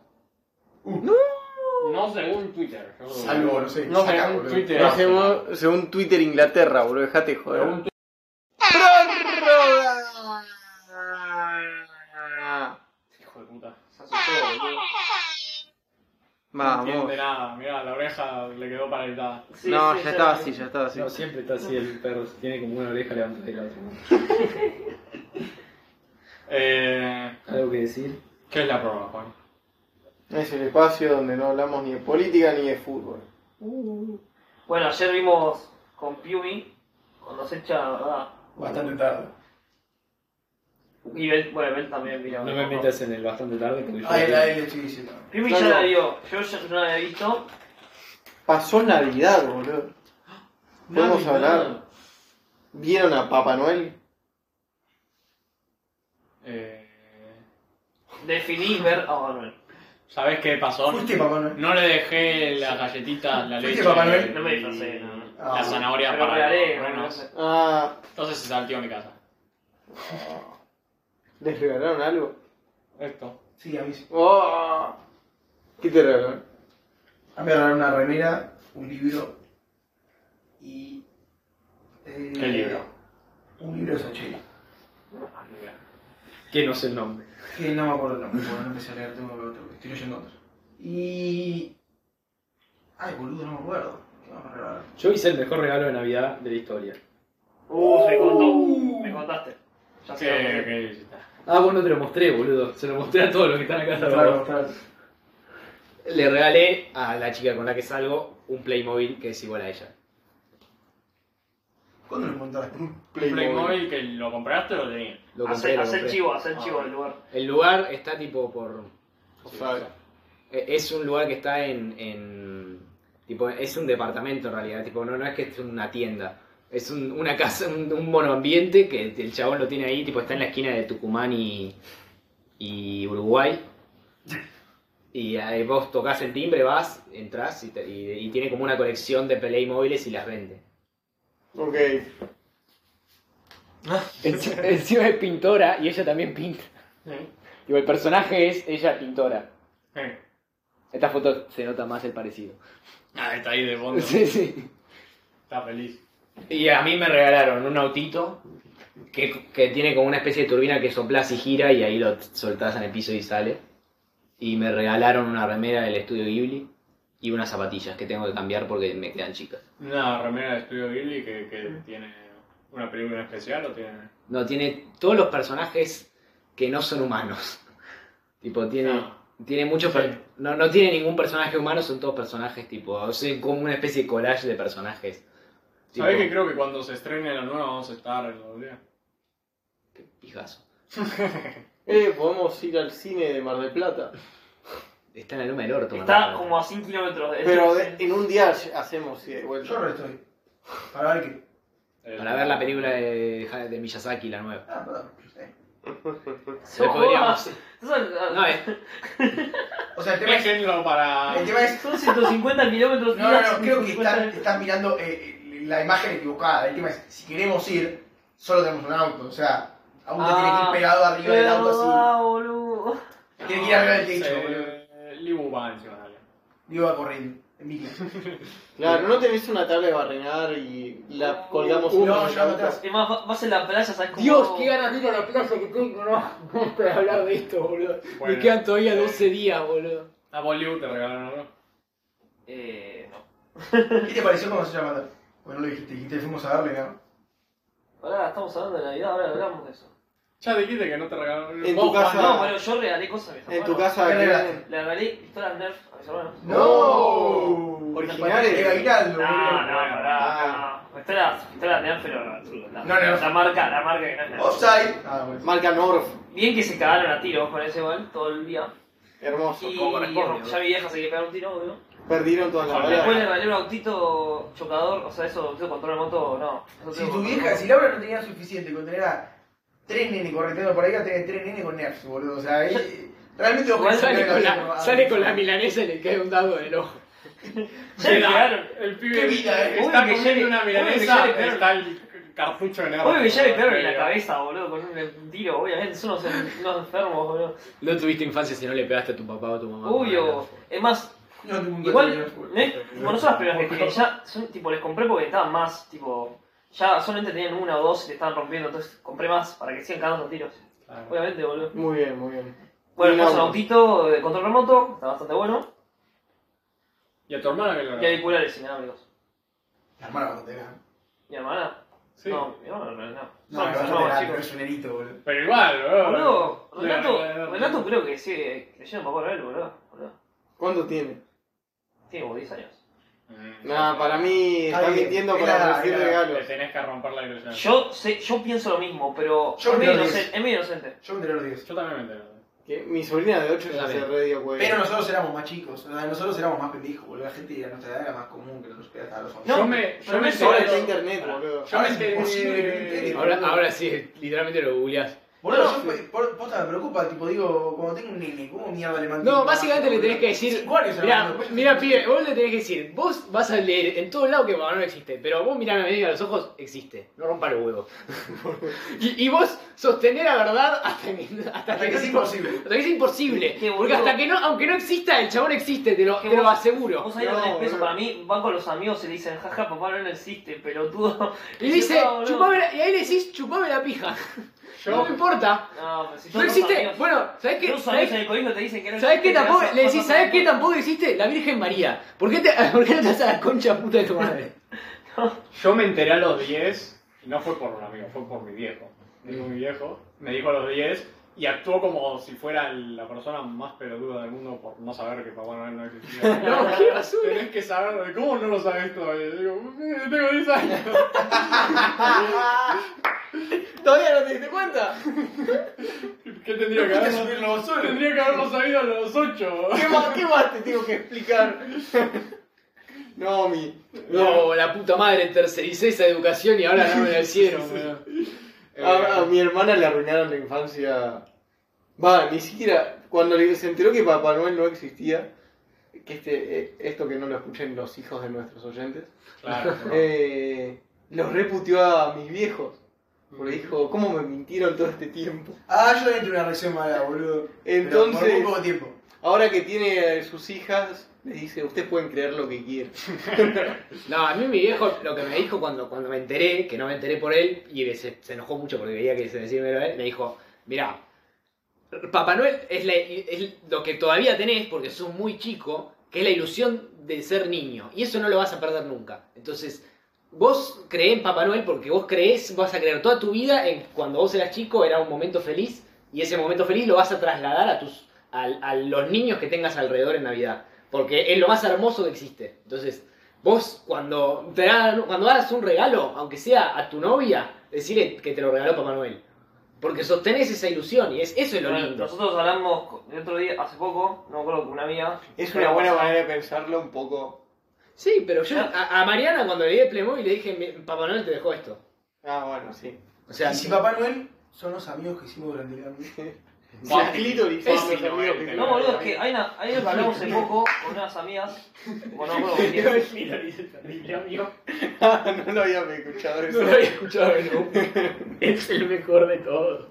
[SPEAKER 3] No según Twitter. yo-
[SPEAKER 6] Salvo, no sé,
[SPEAKER 3] No
[SPEAKER 6] saca,
[SPEAKER 3] según
[SPEAKER 6] boludo.
[SPEAKER 3] Twitter.
[SPEAKER 1] Pero según, según Twitter Inglaterra, boludo, dejate joder.
[SPEAKER 3] Según
[SPEAKER 1] Prórroga.
[SPEAKER 3] Hijo de puta.
[SPEAKER 4] Se asustó, boludo.
[SPEAKER 3] No
[SPEAKER 1] Vamos.
[SPEAKER 3] entiende nada, mirá, la oreja le quedó paralizada.
[SPEAKER 1] No, ya estaba así, ya estaba así.
[SPEAKER 10] No, siempre está así el perro, tiene como una oreja levantada de la otra.
[SPEAKER 3] Eh,
[SPEAKER 10] ¿Algo que decir?
[SPEAKER 3] ¿Qué es la prueba, Juan?
[SPEAKER 1] Es el espacio donde no hablamos ni de política ni de fútbol.
[SPEAKER 7] Bueno, ayer vimos con Piumi, cuando se echa, ¿verdad?
[SPEAKER 6] Bastante tarde.
[SPEAKER 7] Y Bel, bueno, Bel también vino.
[SPEAKER 10] No me metas en el bastante tarde porque yo.
[SPEAKER 6] Ah, el AL, sí, sí. no.
[SPEAKER 7] Piumi
[SPEAKER 1] No,
[SPEAKER 7] ya
[SPEAKER 1] no.
[SPEAKER 7] la vio, yo ya no la había visto.
[SPEAKER 1] Pasó Navidad, boludo. Podemos hablar. ¿Vieron a Papá Noel?
[SPEAKER 3] Eh,
[SPEAKER 7] Definí ver a Manuel.
[SPEAKER 3] ¿Sabés qué pasó?
[SPEAKER 6] ¿Fuiste Papá Noel?
[SPEAKER 3] No le dejé las galletitas, la
[SPEAKER 6] ¿Fuiste
[SPEAKER 3] leche.
[SPEAKER 6] Papá Noel?
[SPEAKER 7] No me disfracé, no, no.
[SPEAKER 3] La
[SPEAKER 6] Ah,
[SPEAKER 3] zanahoria
[SPEAKER 7] Pero
[SPEAKER 3] para
[SPEAKER 7] regalé,
[SPEAKER 3] los
[SPEAKER 7] no, no
[SPEAKER 3] renos.
[SPEAKER 7] sé.
[SPEAKER 1] Ah,
[SPEAKER 3] Entonces se saltió a mi casa.
[SPEAKER 1] ¿les regalaron algo?
[SPEAKER 3] Esto.
[SPEAKER 6] Sí, a mí sí.
[SPEAKER 1] Oh. ¿Qué te regalaron?
[SPEAKER 6] A mí me regalaron una remera, un libro y. eh,
[SPEAKER 3] ¿Qué libro?
[SPEAKER 6] Un libro de Sacheri.
[SPEAKER 10] Que no sé el nombre.
[SPEAKER 6] Que no me acuerdo el nombre, porque no empecé a leer, tengo que otro, estoy leyendo otro. Y. Ay, boludo, no me acuerdo. ¿Qué más me regalaron?
[SPEAKER 10] Yo hice el mejor regalo de Navidad de la historia.
[SPEAKER 7] Uh, se me contó, me contaste. Ya
[SPEAKER 3] ¿Qué,
[SPEAKER 7] sé dónde ir.
[SPEAKER 3] qué hiciste?
[SPEAKER 10] Ah, vos no te lo mostré, boludo. Se lo mostré a todos los que están acá.
[SPEAKER 6] Claro, claro.
[SPEAKER 2] Le regalé a la chica con la que salgo un Playmobil que es igual a ella.
[SPEAKER 6] ¿Cuándo lo encontraste?
[SPEAKER 3] ¿Playmobil que lo compraste o lo tenías?
[SPEAKER 2] Lo compré,
[SPEAKER 7] Hacer,
[SPEAKER 2] lo
[SPEAKER 7] hacer
[SPEAKER 2] compré.
[SPEAKER 7] chivo, hacer chivo del lugar.
[SPEAKER 2] El lugar está tipo por...
[SPEAKER 1] O sea,
[SPEAKER 2] eh, Es un lugar que está en... en- tipo, es un departamento en realidad, tipo, no, no es que es una tienda. Es un- una casa, un, un monoambiente que el chabón lo tiene ahí, tipo, está en la esquina de Tucumán y, y Uruguay. Y ahí vos tocas el timbre, vas, entras y, te- y- y tiene como una colección de Playmobiles y las vende.
[SPEAKER 1] ok.
[SPEAKER 2] Enci- Encima es pintora y ella también pinta. Digo, el personaje es ella pintora.
[SPEAKER 3] Eh,
[SPEAKER 2] Esta foto se nota más el parecido.
[SPEAKER 3] Ah, está ahí de fondo.
[SPEAKER 2] Sí, sí.
[SPEAKER 3] Está feliz.
[SPEAKER 2] Y a mí me regalaron un autito que, que tiene como una especie de turbina que soplás y gira y ahí lo soltás en el piso y sale. Y me regalaron una remera del estudio Ghibli y unas zapatillas que tengo que cambiar porque me quedan chicas.
[SPEAKER 3] Una remera de estudio Ghibli que, que tiene una película especial o tiene.
[SPEAKER 2] No, tiene todos los personajes que no son humanos. tipo, tiene,
[SPEAKER 3] Ah.
[SPEAKER 2] tiene muchos... per-
[SPEAKER 3] Sí.
[SPEAKER 2] No, no tiene ningún personaje humano, son todos personajes tipo... O sea, como una especie de collage de personajes. Tipo,
[SPEAKER 3] ¿Sabés que creo que cuando se estrene la nueva vamos a estar en los días?
[SPEAKER 2] Pijazo.
[SPEAKER 1] Eh, podemos ir al cine de Mar del Plata.
[SPEAKER 2] Está en la loma del orto.
[SPEAKER 7] Está
[SPEAKER 2] Manuel.
[SPEAKER 7] como a 100 kilómetros de
[SPEAKER 1] Pero eh, de- en un día hacemos ida y
[SPEAKER 6] Yo
[SPEAKER 1] vuelta.
[SPEAKER 6] re estoy. Para ver qué.
[SPEAKER 2] Para ver la película de, de Miyazaki, la nueva.
[SPEAKER 6] Ah, perdón. Eh.
[SPEAKER 2] Le podríamos- No, eh.
[SPEAKER 7] No,
[SPEAKER 2] es-
[SPEAKER 6] O sea, el tema es.
[SPEAKER 3] Déjenlo para.
[SPEAKER 6] El tema es.
[SPEAKER 7] Son 150 kilómetros.
[SPEAKER 6] No, no, no, creo que están, estás mirando eh, la imagen equivocada. El tema es, si queremos ir, solo tenemos un auto. O sea, aún te tiene
[SPEAKER 3] Ah,
[SPEAKER 6] que ir pegado arriba del auto
[SPEAKER 7] Ah, boludo.
[SPEAKER 6] así. Tiene que ir arriba del
[SPEAKER 3] Sí,
[SPEAKER 6] techo, boludo.
[SPEAKER 3] Libu va encima de alguien.
[SPEAKER 6] Digo, va corriendo. En bicla.
[SPEAKER 1] Claro, ¿no tenés una tabla de barrenar y la colgamos en
[SPEAKER 6] No,
[SPEAKER 1] el
[SPEAKER 6] ya me
[SPEAKER 1] auto?
[SPEAKER 6] atrás.
[SPEAKER 7] Es más, va- vas en la playa, ¿sabes cómo?
[SPEAKER 2] Dios, qué ganas de ir a la playa que tengo, no. Para hablar de esto, boludo.
[SPEAKER 3] Bueno.
[SPEAKER 2] Me quedan todavía 12 días, boludo.
[SPEAKER 3] Ah, vos Libu te regalaron algo.
[SPEAKER 7] Eh, no.
[SPEAKER 6] ¿Qué te pareció cuando se llama? Bueno, lo dijiste, dijiste, fuimos a verle, ¿no?
[SPEAKER 7] Ahora estamos hablando de Navidad, ahora hablamos de eso.
[SPEAKER 3] Ya dijiste que no te regalaron algo.
[SPEAKER 1] En
[SPEAKER 3] Vos,
[SPEAKER 1] tu casa.
[SPEAKER 7] No, bueno, yo regalé cosas a mis
[SPEAKER 1] En
[SPEAKER 7] hermanos.
[SPEAKER 1] tu casa.
[SPEAKER 6] ¿Qué
[SPEAKER 1] ¿qué?
[SPEAKER 6] regalaste?
[SPEAKER 7] Le regalé pistolas Nerf a mis hermanos.
[SPEAKER 1] No. Originales.
[SPEAKER 6] Eh, Aguinaldo,
[SPEAKER 7] No,
[SPEAKER 6] boludo.
[SPEAKER 7] no, pará, no. Pistolas, pistolas Nerf, pero la,
[SPEAKER 6] No,
[SPEAKER 7] la,
[SPEAKER 6] no.
[SPEAKER 7] la marca, la marca que no es Nerf.
[SPEAKER 6] Offside. Ah, bueno.
[SPEAKER 1] Marca North.
[SPEAKER 7] Bien que se cagaron a tiros con ese gol todo el día.
[SPEAKER 1] Hermoso.
[SPEAKER 7] Y
[SPEAKER 2] ¿cómo responde,
[SPEAKER 7] ya mi vieja se quería pegar un tiro, obvio.
[SPEAKER 1] Perdieron todas las
[SPEAKER 7] Después
[SPEAKER 1] baleas.
[SPEAKER 7] le regalé un autito chocador, o sea, eso, eso control de moto, no. Eso
[SPEAKER 6] Si
[SPEAKER 7] tengo
[SPEAKER 6] tu
[SPEAKER 7] control de
[SPEAKER 6] vieja,
[SPEAKER 7] moto.
[SPEAKER 6] si Laura no tenía suficiente con tener a tres nenes correteando por ahí, ahora tenés tres nenes con nerfs, boludo. O sea, ahí. Realmente vos
[SPEAKER 7] Igual
[SPEAKER 6] pensás que
[SPEAKER 2] Sale
[SPEAKER 6] la
[SPEAKER 2] con,
[SPEAKER 6] vida
[SPEAKER 2] la,
[SPEAKER 6] no va.
[SPEAKER 2] sale con la milanesa y le cae un dado en el ojo.
[SPEAKER 7] Ya le pegaron.
[SPEAKER 3] El pibe
[SPEAKER 6] Qué vida, eh.
[SPEAKER 7] Obvio
[SPEAKER 3] está
[SPEAKER 7] que ya
[SPEAKER 3] comiendo
[SPEAKER 7] le-
[SPEAKER 3] una
[SPEAKER 7] obvio
[SPEAKER 3] milanesa,
[SPEAKER 7] que ya le-
[SPEAKER 3] está el cartucho de negro.
[SPEAKER 7] Obvio que ya le pegaron en la cabeza, boludo, con un tiro, obviamente, son unos, en- unos enfermos, boludo.
[SPEAKER 2] No tuviste infancia si no le pegaste a tu papá o a tu mamá.
[SPEAKER 7] Obvio. Es más,
[SPEAKER 6] No, tengo un
[SPEAKER 7] igual, ¿eh?
[SPEAKER 6] gato
[SPEAKER 7] no es, bueno, no son las primeras que ya, son, tipo, les compré porque estaban más, tipo, ya solamente tenían una o dos y le estaban rompiendo, entonces compré más para que sigan cagando tiros.
[SPEAKER 3] Claro.
[SPEAKER 7] Obviamente, boludo.
[SPEAKER 1] Muy bien, muy bien.
[SPEAKER 7] Bueno,
[SPEAKER 1] Bien,
[SPEAKER 7] tenemos un
[SPEAKER 1] auto.
[SPEAKER 7] autito de control remoto, está bastante bueno.
[SPEAKER 3] Y a tu hermana que lo
[SPEAKER 7] ¿Qué auriculares inalámbricos?
[SPEAKER 6] La hermana va a tener.
[SPEAKER 7] ¿Mi hermana?
[SPEAKER 3] Sí.
[SPEAKER 7] No, mi hermana no. No,
[SPEAKER 6] No,
[SPEAKER 7] mis
[SPEAKER 6] la
[SPEAKER 7] hermanos,
[SPEAKER 6] hermana
[SPEAKER 7] chicos.
[SPEAKER 6] no es un erito, boludo.
[SPEAKER 3] Pero igual, boludo. Le-
[SPEAKER 7] Boludo,
[SPEAKER 3] le- le-
[SPEAKER 7] Renato, Renato creo que sí, eh, creyó en Papá Noel, boludo. boludo.
[SPEAKER 1] ¿Cuánto tiene?
[SPEAKER 7] Tiene como 10 años.
[SPEAKER 3] Mm.
[SPEAKER 1] Nah, para mí
[SPEAKER 6] Está
[SPEAKER 1] está
[SPEAKER 6] bien,
[SPEAKER 1] mintiendo
[SPEAKER 6] era-
[SPEAKER 1] para recibir
[SPEAKER 6] era-
[SPEAKER 3] Le
[SPEAKER 1] regalos.
[SPEAKER 3] tenés que romper la ilusión.
[SPEAKER 7] Yo sé, yo pienso lo mismo, pero
[SPEAKER 6] Yo
[SPEAKER 7] es medio
[SPEAKER 6] creo que
[SPEAKER 7] inocente. Es medio inocente.
[SPEAKER 6] Yo me enteré a los 10.
[SPEAKER 3] Yo también me entero.
[SPEAKER 1] Que Mi sobrina de 8 ya
[SPEAKER 2] Está
[SPEAKER 1] se
[SPEAKER 2] bien.
[SPEAKER 1] re dio cuenta.
[SPEAKER 6] Pero nosotros éramos más chicos, nosotros éramos más pendejos, boludo. La gente a nuestra edad era más común que nosotros que hasta los 11.
[SPEAKER 7] No,
[SPEAKER 3] yo me, yo
[SPEAKER 7] pero
[SPEAKER 3] me
[SPEAKER 7] me
[SPEAKER 1] Ahora
[SPEAKER 3] enteré.
[SPEAKER 1] está internet, boludo.
[SPEAKER 3] Yo me
[SPEAKER 6] Ahora es imposible que me
[SPEAKER 3] enteré.
[SPEAKER 6] entere.
[SPEAKER 2] Ahora, ahora sí, literalmente lo googleás.
[SPEAKER 6] Boludo, yo por- por- posta me preocupa, tipo, digo, cuando tengo un nene, ¿cómo mierda le mando?
[SPEAKER 2] No, básicamente le tenés que decir.
[SPEAKER 6] Cinco años,
[SPEAKER 2] Mira,
[SPEAKER 6] hermano.
[SPEAKER 2] mira, pibe, vos le tenés que decir. Vos vas a leer en todos lados que Papá Noel existe, pero vos mirame a medio a los ojos, existe. No rompa los huevos. y, y vos sostener la verdad hasta que, hasta
[SPEAKER 6] Hasta
[SPEAKER 2] que
[SPEAKER 6] que
[SPEAKER 2] no-
[SPEAKER 6] es imposible.
[SPEAKER 2] hasta que es imposible.
[SPEAKER 7] Qué
[SPEAKER 2] Porque
[SPEAKER 7] boludo.
[SPEAKER 2] hasta que no, aunque no exista, el chabón existe, te lo,
[SPEAKER 7] Qué
[SPEAKER 2] te lo
[SPEAKER 7] boludo.
[SPEAKER 2] aseguro.
[SPEAKER 7] Vos sabés lo que
[SPEAKER 1] No,
[SPEAKER 7] tenés peso
[SPEAKER 1] boludo.
[SPEAKER 7] para mí, van con los amigos y le dicen, jaja, Papá Noel no existe, pelotudo.
[SPEAKER 2] Y dice,
[SPEAKER 7] No, boludo.
[SPEAKER 2] chupame la, y ahí le decís, chupame la pija. No me importa.
[SPEAKER 7] No, pero si
[SPEAKER 2] No
[SPEAKER 7] todos los
[SPEAKER 2] existe.
[SPEAKER 7] amigos-
[SPEAKER 2] Bueno, ¿sabés qué?
[SPEAKER 7] Todos los
[SPEAKER 2] ¿Sabés
[SPEAKER 7] amigos en el colegio te dicen que no
[SPEAKER 2] ¿Sabes qué
[SPEAKER 7] existe, te vas
[SPEAKER 2] tampoco?
[SPEAKER 7] a-
[SPEAKER 2] Le
[SPEAKER 7] vas a
[SPEAKER 2] decís, ¿sabes qué
[SPEAKER 7] tomar-
[SPEAKER 2] tampoco existe? La Virgen María. ¿Por qué, te, ¿Por qué no te haces la concha puta de tu madre?
[SPEAKER 3] Yo me enteré a los 10, y no fue por un amigo, fue por mi viejo. Me Dijo mi viejo, me dijo a los 10 y actuó como si fuera la persona más pelotuda del mundo por no saber que Papá Noel no existía.
[SPEAKER 2] No, qué basura.
[SPEAKER 3] Tenés que saberlo, ¿cómo no lo sabes todavía? Yo digo, "Eh, tengo 10 años.
[SPEAKER 1] ¿Todavía no te diste cuenta?
[SPEAKER 3] ¿Qué tendría que
[SPEAKER 6] Fuiste a
[SPEAKER 3] haberlo?
[SPEAKER 6] subirlo vos solo.
[SPEAKER 3] Tendría que haberlo sabido a los 8.
[SPEAKER 1] ¿Qué más, ¿Qué más te tengo que explicar? No, mi.
[SPEAKER 2] No, la puta madre, tercericé esa educación y ahora no me la hicieron. weón.
[SPEAKER 1] A, a mi hermana le arruinaron la infancia. Va, ni siquiera. Cuando le- se enteró que Papá Noel no existía, que este, eh, esto que no lo escuchen los hijos de nuestros oyentes,
[SPEAKER 3] Claro,
[SPEAKER 1] eh, los reputió a mis viejos. Porque dijo, ¿cómo me mintieron todo este tiempo?
[SPEAKER 6] Ah, yo también tuve una reacción mala, boludo. Pero
[SPEAKER 1] Entonces-
[SPEAKER 6] Por muy poco tiempo.
[SPEAKER 1] Ahora que tiene eh, sus hijas, le dice, ustedes pueden creer lo que quieran.
[SPEAKER 2] No, a mí mi viejo lo que me dijo cuando, cuando me enteré, que no me enteré por él, y que se, se enojó mucho porque veía que se decía primero él, me dijo, mirá, Papá Noel es, la- es lo que todavía tenés porque sos muy chico, que es la ilusión de ser niño, y eso no lo vas a perder nunca. Entonces, vos creés en Papá Noel porque vos creés, vas a creer toda tu vida en cuando vos eras chico era un momento feliz, y ese momento feliz lo vas a trasladar a tus a, a los niños que tengas alrededor en Navidad, porque es lo más hermoso que existe. Entonces, Vos, cuando te hagan- cuando hagas un regalo, aunque sea a tu novia, decirle que te lo regaló Papá Noel. Porque sostenés esa ilusión y es, eso es lo
[SPEAKER 7] Bueno,
[SPEAKER 2] lindo.
[SPEAKER 7] Nosotros hablamos co- el otro día, hace poco, no me acuerdo, con una amiga.
[SPEAKER 1] Es una buena manera de pensarlo un poco.
[SPEAKER 2] Sí, pero yo a, a Mariana cuando le di el Playmobil le dije, "Mi- Papá Noel te dejó esto.
[SPEAKER 1] Ah, bueno, sí.
[SPEAKER 2] O sea,
[SPEAKER 6] Y si Papá Noel son los amigos que hicimos durante el año.
[SPEAKER 1] La clítoris,
[SPEAKER 2] Es-
[SPEAKER 1] mis amigos que-
[SPEAKER 7] No, boludo, es que hay una, hay algo que hablamos hace poco con unas amigas. Bueno, no, me acuerdo, con quién.
[SPEAKER 1] Ah, no lo había escuchado eso.
[SPEAKER 2] había escuchado Es el mejor de todos.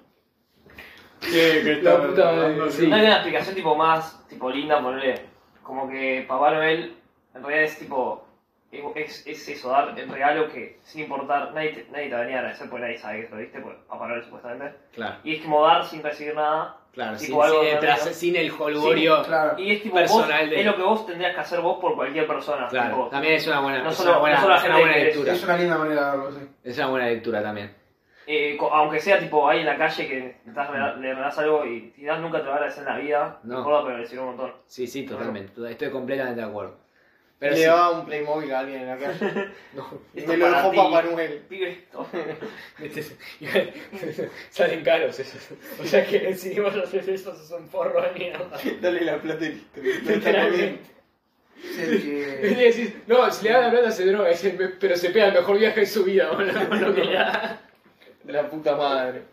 [SPEAKER 3] que
[SPEAKER 2] La puta madre, sí.
[SPEAKER 7] No hay una explicación tipo más, tipo linda, ponerle. Como que Papá Noel en realidad es tipo. Es, es eso, dar el regalo que sin importar, nadie te, nadie te venía a agradecer porque nadie sabe que te lo diste, porque Papá Noel supuestamente.
[SPEAKER 2] Claro,
[SPEAKER 7] Y es como dar sin recibir nada.
[SPEAKER 2] claro. Sin,
[SPEAKER 7] Tipo algo
[SPEAKER 2] sin el,
[SPEAKER 7] raro.
[SPEAKER 2] placer, sin el jolgorio.
[SPEAKER 6] Claro.
[SPEAKER 7] Y es tipo
[SPEAKER 2] Personal
[SPEAKER 7] vos,
[SPEAKER 2] de-
[SPEAKER 7] es lo que vos tendrías que hacer vos por cualquier persona.
[SPEAKER 2] Claro,
[SPEAKER 7] tipo,
[SPEAKER 2] también es una buena,
[SPEAKER 7] No
[SPEAKER 2] es
[SPEAKER 7] solo-
[SPEAKER 2] una buena,
[SPEAKER 7] no solo la
[SPEAKER 2] es una
[SPEAKER 7] gente
[SPEAKER 2] buena
[SPEAKER 7] que merece.
[SPEAKER 2] lectura.
[SPEAKER 6] Es una linda manera de verlo, sí.
[SPEAKER 2] Es una buena lectura también.
[SPEAKER 7] Eh, co- aunque sea tipo ahí en la calle que estás, rega- le regalás algo y quizás nunca te lo va a agradecer en la vida,
[SPEAKER 2] Mm. No.
[SPEAKER 7] no. pero le sirvió un montón.
[SPEAKER 2] Sí, sí, totalmente. Estoy completamente de acuerdo. Pero
[SPEAKER 1] Le
[SPEAKER 2] sí.
[SPEAKER 1] daba un Playmobil a alguien en la calle. Y
[SPEAKER 7] Esto
[SPEAKER 1] me lo
[SPEAKER 7] para
[SPEAKER 1] dejó
[SPEAKER 7] ti.
[SPEAKER 1] Papá Noel.
[SPEAKER 7] Pibe, esto.
[SPEAKER 2] este
[SPEAKER 11] Salen caros esos. O sea que decidimos hacer eso, sos un porro de mierda.
[SPEAKER 1] Dale la plata y listo. No está tan bien.
[SPEAKER 11] Literalmente.
[SPEAKER 6] Es el
[SPEAKER 2] Y
[SPEAKER 6] que.
[SPEAKER 2] decís, no, si le da la plata se droga, es el me- pero se pega el mejor viaje de su vida, boludo, con lo que le da.
[SPEAKER 1] La puta madre.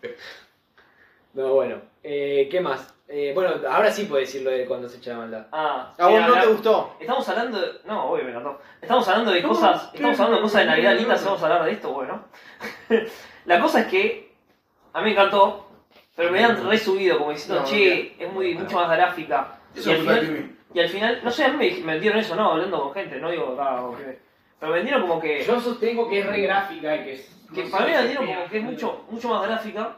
[SPEAKER 2] No, bueno, eh, ¿qué más? Eh, bueno, ahora sí puedo decir lo de cuando se echa la maldad.
[SPEAKER 7] Ah,
[SPEAKER 1] ¿A vos
[SPEAKER 7] mira,
[SPEAKER 1] no
[SPEAKER 7] la-
[SPEAKER 1] te gustó?
[SPEAKER 7] Estamos hablando de. No, obvio, me encantó. Estamos hablando de cosas. Estamos hablando de cosas de Navidad lindas y vamos a hablar de esto, bueno. la cosa es que. A mí me encantó. Pero me han resubido, como diciendo,
[SPEAKER 6] No,
[SPEAKER 7] che, es muy, mucho más gráfica.
[SPEAKER 6] Eso
[SPEAKER 7] Y
[SPEAKER 6] es
[SPEAKER 7] al
[SPEAKER 6] culpa de
[SPEAKER 7] final-
[SPEAKER 6] Piumi.
[SPEAKER 7] Y al final, no sé, a mí me- me vendieron eso, no, hablando con gente, no digo acá, o qué. pero me vendieron como que.
[SPEAKER 11] Yo sostengo que es re gráfica y que es.
[SPEAKER 7] Que
[SPEAKER 11] no
[SPEAKER 7] para
[SPEAKER 11] sé,
[SPEAKER 7] mí la dieron
[SPEAKER 11] mira,
[SPEAKER 7] como que es mucho, mucho más gráfica.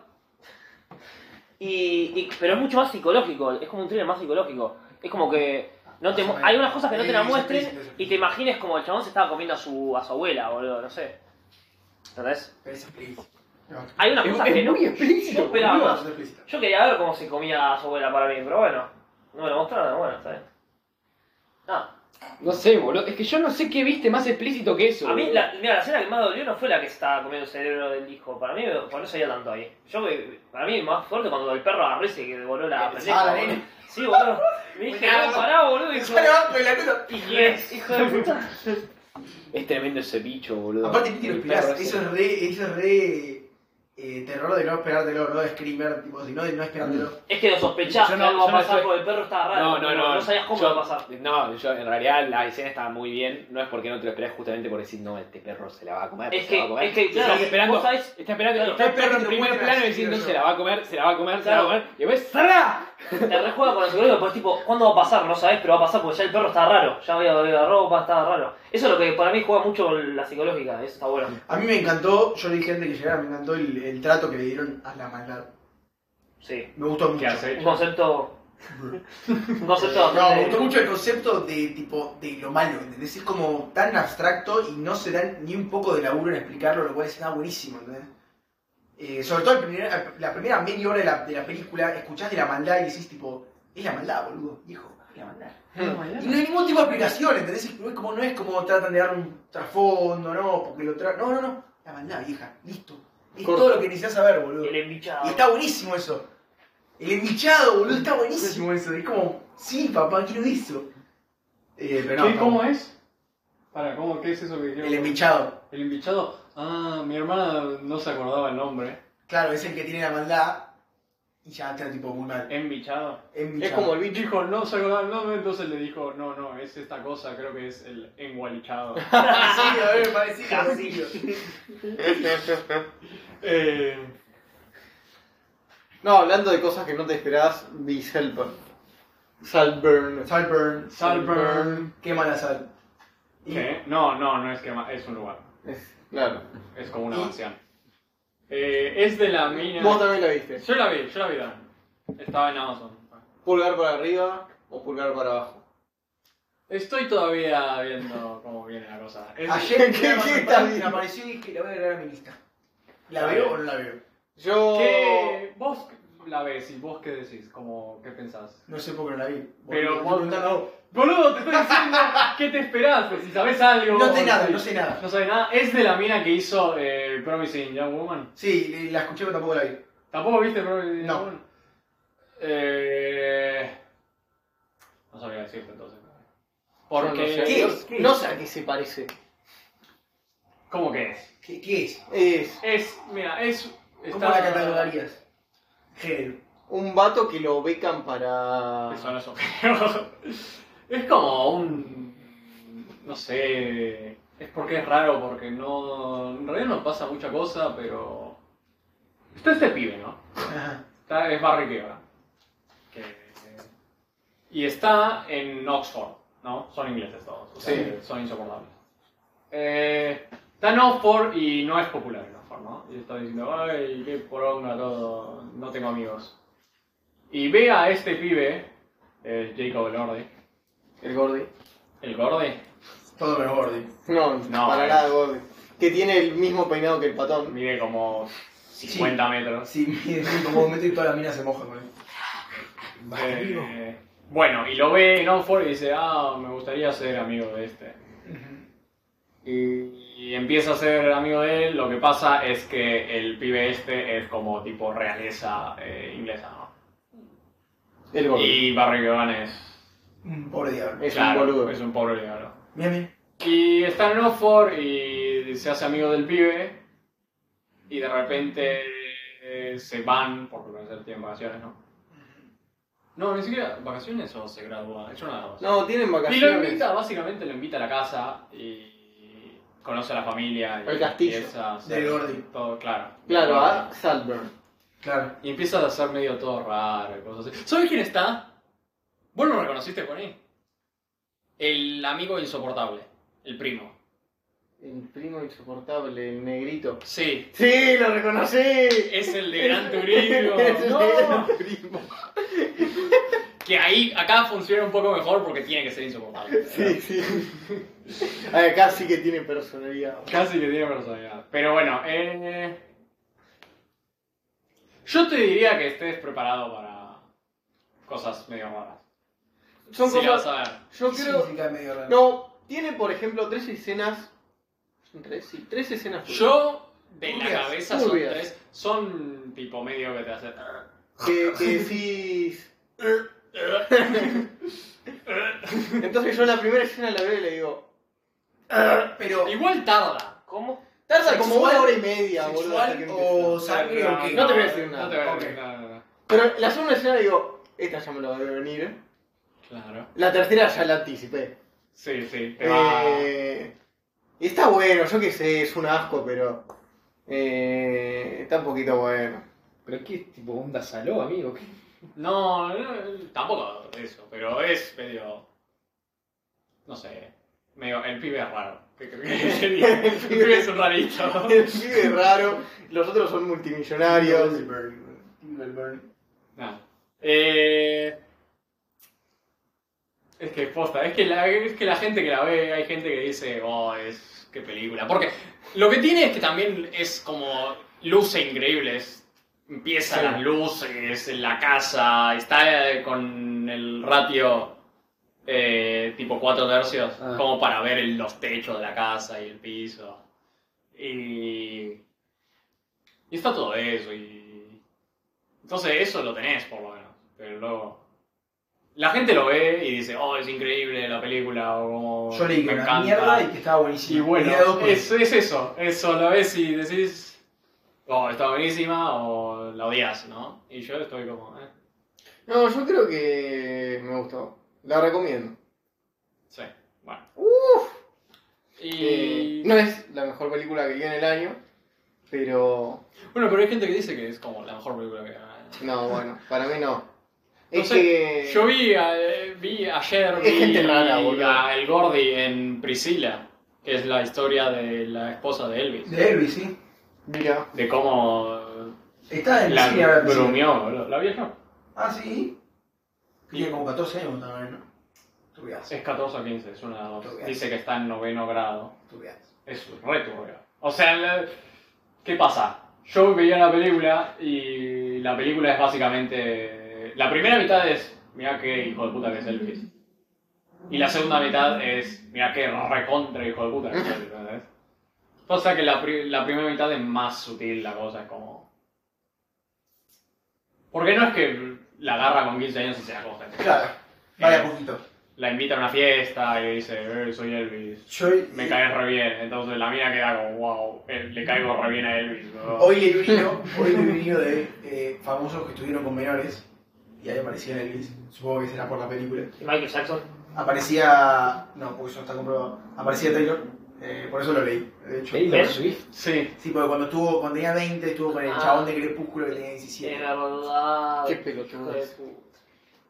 [SPEAKER 7] Y, y- pero es mucho más psicológico, es como un thriller más psicológico. Es como que No te
[SPEAKER 6] Más o
[SPEAKER 7] mu-
[SPEAKER 6] menos.
[SPEAKER 7] hay unas cosas que no te la
[SPEAKER 6] Sí, sí,
[SPEAKER 7] muestren
[SPEAKER 6] sí, sí, sí.
[SPEAKER 7] y te imagines como el chabón se estaba comiendo a su, a su abuela, boludo, no sé. ¿Entendés?
[SPEAKER 6] Pero es explícito. No,
[SPEAKER 7] Hay unas
[SPEAKER 12] Es-
[SPEAKER 7] cosas
[SPEAKER 12] es
[SPEAKER 7] que no,
[SPEAKER 12] muy explícito,
[SPEAKER 7] no esperaba
[SPEAKER 12] boludo.
[SPEAKER 6] es
[SPEAKER 7] más.
[SPEAKER 6] explícito.
[SPEAKER 7] Yo quería ver cómo se comía a su abuela para mí, pero bueno. No me lo mostraron, bueno, está bien. Ah,
[SPEAKER 12] No sé, boludo. Es que yo no sé qué viste más explícito que eso.
[SPEAKER 7] a mí,
[SPEAKER 12] boludo.
[SPEAKER 7] la, mira, la escena que más dolió no fue la que se estaba comiendo el cerebro del hijo. Para mí, por eso había tanto ahí. Yo, me- para mí, más fuerte cuando el perro agarró y se devoló la
[SPEAKER 6] Ah,
[SPEAKER 7] pendeja.
[SPEAKER 6] la
[SPEAKER 7] boludo.
[SPEAKER 6] nena.
[SPEAKER 7] Sí, boludo. Me dije,
[SPEAKER 6] Buena.
[SPEAKER 7] no, pará, boludo. hijo
[SPEAKER 6] Sale
[SPEAKER 7] de-
[SPEAKER 6] abajo de la cosa.
[SPEAKER 7] Y yes, hijo de puta.
[SPEAKER 12] Es tremendo ese bicho, boludo.
[SPEAKER 6] Aparte, ni te lo
[SPEAKER 12] El perro
[SPEAKER 6] esperás.
[SPEAKER 12] ese.
[SPEAKER 6] Eso es re. Eso es re. eh, terror de no esperártelo, no de screamer, tipo, de no, de no esperártelo.
[SPEAKER 7] Es que lo sospechaste,
[SPEAKER 2] Yo no-
[SPEAKER 7] algo va
[SPEAKER 2] yo
[SPEAKER 7] a
[SPEAKER 2] no
[SPEAKER 7] pasar
[SPEAKER 2] estoy-
[SPEAKER 7] porque el perro estaba raro.
[SPEAKER 2] No, no, no.
[SPEAKER 7] No sabías cómo
[SPEAKER 2] yo-
[SPEAKER 7] iba a pasar.
[SPEAKER 2] No, yo en realidad la escena estaba muy bien. No es porque no te lo esperás, justamente por decir, no, este perro se la va a comer.
[SPEAKER 7] Es
[SPEAKER 2] se la va a
[SPEAKER 7] que,
[SPEAKER 2] comer.
[SPEAKER 7] es que, claro,
[SPEAKER 2] Estás esperando-
[SPEAKER 7] vos sabés,
[SPEAKER 2] Está esperando,
[SPEAKER 7] Claro,
[SPEAKER 2] está el perro en
[SPEAKER 6] no
[SPEAKER 2] primer
[SPEAKER 6] muestra,
[SPEAKER 2] plano
[SPEAKER 6] sí,
[SPEAKER 2] diciendo
[SPEAKER 6] no.
[SPEAKER 2] se la va a comer, se la va a comer, se la
[SPEAKER 7] Claro.
[SPEAKER 2] va a comer. Y ves, ¡Sara!
[SPEAKER 7] te rejuega con el psicólogo, pues tipo, ¿cuándo va a pasar? No sabés, pero va a pasar porque ya el perro está raro. Ya había bebido la ropa, estaba raro. Eso es lo que para mí juega mucho con la psicológica, eso está bueno.
[SPEAKER 6] A mí me encantó, yo le dije antes que llegara, me encantó el, el trato que le dieron a la maldad.
[SPEAKER 7] Sí.
[SPEAKER 6] Me gustó mucho.
[SPEAKER 13] ¿Qué has
[SPEAKER 7] Un
[SPEAKER 13] hecho?
[SPEAKER 7] concepto. un concepto
[SPEAKER 6] No, me
[SPEAKER 7] bastante-
[SPEAKER 6] gustó mucho el concepto de tipo de lo malo, ¿entendés? Es como tan abstracto y no se dan ni un poco de laburo en explicarlo, lo cual está buenísimo, ¿entendés? Eh, sobre todo el primer- la primera media hora de la, de la película, escuchás de la maldad y decís tipo, es la maldad, boludo, hijo, es la maldad. Y no hay ningún tipo de explicación, ¿entendés? Es como, no es como tratan de dar un trasfondo, no, porque lo tra... No, no, no, la maldad, vieja, listo. Es
[SPEAKER 1] Corto.
[SPEAKER 6] todo lo que necesitas saber, boludo.
[SPEAKER 7] El embichado.
[SPEAKER 6] Y está buenísimo eso. El embichado, boludo, está buenísimo eso. Es como, sí, papá, quiero eso. Eh, pero no,
[SPEAKER 3] ¿Qué?
[SPEAKER 6] está
[SPEAKER 3] ¿Cómo
[SPEAKER 6] bueno.
[SPEAKER 3] es? Para, ¿cómo? ¿Qué es eso que
[SPEAKER 6] El
[SPEAKER 3] dijeron?
[SPEAKER 6] embichado.
[SPEAKER 3] El embichado. Ah, mi hermana no se acordaba el nombre.
[SPEAKER 6] Claro, es el que tiene la maldad y ya está tipo muy mal.
[SPEAKER 3] Embichado.
[SPEAKER 6] Embichado.
[SPEAKER 1] Es como el bicho.
[SPEAKER 3] Dijo, no se acordaba el nombre, entonces le dijo, no, no, es esta cosa, creo que es el engualichado.
[SPEAKER 6] parecido, eh, parecido.
[SPEAKER 7] Casi.
[SPEAKER 3] eh,
[SPEAKER 1] No, hablando de cosas que no te esperás, vi Salper. Saltburn.
[SPEAKER 6] Saltburn.
[SPEAKER 3] Saltburn.
[SPEAKER 6] Quema la sal. Y-
[SPEAKER 3] ¿Qué? No, no, no es que ma- es un lugar.
[SPEAKER 1] Es- Claro.
[SPEAKER 3] Es como
[SPEAKER 6] ¿Y?
[SPEAKER 3] una mansión. Eh, es de la mina.
[SPEAKER 1] Vos también la viste.
[SPEAKER 3] Yo la vi, yo la vi. Dan. Estaba en Amazon.
[SPEAKER 1] Pulgar para arriba o pulgar para abajo.
[SPEAKER 3] Estoy todavía viendo cómo viene la cosa. Es-
[SPEAKER 6] Ayer
[SPEAKER 1] ¿Qué-
[SPEAKER 6] qué,
[SPEAKER 1] qué está
[SPEAKER 6] me
[SPEAKER 1] bien?
[SPEAKER 6] apareció y dije, la voy a agregar a mi lista. ¿La veo o no la veo?
[SPEAKER 1] Yo.
[SPEAKER 3] ¿Qué? Vos la ves y vos qué decís, como, qué pensás.
[SPEAKER 6] No sé por qué no la vi.
[SPEAKER 3] Pero
[SPEAKER 6] Boludo,
[SPEAKER 3] vos-
[SPEAKER 6] preguntame a vos.
[SPEAKER 3] Boludo, te estoy diciendo qué te esperás, pues, si sabés algo.
[SPEAKER 6] No sé nada, no sé nada.
[SPEAKER 3] No sabés nada. Es de la mina que hizo eh, Promising Young Woman.
[SPEAKER 6] Sí, la escuché pero tampoco la vi.
[SPEAKER 3] ¿Tampoco viste Promising
[SPEAKER 6] No.
[SPEAKER 3] Young Woman? Eh... No sabría decirte entonces. Porque...
[SPEAKER 1] No,
[SPEAKER 6] ¿Qué?
[SPEAKER 1] sé, no- no sé a qué se parece.
[SPEAKER 3] ¿Cómo que es?
[SPEAKER 6] ¿Qué, qué es?
[SPEAKER 1] Es
[SPEAKER 3] Es, mira, es...
[SPEAKER 6] ¿Cómo la catalogarías? Género.
[SPEAKER 1] un vato que lo becan para.
[SPEAKER 3] Eso no es objeto. es como un. No sé. Es porque es raro, porque no. En realidad no pasa mucha cosa, pero. Está este pibe, ¿no?
[SPEAKER 6] Ajá.
[SPEAKER 3] Está, es Barry Quiebra. Y está en Oxford, ¿no? Son ingleses todos. o sea,
[SPEAKER 1] Sí.
[SPEAKER 3] que Son insoportables. Eh, está en Oxford y no es popular en Oxford, ¿no? Y está diciendo, ay, qué poronga todo, no tengo amigos. Y ve a este pibe, eh, Jacob Elordi.
[SPEAKER 1] El Gordy.
[SPEAKER 3] ¿El Gordi?
[SPEAKER 6] Todo menos Gordy.
[SPEAKER 1] No,
[SPEAKER 3] No,
[SPEAKER 1] para
[SPEAKER 3] es-
[SPEAKER 1] nada Gordy. Que tiene el mismo peinado que el patón.
[SPEAKER 3] Mide como 50 metros.
[SPEAKER 6] Sí, mide como un metro y toda la mina se moja con él.
[SPEAKER 3] Eh, bueno, y lo ve en Oxford y dice, ah, me gustaría ser amigo de este. Y, y empieza a ser amigo de él, lo que pasa es que el pibe este es como tipo realeza eh, inglesa, ¿no?
[SPEAKER 1] El Gordy.
[SPEAKER 3] Y Barry Keoghan es,
[SPEAKER 6] Mm, Pobre diablo.
[SPEAKER 1] Es
[SPEAKER 3] claro,
[SPEAKER 1] un boludo.
[SPEAKER 3] es un pobre diablo.
[SPEAKER 6] Mira, mira.
[SPEAKER 3] Y está en Oxford y se hace amigo del pibe y de repente eh, se van, porque al parecer tienen vacaciones, ¿no? No, ni siquiera vacaciones o se gradúa, es una de las dos.
[SPEAKER 1] No, tienen
[SPEAKER 3] Y lo
[SPEAKER 1] vacaciones.
[SPEAKER 3] invita, básicamente lo invita a la casa y conoce a la familia. Y
[SPEAKER 1] Al castillo.
[SPEAKER 3] empieza a hacer
[SPEAKER 6] Del Gordi.
[SPEAKER 3] Todo, claro.
[SPEAKER 1] Claro, ah. a Saltburn.
[SPEAKER 6] Claro.
[SPEAKER 3] Y empieza a hacer medio todo raro y cosas así. ¿Sabes quién está? Vos lo reconociste por ahí. El amigo insoportable. El primo.
[SPEAKER 1] El primo insoportable, el negrito.
[SPEAKER 3] Sí.
[SPEAKER 1] ¡Sí, lo reconocí!
[SPEAKER 3] Es el de Gran Turismo.
[SPEAKER 1] Es el de
[SPEAKER 3] No.
[SPEAKER 1] Gran Turismo.
[SPEAKER 3] Que ahí, acá funciona un poco mejor porque tiene que ser insoportable.
[SPEAKER 1] Sí, sí. Acá sí que tiene personalidad.
[SPEAKER 7] Casi que tiene personalidad. Pero bueno, eh, yo te diría que estés preparado para cosas medio raras.
[SPEAKER 1] Son
[SPEAKER 7] Si la vas
[SPEAKER 1] cosas.
[SPEAKER 7] a ver.
[SPEAKER 1] Yo
[SPEAKER 6] ¿Qué
[SPEAKER 1] creo.
[SPEAKER 6] significa medio raro?
[SPEAKER 1] No, tiene por ejemplo tres escenas. ¿Son tres? Sí, tres escenas.
[SPEAKER 3] Yo, de la
[SPEAKER 1] Turbias,
[SPEAKER 3] cabeza son
[SPEAKER 1] turbias.
[SPEAKER 3] tres. Son tipo medio que te hace.
[SPEAKER 1] Que, que decís. Entonces yo en la primera escena la veo y le digo.
[SPEAKER 6] Pero,
[SPEAKER 3] Igual tarda.
[SPEAKER 4] ¿Cómo?
[SPEAKER 1] Tarda como una
[SPEAKER 6] ¿Sexual?
[SPEAKER 1] hora y media, boludo. hasta que
[SPEAKER 6] ¿Sexual o
[SPEAKER 1] empieza.
[SPEAKER 6] sangre o qué?
[SPEAKER 1] No te voy a decir nada.
[SPEAKER 7] No te voy a decir
[SPEAKER 6] Ok.
[SPEAKER 7] nada, no, no.
[SPEAKER 1] Pero la segunda escena digo. Esta ya me la voy a venir. ¿eh?
[SPEAKER 7] Claro.
[SPEAKER 1] La tercera ya la anticipé.
[SPEAKER 7] Sí, sí, te va.
[SPEAKER 1] Eh, está bueno, yo qué sé, es un asco, pero. eh, está un poquito bueno.
[SPEAKER 5] Pero qué tipo onda saló, amigo. ¿Qué?
[SPEAKER 3] No, no, tampoco eso, pero es medio. No sé. Medio. El pibe es raro. ¿Qué crees que sería? El pibe es un rarito.
[SPEAKER 1] El pibe es raro, los otros son multimillonarios.
[SPEAKER 3] Nah. Eh, es que posta, es que, la, es que la gente que la ve, hay gente que dice, oh, es qué película. Porque lo que tiene es que también es como luce increíbles. Empieza
[SPEAKER 1] Sí.
[SPEAKER 3] las luces en la casa, está eh, con el ratio eh, tipo 4 tercios,
[SPEAKER 5] Ah.
[SPEAKER 3] como para ver el- los techos de la casa y el piso. Y y está todo eso y... Entonces eso lo tenés por lo menos. Pero luego... La gente lo ve y dice, oh, es increíble la película o como...
[SPEAKER 6] Yo leí que
[SPEAKER 3] me
[SPEAKER 6] era
[SPEAKER 3] encanta.
[SPEAKER 6] una mierda y que estaba
[SPEAKER 7] Y
[SPEAKER 6] buenísimo.
[SPEAKER 7] bueno,
[SPEAKER 6] Tenía dos cosas.
[SPEAKER 7] es, es eso.
[SPEAKER 3] Eso la ves y decís, oh, está buenísima o la odias, ¿no? Y yo estoy como, eh,
[SPEAKER 1] No, yo creo que me gustó. La recomiendo.
[SPEAKER 3] sí, bueno.
[SPEAKER 1] Uf. Eh,
[SPEAKER 3] Y...
[SPEAKER 1] no es la mejor película que vi en el año, pero.
[SPEAKER 3] Bueno, pero hay gente que dice que es como la mejor película que...
[SPEAKER 1] No, bueno, para mí no.
[SPEAKER 3] No
[SPEAKER 1] Es
[SPEAKER 3] sé,
[SPEAKER 1] que.
[SPEAKER 3] Yo vi, eh, vi ayer
[SPEAKER 1] Es
[SPEAKER 3] vi
[SPEAKER 1] gente rara, boludo.
[SPEAKER 3] a El Gordi en Priscila, que es la historia de la esposa de Elvis.
[SPEAKER 6] De Elvis, sí.
[SPEAKER 1] Mira.
[SPEAKER 3] De cómo
[SPEAKER 6] Está en el cine
[SPEAKER 3] la
[SPEAKER 6] ahora. sí.
[SPEAKER 3] brumió, boludo. ¿La vi yo?
[SPEAKER 6] Ah, sí. Tiene como 14 años también, ¿no? Turbias,
[SPEAKER 3] Es 14 o 15, es una de las dos.
[SPEAKER 6] Turbia.
[SPEAKER 3] Dice que está en noveno grado.
[SPEAKER 6] turbias.
[SPEAKER 3] Es re turbia. O sea, la- ¿qué pasa? Yo veía la película y la película es básicamente... La primera mitad es, mira qué hijo de puta que es Elvis. Y la segunda mitad es, mira qué recontra hijo de puta que es Elvis, ¿entendés? Pasa que la, pri- la primera mitad es más sutil la cosa, es como... Porque no es que la agarra con 15 años y se la coge.
[SPEAKER 6] Claro, vale a poquito.
[SPEAKER 3] La invita a una fiesta y le dice, "Eh, soy Elvis.
[SPEAKER 6] Yo eh,
[SPEAKER 3] Me caes re bien, entonces la mina queda como, wow, eh, le caigo re bien a Elvis. ¿no?
[SPEAKER 6] hoy leí un libro, hoy leí un libro de eh, famosos que estuvieron con menores y ahí aparecía Elvis. Supongo que será por la película.
[SPEAKER 4] ¿Y Michael Jackson?
[SPEAKER 6] Aparecía. No, porque eso no está comprobado. Aparecía Taylor, eh, por eso lo leí. De hecho,
[SPEAKER 5] Taylor Swift.
[SPEAKER 3] Sí,
[SPEAKER 6] Sí, porque cuando, estuvo, cuando tenía 20 estuvo con el
[SPEAKER 4] Ah.
[SPEAKER 6] chabón de Crepúsculo que tenía 17.
[SPEAKER 4] Era verdad.
[SPEAKER 1] Qué pelotudo es.
[SPEAKER 3] eh,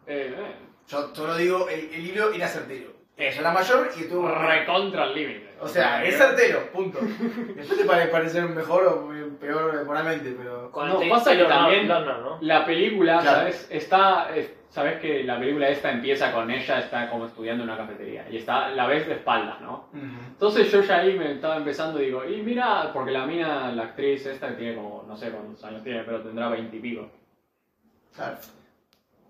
[SPEAKER 3] eh,
[SPEAKER 6] Yo solo digo, el, el libro era certero. Ella era mayor y estuvo con menores.
[SPEAKER 3] recontra el límite.
[SPEAKER 6] O sea, es certero, punto. Después te puede parecer mejor o peor moralmente, pero.
[SPEAKER 4] Con
[SPEAKER 3] No,
[SPEAKER 4] el
[SPEAKER 3] pasa que
[SPEAKER 4] Taylor
[SPEAKER 3] también-
[SPEAKER 4] Lautner, ¿no?
[SPEAKER 3] La película,
[SPEAKER 6] Claro.
[SPEAKER 3] ¿sabes? Está, es- ¿sabes que la película esta empieza con ella, está como estudiando en una cafetería y está, la ves de espaldas, ¿no? Entonces yo ya ahí me estaba empezando y digo, y mira, porque la mina, la actriz esta, que tiene como, no sé cuántos años tiene, pero tendrá veintipico.
[SPEAKER 6] Claro.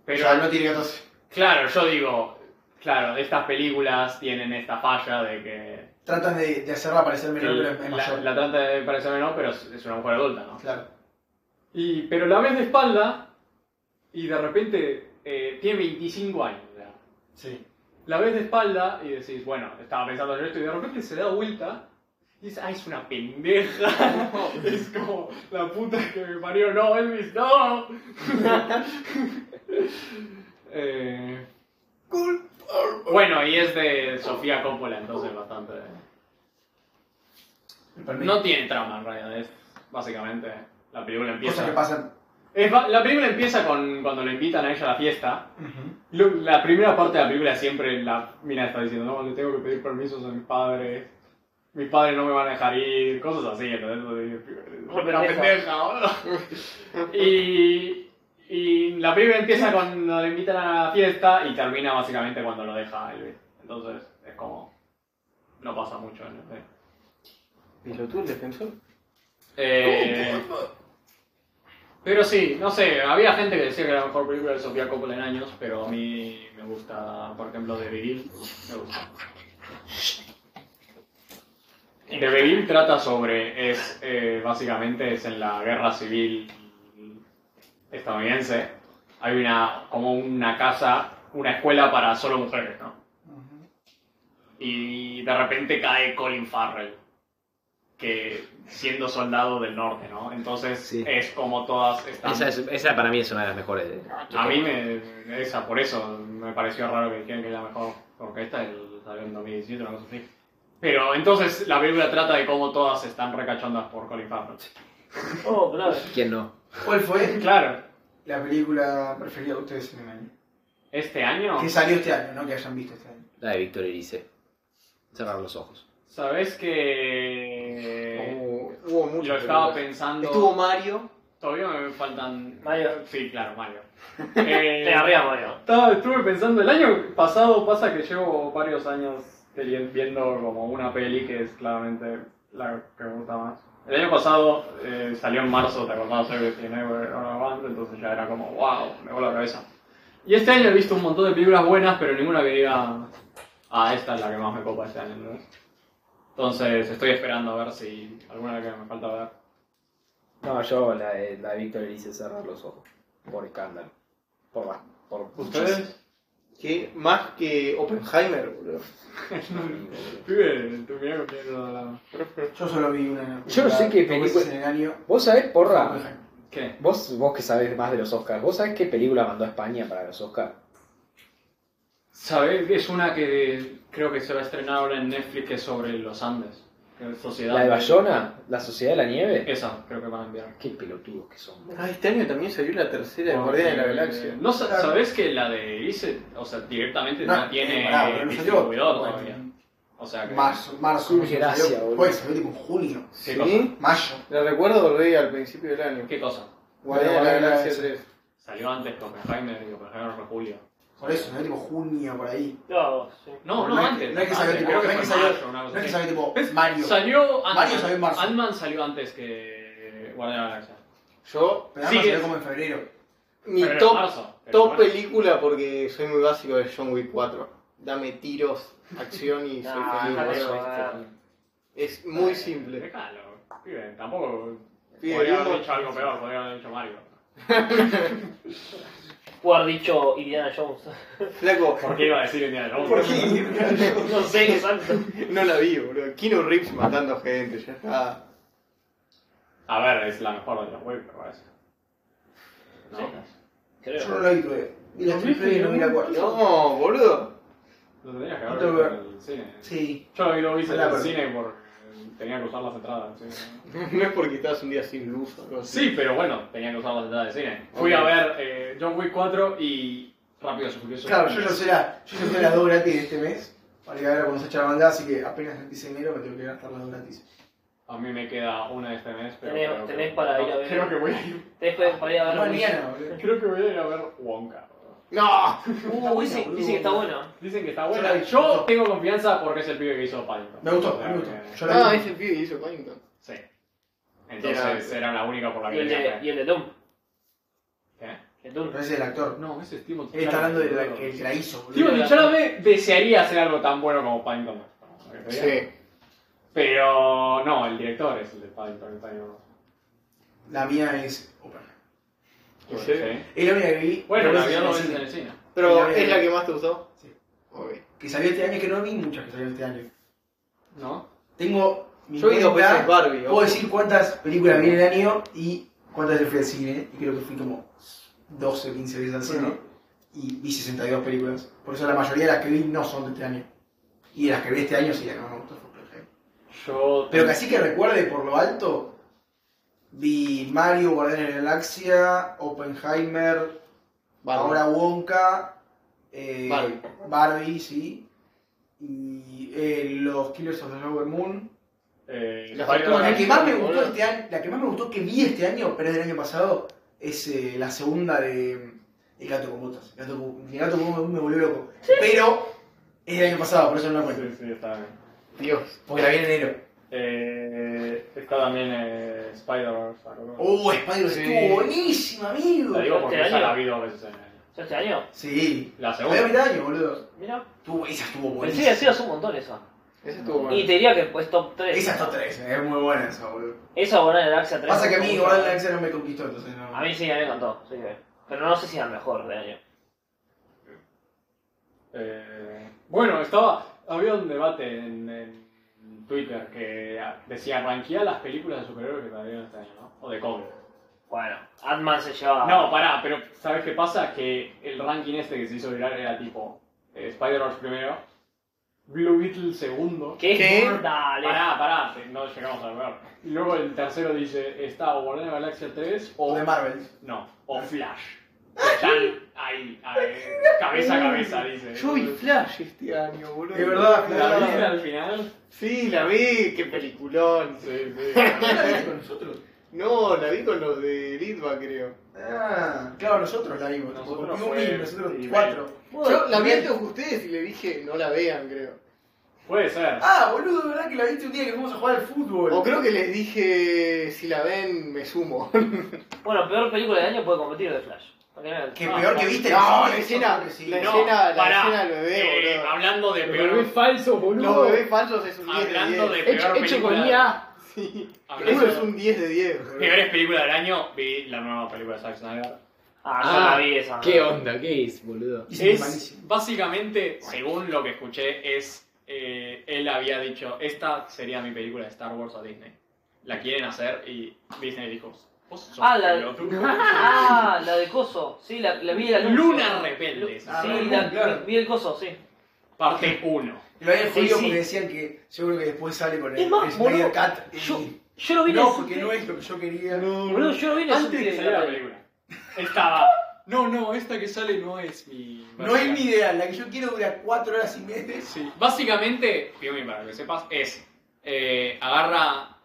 [SPEAKER 3] Pero
[SPEAKER 6] Ya no tiene 14.
[SPEAKER 3] Claro, yo digo, claro, estas películas tienen esta falla de que
[SPEAKER 6] Tratan de, de hacerla parecer menor, pero es
[SPEAKER 3] la,
[SPEAKER 6] mayor.
[SPEAKER 3] la trata de parecer menor, pero es es una mujer adulta, ¿no?
[SPEAKER 6] Claro.
[SPEAKER 3] Y, pero la ves de espalda y de repente eh, tiene 25 años. ya.
[SPEAKER 6] Sí.
[SPEAKER 3] La ves de espalda y decís, bueno, estaba pensando yo esto y de repente se da vuelta y dices, ah, es una pendeja. es como, la puta que me parió, no, Elvis, no. Eh, bueno, y es de Sofía Coppola, entonces bastante... ¿eh? No tiene trama en realidad, es básicamente la película
[SPEAKER 6] Cosas que
[SPEAKER 3] empieza...
[SPEAKER 6] pasan.
[SPEAKER 3] Es ba- la película empieza con cuando le invitan a ella a la fiesta. Lo- La primera parte de la película siempre la mina está diciendo, no, le tengo que pedir permisos a mis padres, mis padres no me van a dejar ir, cosas así, ¿entendés? Una pendeja, boludo. y, y la la pibe empieza cuando le invitan a la fiesta y termina básicamente cuando lo deja Elvis. Entonces es como. No pasa mucho en este.
[SPEAKER 1] ¿Piloto el defensor?
[SPEAKER 3] Eh, pero sí, no sé, había gente que decía que era la mejor película de Sofía Coppola en años, pero a mí me gusta, por ejemplo, The Viril. Me gusta. The Viril trata sobre, es eh, básicamente es en la guerra civil estadounidense. Hay una, como una casa, una escuela para solo mujeres, ¿no? Y de repente cae Colin Farrell que siendo soldado del norte, ¿no? Entonces
[SPEAKER 14] Sí.
[SPEAKER 3] es como todas están...
[SPEAKER 14] Ah, Esa, es- esa para mí es una de las mejores. ¿eh? de-
[SPEAKER 3] A mí me... Esa, por eso me pareció raro que dijeran que es la mejor orquesta, el, salió en 2017, una cosa así. Pero entonces la película trata de cómo todas están recachondas por Colin Farrell.
[SPEAKER 7] Oh, claro.
[SPEAKER 14] ¿Quién no?
[SPEAKER 6] ¿Cuál fue
[SPEAKER 3] Claro,
[SPEAKER 6] la película preferida de ustedes en el año?
[SPEAKER 3] este año,
[SPEAKER 6] Que salió este año, no que hayan visto este año.
[SPEAKER 14] La de Víctor Erice. Cerrar los ojos.
[SPEAKER 3] ¿sabes que
[SPEAKER 1] Hubo- Uh, hubo mucho.
[SPEAKER 3] Yo estaba pensando...
[SPEAKER 1] Estuvo Mario.
[SPEAKER 3] Todavía me faltan...
[SPEAKER 7] Mario.
[SPEAKER 3] Sí, claro, Mario.
[SPEAKER 7] Te
[SPEAKER 3] Eh,
[SPEAKER 7] arriba, Mario.
[SPEAKER 3] Estaba- estuve pensando, el año pasado pasa que llevo varios años teli- viendo como una peli que es claramente la que me gusta más. El año pasado eh, salió en marzo, te acordás, Everything Everywhere All at Once, entonces ya era como, wow, me voló la cabeza. Y este año he visto un montón de películas buenas, pero ninguna que diga, ah, esta es la que más me copa este año. ¿no? Entonces estoy esperando a ver si alguna que me falta ver.
[SPEAKER 2] No, yo la de, la de Víctor le hice cerrar los ojos. Por escándalo. Por más. Por
[SPEAKER 3] ¿Ustedes?
[SPEAKER 1] Que más que Oppenheimer, boludo.
[SPEAKER 3] Pibe, tú mirá que mierda la...
[SPEAKER 6] Yo solo vi una. en el-
[SPEAKER 2] Yo sé que
[SPEAKER 6] dos veces
[SPEAKER 2] película-
[SPEAKER 6] en el año.
[SPEAKER 2] Vos sabés, porra.
[SPEAKER 3] ¿Qué?
[SPEAKER 2] Vos, vos que sabés más de los Oscars, ¿vos sabés qué película mandó a España para los Oscars?
[SPEAKER 3] ¿Sabes? Es una que creo que se va a estrenar ahora en Netflix que es sobre los Andes. que es Sociedad.
[SPEAKER 2] ¿La de Bayona? ¿La Sociedad de la Nieve?
[SPEAKER 3] Esa, creo que van a enviar.
[SPEAKER 2] Qué pelotudos que son.
[SPEAKER 1] Ah, este año también salió la tercera de Guardianes de la Galaxia.
[SPEAKER 3] No, sa- ¿Sabes que la de Elise, o sea, directamente no, tiene
[SPEAKER 6] eh, pará, boludo, no salió.
[SPEAKER 3] distribuidor
[SPEAKER 6] Bueno,
[SPEAKER 3] todavía? O sea, que.
[SPEAKER 6] Marzo, marzo.
[SPEAKER 2] Uy,
[SPEAKER 6] no sé,
[SPEAKER 2] gracias,
[SPEAKER 6] salió-
[SPEAKER 2] boludo.
[SPEAKER 6] Pues salió tipo en junio,
[SPEAKER 3] ¿Qué cosa?
[SPEAKER 6] mayo.
[SPEAKER 1] La recuerdo rey al principio del año.
[SPEAKER 3] ¿Qué cosa?
[SPEAKER 1] Guardianes de la Galaxia 3.
[SPEAKER 3] Salió antes con Oppenheimer y Oppenheimer fue julio.
[SPEAKER 6] Por eso, salió tipo junio por ahí.
[SPEAKER 7] No, sí.
[SPEAKER 3] No, no,
[SPEAKER 6] No es que-
[SPEAKER 3] antes.
[SPEAKER 6] no es que salió
[SPEAKER 3] antes,
[SPEAKER 6] tipo- no
[SPEAKER 3] creo
[SPEAKER 6] es que
[SPEAKER 3] fue en
[SPEAKER 6] salió-
[SPEAKER 3] marzo, una cosa
[SPEAKER 6] No es que
[SPEAKER 3] así.
[SPEAKER 6] salió tipo
[SPEAKER 3] ¿Ves?
[SPEAKER 6] Mario.
[SPEAKER 3] Salió antes.
[SPEAKER 6] Mario salió en marzo.
[SPEAKER 3] Ant-Man salió antes que Guardian de la Galaxia.
[SPEAKER 1] Yo,
[SPEAKER 6] Pero además
[SPEAKER 3] Sí,
[SPEAKER 6] salió
[SPEAKER 3] es-
[SPEAKER 6] como en febrero.
[SPEAKER 1] mi
[SPEAKER 3] Pero en
[SPEAKER 1] top,
[SPEAKER 3] marzo, pero
[SPEAKER 1] top
[SPEAKER 3] bueno.
[SPEAKER 1] película, porque soy muy básico, de John Wick 4. Dame tiros, acción y soy
[SPEAKER 7] Ah,
[SPEAKER 1] feliz.
[SPEAKER 7] no,
[SPEAKER 1] boludo.
[SPEAKER 7] eso,
[SPEAKER 1] Es muy
[SPEAKER 3] Eh,
[SPEAKER 1] simple.
[SPEAKER 3] Déjalo, pibe, tampoco.
[SPEAKER 1] Pibe,
[SPEAKER 3] podría haber
[SPEAKER 1] vimos-
[SPEAKER 3] dicho algo peor, podría haber dicho Mario.
[SPEAKER 7] Pudo haber dicho Indiana Jones.
[SPEAKER 1] Flaco,
[SPEAKER 3] ¿Por qué iba a decir Indiana Jones?
[SPEAKER 1] ¿por qué?
[SPEAKER 7] no sé qué tanto.
[SPEAKER 1] No la vi, boludo. Keanu Reeves matando gente, ya está.
[SPEAKER 3] A ver, es la mejor de los web, me parece. ¿No?
[SPEAKER 6] Yo no la vi todavía. Vi la primera y no vi la cuarta.
[SPEAKER 1] No, boludo.
[SPEAKER 3] Lo tendrías que
[SPEAKER 6] No
[SPEAKER 3] haber
[SPEAKER 6] tengo
[SPEAKER 3] visto
[SPEAKER 6] que ver.
[SPEAKER 3] en el cine.
[SPEAKER 6] Sí.
[SPEAKER 3] Yo lo vi en
[SPEAKER 6] Hola,
[SPEAKER 3] el
[SPEAKER 6] pero-
[SPEAKER 3] cine porque tenía que usar las entradas. Sí,
[SPEAKER 1] No es porque estabas un día sin luz o algo así.
[SPEAKER 3] Sí, pero bueno, tenía que usar las entradas de cine. Fui
[SPEAKER 1] Ok.
[SPEAKER 3] a ver eh, John Wick 4 y Rápido y Furioso.
[SPEAKER 6] Claro, yo ya sé la, yo ya sé las dos gratis de este mes. Para ir a ver cuando se echa la bandada, así que apenas empiece enero me tengo que gastar las dos gratis.
[SPEAKER 3] A mí me queda una de este mes, pero.
[SPEAKER 7] Tenés-
[SPEAKER 3] creo que-
[SPEAKER 7] tenés para ir a ver-
[SPEAKER 3] Creo que voy a ir,
[SPEAKER 7] Después para ir a ver
[SPEAKER 6] Mañana, boludo.
[SPEAKER 3] creo que voy a, ir a ver Wonka.
[SPEAKER 1] ¡No!
[SPEAKER 7] Uh, dice, dice que está bueno.
[SPEAKER 3] Dicen que está
[SPEAKER 6] Yo
[SPEAKER 3] buena.
[SPEAKER 6] la vi.
[SPEAKER 3] Yo tengo confianza porque es el pibe que hizo Paddington.
[SPEAKER 6] Me gustó,
[SPEAKER 3] O sea,
[SPEAKER 6] me gustó.
[SPEAKER 3] que-
[SPEAKER 6] Yo la
[SPEAKER 1] Ah,
[SPEAKER 6] vi.
[SPEAKER 1] ese pibe hizo Paddington.
[SPEAKER 3] Sí. Entonces era la única por la
[SPEAKER 7] Y
[SPEAKER 3] que
[SPEAKER 7] el
[SPEAKER 3] tenía
[SPEAKER 7] de,
[SPEAKER 3] fe. ¿Eh?
[SPEAKER 7] y el de Doom.
[SPEAKER 3] ¿Qué?
[SPEAKER 7] El Doom.
[SPEAKER 6] Pero ese es el actor.
[SPEAKER 3] No, ese es Timothy
[SPEAKER 6] Él está hablando
[SPEAKER 3] Chalamet,
[SPEAKER 6] del
[SPEAKER 3] boludo.
[SPEAKER 6] que que la hizo, boludo.
[SPEAKER 3] Timothy Chalamet desearía hacer algo tan bueno como Paddington. como que te diga.
[SPEAKER 1] Sí.
[SPEAKER 3] Pero no, el director es el de Paddington. está bien.
[SPEAKER 6] La mía es. Opa.
[SPEAKER 1] ¿En
[SPEAKER 3] Sí.
[SPEAKER 1] serio?
[SPEAKER 6] Es la única que vi.
[SPEAKER 3] Bueno,
[SPEAKER 6] dos
[SPEAKER 3] la
[SPEAKER 6] veces
[SPEAKER 3] vio
[SPEAKER 6] en el
[SPEAKER 3] dos veces
[SPEAKER 6] cine.
[SPEAKER 3] en el cine.
[SPEAKER 1] Pero
[SPEAKER 6] Sí.
[SPEAKER 1] es la que más te gustó.
[SPEAKER 6] Sí.
[SPEAKER 1] Ok.
[SPEAKER 6] Que salió este año, que no vi muchas que salieron este año.
[SPEAKER 3] ¿No?
[SPEAKER 6] Tengo. mi
[SPEAKER 1] Yo vi dos
[SPEAKER 6] cuenta,
[SPEAKER 1] veces Barbie.
[SPEAKER 6] Puedo decir cuántas películas vi en el año y cuántas veces fui al cine. Y creo que fui como 12 o 15 veces al cine. Y vi 62 películas. Por eso la mayoría de las que vi no son de este año. Y de las que vi este año sí, la que más me gustó fue Oppenheimer.
[SPEAKER 3] Yo.
[SPEAKER 6] Pero que así que recuerde por lo alto, vi Mario, Guardianes de la Galaxia, Oppenheimer,
[SPEAKER 1] Barbie.
[SPEAKER 6] ahora Wonka, eh,
[SPEAKER 1] Barbie.
[SPEAKER 6] Barbie, sí, y eh, los Killers of the Flower Moon.
[SPEAKER 3] Eh,
[SPEAKER 1] La
[SPEAKER 3] Paddington-
[SPEAKER 1] factura-
[SPEAKER 6] La que más me gustó
[SPEAKER 1] boludo.
[SPEAKER 6] este año, la que más me gustó que vi este año, pero es del año pasado, es eh, la segunda de El gato con botas. El gato con, el gato con botas me volvió loco. Pero es del año pasado, por eso no la cuento.
[SPEAKER 3] Sí, sí, está bien.
[SPEAKER 1] Dios.
[SPEAKER 6] Porque la vi en enero.
[SPEAKER 3] Eh, está también eh, Spider-Verse. algo.
[SPEAKER 6] ¡Oh, Spider-Man
[SPEAKER 3] Sí.
[SPEAKER 6] estuvo buenísima, amigo!
[SPEAKER 3] La digo porque
[SPEAKER 4] Este
[SPEAKER 3] esa
[SPEAKER 4] año.
[SPEAKER 3] la vi dos veces en el-
[SPEAKER 4] ¿Ya este año?
[SPEAKER 6] Sí.
[SPEAKER 3] La
[SPEAKER 6] La vi a
[SPEAKER 3] segunda.
[SPEAKER 6] mitad de año, boludo.
[SPEAKER 4] Mira.
[SPEAKER 6] Estuvo- esa estuvo
[SPEAKER 4] Sí,
[SPEAKER 6] buenísima.
[SPEAKER 4] sí, es un montón esa.
[SPEAKER 1] Ese estuvo bueno.
[SPEAKER 4] Y te diría que pues top 3.
[SPEAKER 6] Esa está tres, eh, es muy buena esa, boludo.
[SPEAKER 4] Esa o Guardianes de la Galaxia 3.
[SPEAKER 6] Pasa que a mí
[SPEAKER 4] me
[SPEAKER 6] Guardian
[SPEAKER 4] gusta.
[SPEAKER 6] de la Galaxia no me conquistó, entonces no.
[SPEAKER 4] A mí sí, a mí me encantó. sí. Pero no sé si era el mejor de año.
[SPEAKER 3] Eh, bueno, estaba. Había un debate en, en Twitter que decía: ranquea las películas de superhéroes que salieron este año, ¿no? O de cómics.
[SPEAKER 4] Bueno, Ant-Man se lleva.
[SPEAKER 3] No, pará, pero ¿sabes qué pasa? Que el ranking este que se hizo viral era tipo eh, Spider-Verse primero, Blue Beetle segundo.
[SPEAKER 4] ¿Qué?
[SPEAKER 1] ¿Qué?
[SPEAKER 4] Dale.
[SPEAKER 3] Pará, pará, te- no llegamos al ver. Y luego el tercero dice, está o Guardianes de la Galaxia 3
[SPEAKER 6] O
[SPEAKER 3] o...
[SPEAKER 6] de Marvel.
[SPEAKER 3] No, o Flash. Están ahí, ahí, cabeza a cabeza, dice.
[SPEAKER 1] Yo vi Flash este año, boludo.
[SPEAKER 6] Es verdad,
[SPEAKER 3] ¿La
[SPEAKER 6] Flash.
[SPEAKER 3] viste al final?
[SPEAKER 1] Sí, la vi, qué peliculón.
[SPEAKER 3] Sí, sí.
[SPEAKER 6] la viste con nosotros?
[SPEAKER 1] No, la vi con los de Litva, creo.
[SPEAKER 6] Ah, claro, nosotros la vimos. tipo,
[SPEAKER 3] Nosotros
[SPEAKER 6] con
[SPEAKER 3] fue-
[SPEAKER 6] Piumi, nosotros
[SPEAKER 3] sí,
[SPEAKER 6] cuatro.
[SPEAKER 1] Yo la vi
[SPEAKER 6] Bien.
[SPEAKER 1] antes de ustedes y le dije, no la vean, creo.
[SPEAKER 3] Puede ser.
[SPEAKER 6] Ah, boludo, de verdad que la viste un día que fuimos a jugar al fútbol.
[SPEAKER 1] O creo que les dije, si la ven, me sumo.
[SPEAKER 4] Bueno, peor película del año puede competir de Flash.
[SPEAKER 6] Que
[SPEAKER 3] No,
[SPEAKER 6] peor
[SPEAKER 3] no,
[SPEAKER 6] que viste.
[SPEAKER 1] no,
[SPEAKER 6] sí,
[SPEAKER 1] la
[SPEAKER 6] eso
[SPEAKER 1] escena-
[SPEAKER 6] creo que sí.
[SPEAKER 1] la
[SPEAKER 6] No.
[SPEAKER 1] escena- la
[SPEAKER 3] pará.
[SPEAKER 1] escena del bebé,
[SPEAKER 3] Eh,
[SPEAKER 1] boludo.
[SPEAKER 3] Hablando de
[SPEAKER 2] Pero
[SPEAKER 3] peor...
[SPEAKER 2] es falso, boludo.
[SPEAKER 1] Los bebés falsos es un 10 de 10.
[SPEAKER 3] Hablando de
[SPEAKER 2] Hecho,
[SPEAKER 3] peor
[SPEAKER 2] hecho con
[SPEAKER 3] película...
[SPEAKER 2] IA.
[SPEAKER 1] Sí.
[SPEAKER 3] hablando-
[SPEAKER 1] Eso es un 10 de 10. boludo.
[SPEAKER 3] Peores películas del año, vi la nueva película de Zack Snyder.
[SPEAKER 4] Ah, yo
[SPEAKER 7] Ah,
[SPEAKER 4] la vi esa.
[SPEAKER 7] ¿Qué onda? ¿Qué es, boludo?
[SPEAKER 6] Y sí,
[SPEAKER 3] Es,
[SPEAKER 6] malísimo.
[SPEAKER 3] básicamente, según lo que escuché, es. eh, él había dicho: Esta sería mi película de Star Wars a Disney. La quieren hacer y Disney dijo: Vos sos
[SPEAKER 4] Ah, la-
[SPEAKER 3] pelotudo".
[SPEAKER 4] Ah, la de Coso. Sí, la, la vi la
[SPEAKER 3] Luna Rebelde.
[SPEAKER 4] Sí,
[SPEAKER 6] Ah,
[SPEAKER 4] la,
[SPEAKER 6] claro.
[SPEAKER 4] vi el Coso, sí.
[SPEAKER 3] Parte 1.
[SPEAKER 6] Lo habían
[SPEAKER 4] Sí,
[SPEAKER 6] jodido
[SPEAKER 4] sí.
[SPEAKER 6] porque decían que seguro que después sale con
[SPEAKER 4] Es
[SPEAKER 6] el,
[SPEAKER 4] más,
[SPEAKER 6] el Snyder
[SPEAKER 4] boludo,
[SPEAKER 6] Cut. y-
[SPEAKER 4] yo- Yo lo vi en el
[SPEAKER 6] No, porque
[SPEAKER 4] subte-
[SPEAKER 6] no es lo que yo quería.
[SPEAKER 4] Boludo, yo lo vi en el
[SPEAKER 3] Antes de
[SPEAKER 4] subte
[SPEAKER 3] que
[SPEAKER 4] de
[SPEAKER 3] saliera
[SPEAKER 4] la
[SPEAKER 3] la
[SPEAKER 4] película.
[SPEAKER 3] película. Estaba. No, no, esta que sale no es mi.
[SPEAKER 6] No es mi ideal, la que yo quiero dura 4 horas y media.
[SPEAKER 3] Sí. Básicamente, Piumi, para que sepas, es. eh, agarra.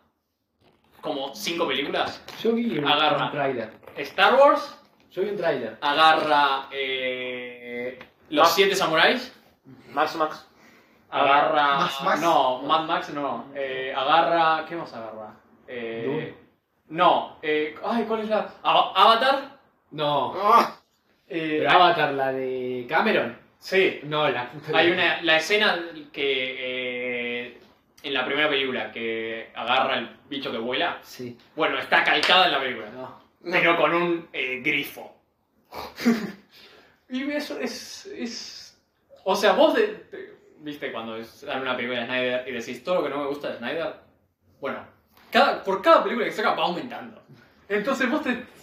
[SPEAKER 3] Como cinco películas.
[SPEAKER 2] Yo vi un,
[SPEAKER 3] Agarra.
[SPEAKER 2] un trailer.
[SPEAKER 3] Star Wars,
[SPEAKER 2] Yo vi un trailer.
[SPEAKER 3] agarra eh, los siete samuráis,
[SPEAKER 4] Max Max.
[SPEAKER 3] agarra
[SPEAKER 6] Mad Max.
[SPEAKER 3] no Mad Max no, eh, agarra qué más agarra, eh, no, eh, ay cuál es la Ava- Avatar,
[SPEAKER 2] No.
[SPEAKER 1] Ah,
[SPEAKER 3] Eh,
[SPEAKER 2] Pero Avatar, la de Cameron.
[SPEAKER 3] sí,
[SPEAKER 2] No, la puta de-
[SPEAKER 3] hay una la escena que eh, en la primera película que agarra el bicho que vuela,
[SPEAKER 2] Sí.
[SPEAKER 3] bueno está calcada en la película,
[SPEAKER 2] No.
[SPEAKER 3] pero con un eh, grifo. y eso es, es... O sea, vos de- te- viste cuando es sale una película de Snyder y decís todo lo que no me gusta de Snyder. Bueno, cada, por cada película que saca va aumentando. Entonces vos te...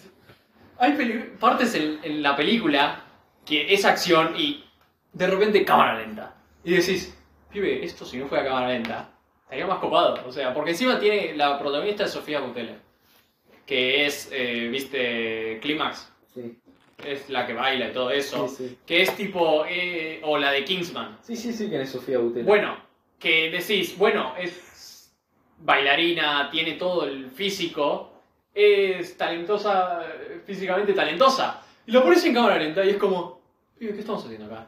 [SPEAKER 3] Hay peli- partes en, en la película que es acción y de repente cámara lenta. Y decís, pibe, esto si no fuera cámara lenta, estaría más copado. O sea, porque encima tiene la protagonista de Sofía Boutella que es, eh, viste, Clímax,
[SPEAKER 2] Sí.
[SPEAKER 3] es la que baila y todo eso,
[SPEAKER 2] Sí, sí.
[SPEAKER 3] que es tipo, eh, o la de Kingsman.
[SPEAKER 2] Sí, sí, sí, que es Sofía Butela.
[SPEAKER 3] Bueno, que decís, bueno, es bailarina, tiene todo el físico, es talentosa, eh, físicamente talentosa. Y lo pones en cámara lenta y es como, "Pibe, ¿qué estamos haciendo acá?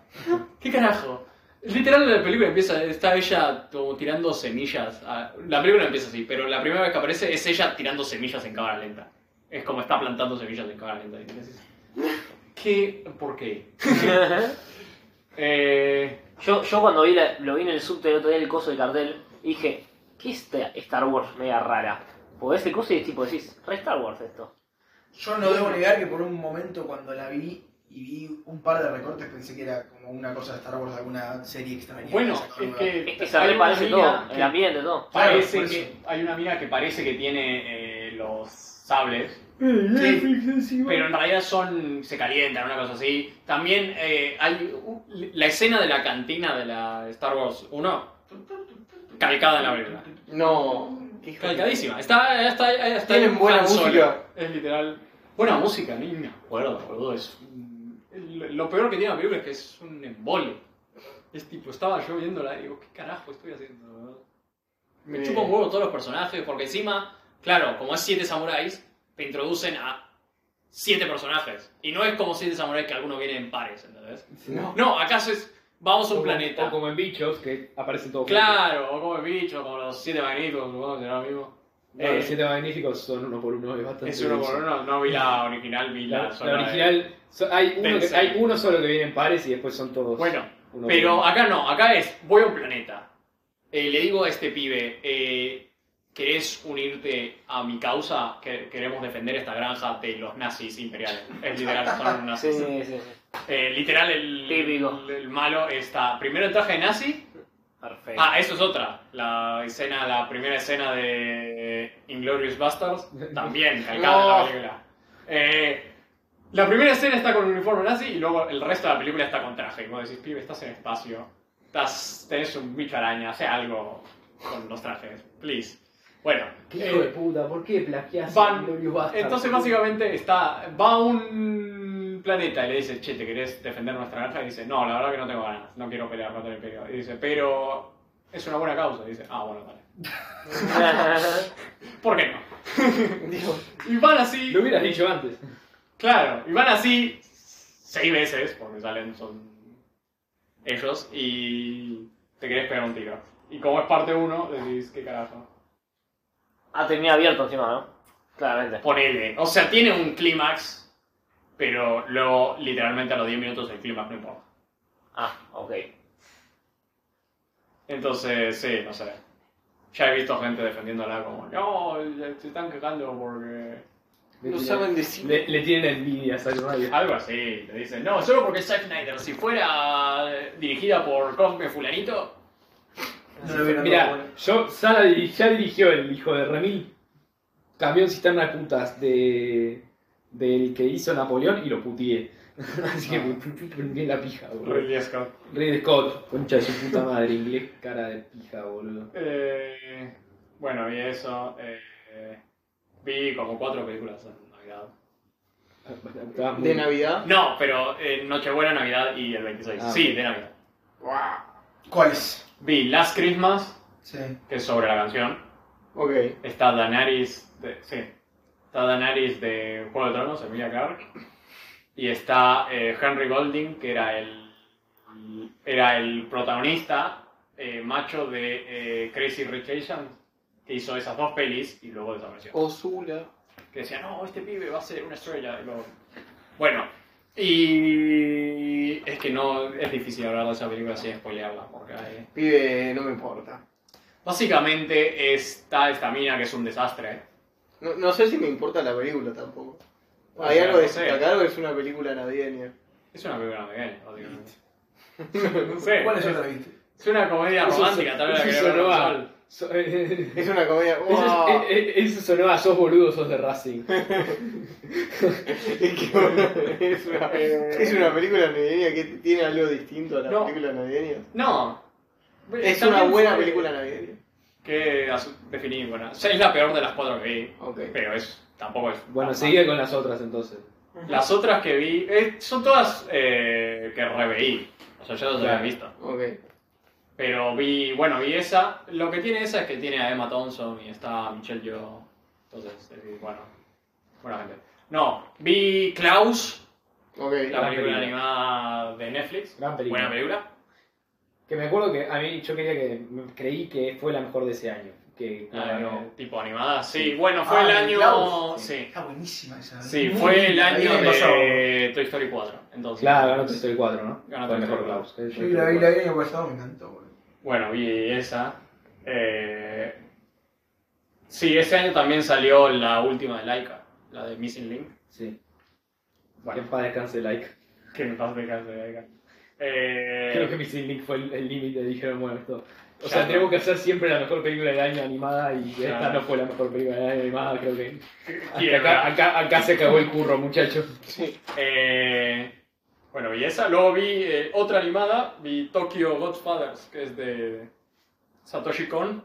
[SPEAKER 3] ¿Qué carajo? Literal la película empieza, está ella como tirando semillas. a- la película empieza así, pero la primera vez que aparece es ella tirando semillas en cámara lenta. Es como está plantando semillas en cámara lenta. Y decís, ¿Qué? ¿Por qué? eh,
[SPEAKER 4] Yo, yo cuando vi la- lo vi en el subte el otro día, el coso del cartel, dije, ¿qué es esta Star Wars media rara? Porque ese coso y es tipo, decís, re Star Wars esto.
[SPEAKER 6] Yo no debo negar que por un momento cuando la vi y vi un par de recortes pensé que era como una cosa de Star Wars, alguna serie extraña.
[SPEAKER 3] Bueno,
[SPEAKER 6] sacaron
[SPEAKER 3] es
[SPEAKER 6] nueva.
[SPEAKER 3] que,
[SPEAKER 4] Es que se
[SPEAKER 3] hay
[SPEAKER 4] re
[SPEAKER 3] una
[SPEAKER 4] parece
[SPEAKER 3] mina
[SPEAKER 4] todo,
[SPEAKER 3] que
[SPEAKER 4] el ambiente, todo.
[SPEAKER 3] parece
[SPEAKER 6] Claro, por
[SPEAKER 3] que hay una mina que parece que tiene eh, los sables, pero en realidad son se calientan, una cosa así. También eh, hay u- la escena de la cantina de la Star Wars 1 calcada en la película.
[SPEAKER 1] No. qué hijo de-
[SPEAKER 3] Calcadísima. Está está está
[SPEAKER 1] Tienen
[SPEAKER 3] un
[SPEAKER 1] buena
[SPEAKER 3] Han Solo.
[SPEAKER 1] música.
[SPEAKER 3] Es literal buena música, ni me acuerdo, boludo, es un- lo lo peor que tiene la película es que es un embole. Es tipo, estaba yo viéndola y digo, ¿qué carajo estoy haciendo? boludo? Me
[SPEAKER 1] Eh.
[SPEAKER 3] chupa un huevo todos los personajes, porque encima, claro, como es siete samuráis, te introducen a siete personajes. Y no es como si de Samurai que alguno viene en pares, ¿entendés?
[SPEAKER 1] No.
[SPEAKER 3] No, acá es, vamos a un
[SPEAKER 2] O-
[SPEAKER 3] planeta.
[SPEAKER 2] O como en bichos, que aparecen todos.
[SPEAKER 3] Claro, o como el bicho, como los siete magníficos, supongo que será lo mismo.
[SPEAKER 2] juntos. No,
[SPEAKER 3] Eh,
[SPEAKER 2] los siete magníficos son uno por uno, es bastante.
[SPEAKER 3] es uno por
[SPEAKER 2] denso.
[SPEAKER 3] uno, no vi la original, vi la,
[SPEAKER 2] La, la
[SPEAKER 3] sola de-
[SPEAKER 2] original, so- hay, uno que-
[SPEAKER 3] Densa.
[SPEAKER 2] hay uno solo que viene en pares y después son todos.
[SPEAKER 3] Bueno,
[SPEAKER 2] uno por
[SPEAKER 3] Pero
[SPEAKER 2] uno.
[SPEAKER 3] acá no, acá es, voy a un planeta. Eh, le digo a este pibe, eh, ¿querés unirte a mi causa? Que queremos defender esta granja de los nazis imperiales. Es literal, son
[SPEAKER 1] Sí,
[SPEAKER 3] nazis.
[SPEAKER 1] sí, sí.
[SPEAKER 3] Eh, literal, el,
[SPEAKER 4] Típico.
[SPEAKER 3] el, el malo está primero el traje de nazi.
[SPEAKER 4] Perfecto.
[SPEAKER 3] Ah, eso es otra. La escena, la primera escena de Inglorious Bastards. También, calcada en la
[SPEAKER 1] No.
[SPEAKER 3] película. Eh, la primera escena está con un uniforme nazi y luego el resto de la película está con traje. Y vos decís, pibe, estás en espacio. Estás, tenés un bicho araña, hace algo con los trajes, please. Bueno,
[SPEAKER 2] ¿Qué
[SPEAKER 3] eh,
[SPEAKER 2] hijo de puta? ¿Por qué plagiaste?
[SPEAKER 3] van-
[SPEAKER 2] Glorious Bastards?
[SPEAKER 3] entonces básicamente está, va a un planeta y le dice, che, ¿te querés defender nuestra granja? Y dice, no, la verdad que no tengo ganas, no quiero pelear contra el imperio. Y dice, pero es una buena causa. Y dice, ah, bueno, vale. ¿Por qué no?
[SPEAKER 1] Digo,
[SPEAKER 3] Y van así,
[SPEAKER 2] Lo hubieras dicho antes.
[SPEAKER 3] claro, y van así seis veces, porque salen, son ellos, y te querés pegar un tiro. Y como es parte uno, decís, qué carajo.
[SPEAKER 4] Ah, tenía abierto encima, ¿no? Claramente.
[SPEAKER 3] Ponele. O sea, tiene un clímax, pero luego, literalmente a los 10 minutos, el clímax no importa.
[SPEAKER 4] Ah, ok.
[SPEAKER 3] Entonces, sí, no sé. Ya he visto gente defendiéndola como, no, se están quejando porque...
[SPEAKER 1] no saben decir.
[SPEAKER 2] Le, le tienen envidia a Zack Ryder.
[SPEAKER 3] Algo así, te dicen, no, solo porque es Zack Snyder, si fuera eh, dirigida por Cosme Fulanito,
[SPEAKER 6] No lo vieron.
[SPEAKER 2] Mira, yo Sara diri- ya dirigió el hijo de Remil Camión Cisterna de Putas de, del que hizo Napoleón y lo putié. Así que me prendí la pija, boludo.
[SPEAKER 3] Ridley Scott.
[SPEAKER 2] Ridley Scott, concha de su puta madre, inglés, cara de pija, boludo.
[SPEAKER 3] Eh, bueno, vi eso. eh, vi como cuatro películas en Navidad.
[SPEAKER 2] Estabas muy-
[SPEAKER 1] De Navidad.
[SPEAKER 3] No, pero eh, Nochebuena, Navidad y el 26.
[SPEAKER 2] Ah,
[SPEAKER 3] sí,
[SPEAKER 2] ok.
[SPEAKER 3] de Navidad.
[SPEAKER 6] ¿Cuáles?
[SPEAKER 3] Vi Last Christmas,
[SPEAKER 6] Sí.
[SPEAKER 3] que es sobre la canción.
[SPEAKER 1] Ok.
[SPEAKER 3] Está Danaris de... Sí. Está Danaris de Juego de Tronos, Emilia Clarke. Y está eh, Henry Golding, que era el... Era el protagonista eh, macho de eh, Crazy Rich Asians, que hizo esas dos pelis y luego desapareció.
[SPEAKER 1] Ozula.
[SPEAKER 3] que decía, no, este pibe va a ser una estrella. y luego- Bueno, y es que no, es difícil hablar de esa película sin spoilearla, porque hay-
[SPEAKER 1] Pibe, no me importa.
[SPEAKER 3] Básicamente está esta mina que es un desastre. ¿eh?
[SPEAKER 1] No, no sé si me importa la película tampoco.
[SPEAKER 3] Puede
[SPEAKER 1] Hay
[SPEAKER 3] ser,
[SPEAKER 1] algo de
[SPEAKER 3] no sé.
[SPEAKER 1] destacar o es una película navideña.
[SPEAKER 3] Es una película navideña, básicamente.
[SPEAKER 4] Eh,
[SPEAKER 3] no sé.
[SPEAKER 6] ¿Cuáles son las viste?
[SPEAKER 3] Es una comedia
[SPEAKER 2] Eso
[SPEAKER 3] romántica,
[SPEAKER 2] son-
[SPEAKER 3] tal vez la
[SPEAKER 2] eso
[SPEAKER 3] que
[SPEAKER 2] sonó
[SPEAKER 3] veo
[SPEAKER 2] a-
[SPEAKER 3] mensual.
[SPEAKER 2] so- eh,
[SPEAKER 1] Es una comedia.
[SPEAKER 2] eso,
[SPEAKER 1] ¡Wow!
[SPEAKER 2] es- eh, eh, eso sonó a sos boludo, sos de Racing.
[SPEAKER 1] Es que- es una- es una película navideña que tiene algo distinto a las
[SPEAKER 3] No.
[SPEAKER 1] películas navideñas.
[SPEAKER 3] No.
[SPEAKER 1] Es
[SPEAKER 3] También
[SPEAKER 1] una buena
[SPEAKER 3] fue-
[SPEAKER 1] película navideña.
[SPEAKER 3] Que a su- definir, bueno. o sea, es la peor de las cuatro que vi,
[SPEAKER 1] Ok.
[SPEAKER 3] pero es tampoco es.
[SPEAKER 2] Bueno,
[SPEAKER 3] tan-
[SPEAKER 2] seguía con las otras entonces.
[SPEAKER 3] Las otras que vi eh, son todas eh, que reveí. O sea, yo las había
[SPEAKER 2] Claro.
[SPEAKER 3] visto.
[SPEAKER 1] Ok.
[SPEAKER 3] Pero vi, bueno, vi esa. Lo que tiene esa es que tiene a Emma Thompson y está Michelle Yeoh. Entonces, eh, bueno, buena gente. No, vi Klaus,
[SPEAKER 1] Ok.
[SPEAKER 3] la película,
[SPEAKER 2] Gran película.
[SPEAKER 3] animada de Netflix.
[SPEAKER 2] Gran película.
[SPEAKER 3] Buena película.
[SPEAKER 2] Que me acuerdo que a mí yo quería que creí que fue la mejor de ese año. Que
[SPEAKER 3] Eh,
[SPEAKER 2] ganó.
[SPEAKER 3] Tipo animada, sí. Bueno, fue el
[SPEAKER 6] Ah,
[SPEAKER 3] año.
[SPEAKER 6] Klaus.
[SPEAKER 3] Sí.
[SPEAKER 6] Está buenísima esa.
[SPEAKER 3] Sí,
[SPEAKER 6] Muy
[SPEAKER 3] fue el
[SPEAKER 6] linda,
[SPEAKER 3] año
[SPEAKER 6] bien pasado.
[SPEAKER 3] de Toy Story 4. Entonces,
[SPEAKER 2] Claro, ganó Toy Story 4, ¿no?
[SPEAKER 3] Ganó
[SPEAKER 2] Fue
[SPEAKER 3] Toy
[SPEAKER 2] el mejor
[SPEAKER 3] Story
[SPEAKER 2] Klaus.
[SPEAKER 6] Yo vi la vi la vi el año pasado, me encantó, boludo.
[SPEAKER 3] Bueno, vi esa. Eh, Sí, ese año también salió la última de Laika, la de Missing Link.
[SPEAKER 2] Sí. Que
[SPEAKER 3] Bueno,
[SPEAKER 2] para descanse like.
[SPEAKER 3] que me pasa de casa de Laika.
[SPEAKER 2] Creo que
[SPEAKER 3] Eh,
[SPEAKER 2] Missing Link fue el el límite, dijeron, bueno, esto. O
[SPEAKER 3] Ya
[SPEAKER 2] sea,
[SPEAKER 3] no.
[SPEAKER 2] tenemos que hacer siempre la mejor película del año animada y esta
[SPEAKER 3] Claro.
[SPEAKER 2] no fue la mejor película del año animada, creo que.
[SPEAKER 3] quiero,
[SPEAKER 2] Acá, acá, acá se cagó el curro, muchachos.
[SPEAKER 3] eh, bueno, vi esa. Luego vi eh, otra animada, vi Tokyo Godfathers, que es de Satoshi Kon.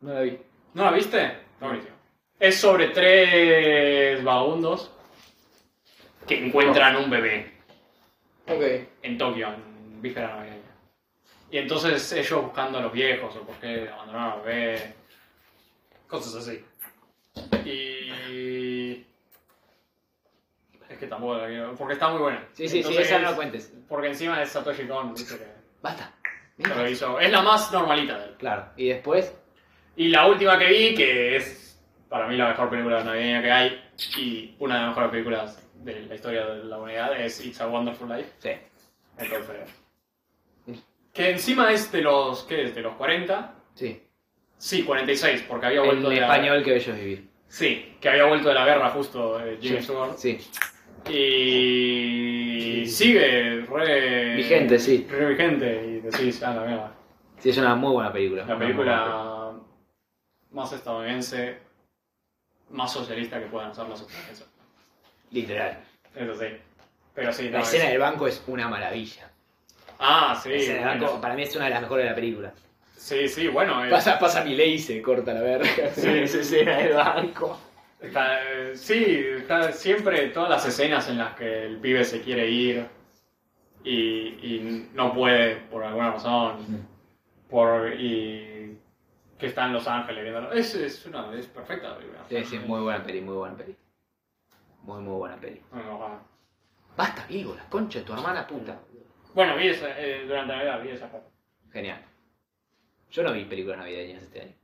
[SPEAKER 2] No la vi.
[SPEAKER 3] ¿No la viste? No, buenísimo. Es sobre tres vagabundos que encuentran un bebé.
[SPEAKER 1] Ok.
[SPEAKER 3] en Tokio, en víspera navideña. Y entonces ellos buscando a los viejos o por qué abandonaron a los bebés, cosas así. Y. que tampoco la quiero. Porque está muy buena.
[SPEAKER 2] Sí, sí, sí,
[SPEAKER 3] Entonces,
[SPEAKER 2] esa no la cuentes.
[SPEAKER 3] Porque encima es Satoshi Kon, viste que-
[SPEAKER 2] Basta.
[SPEAKER 3] que lo hizo. Es la más normalita de él.
[SPEAKER 2] Claro. Y después,
[SPEAKER 3] Y la última que vi, que es para mí la mejor película navideña que hay y una de las mejores películas de la historia de la humanidad, es It's a Wonderful Life.
[SPEAKER 2] sí.
[SPEAKER 3] Entonces. Que encima es de los. ¿Qué es? ¿De los 40?
[SPEAKER 2] Sí.
[SPEAKER 3] Sí, 46, porque había vuelto
[SPEAKER 2] En
[SPEAKER 3] de la-
[SPEAKER 2] español que bello es vivir.
[SPEAKER 3] Sí, que había vuelto de la guerra justo eh, James Stewart.
[SPEAKER 2] Sí.
[SPEAKER 3] Y sigue re...
[SPEAKER 2] Vigente, sí.
[SPEAKER 3] Re vigente y decís, ah, la mierda.
[SPEAKER 2] Sí, es una muy buena película.
[SPEAKER 3] La
[SPEAKER 2] Una muy buena
[SPEAKER 3] película más estadounidense, más socialista que puedan hacer los estadounidenses.
[SPEAKER 2] película. Literal.
[SPEAKER 3] Eso sí. Pero sí,
[SPEAKER 2] La
[SPEAKER 3] no,
[SPEAKER 2] escena
[SPEAKER 3] es-
[SPEAKER 2] del banco es una maravilla.
[SPEAKER 3] Ah, sí.
[SPEAKER 2] La escena del
[SPEAKER 3] bueno.
[SPEAKER 2] banco, para mí es una de las mejores de la película.
[SPEAKER 3] Sí, sí, bueno. eh,
[SPEAKER 2] Pasa, pasa mi ley y se corta la verga.
[SPEAKER 3] Sí.
[SPEAKER 2] Esa escena del banco.
[SPEAKER 3] está- eh, sí, está siempre todas las escenas en las que el pibe se quiere ir y, y no puede por alguna razón. Por, y que está en Los Ángeles viéndolo. Es, es, una, es perfecta la película.
[SPEAKER 2] Sí, sí, muy buena peli, muy buena peli. Muy, muy buena peli.
[SPEAKER 3] Bueno, ojalá.
[SPEAKER 2] Basta, Vigo, la concha de tu hermana puta.
[SPEAKER 3] Bueno, vi esa, eh, durante la Navidad vi esa foto.
[SPEAKER 2] Genial. Yo no vi películas navideñas este año.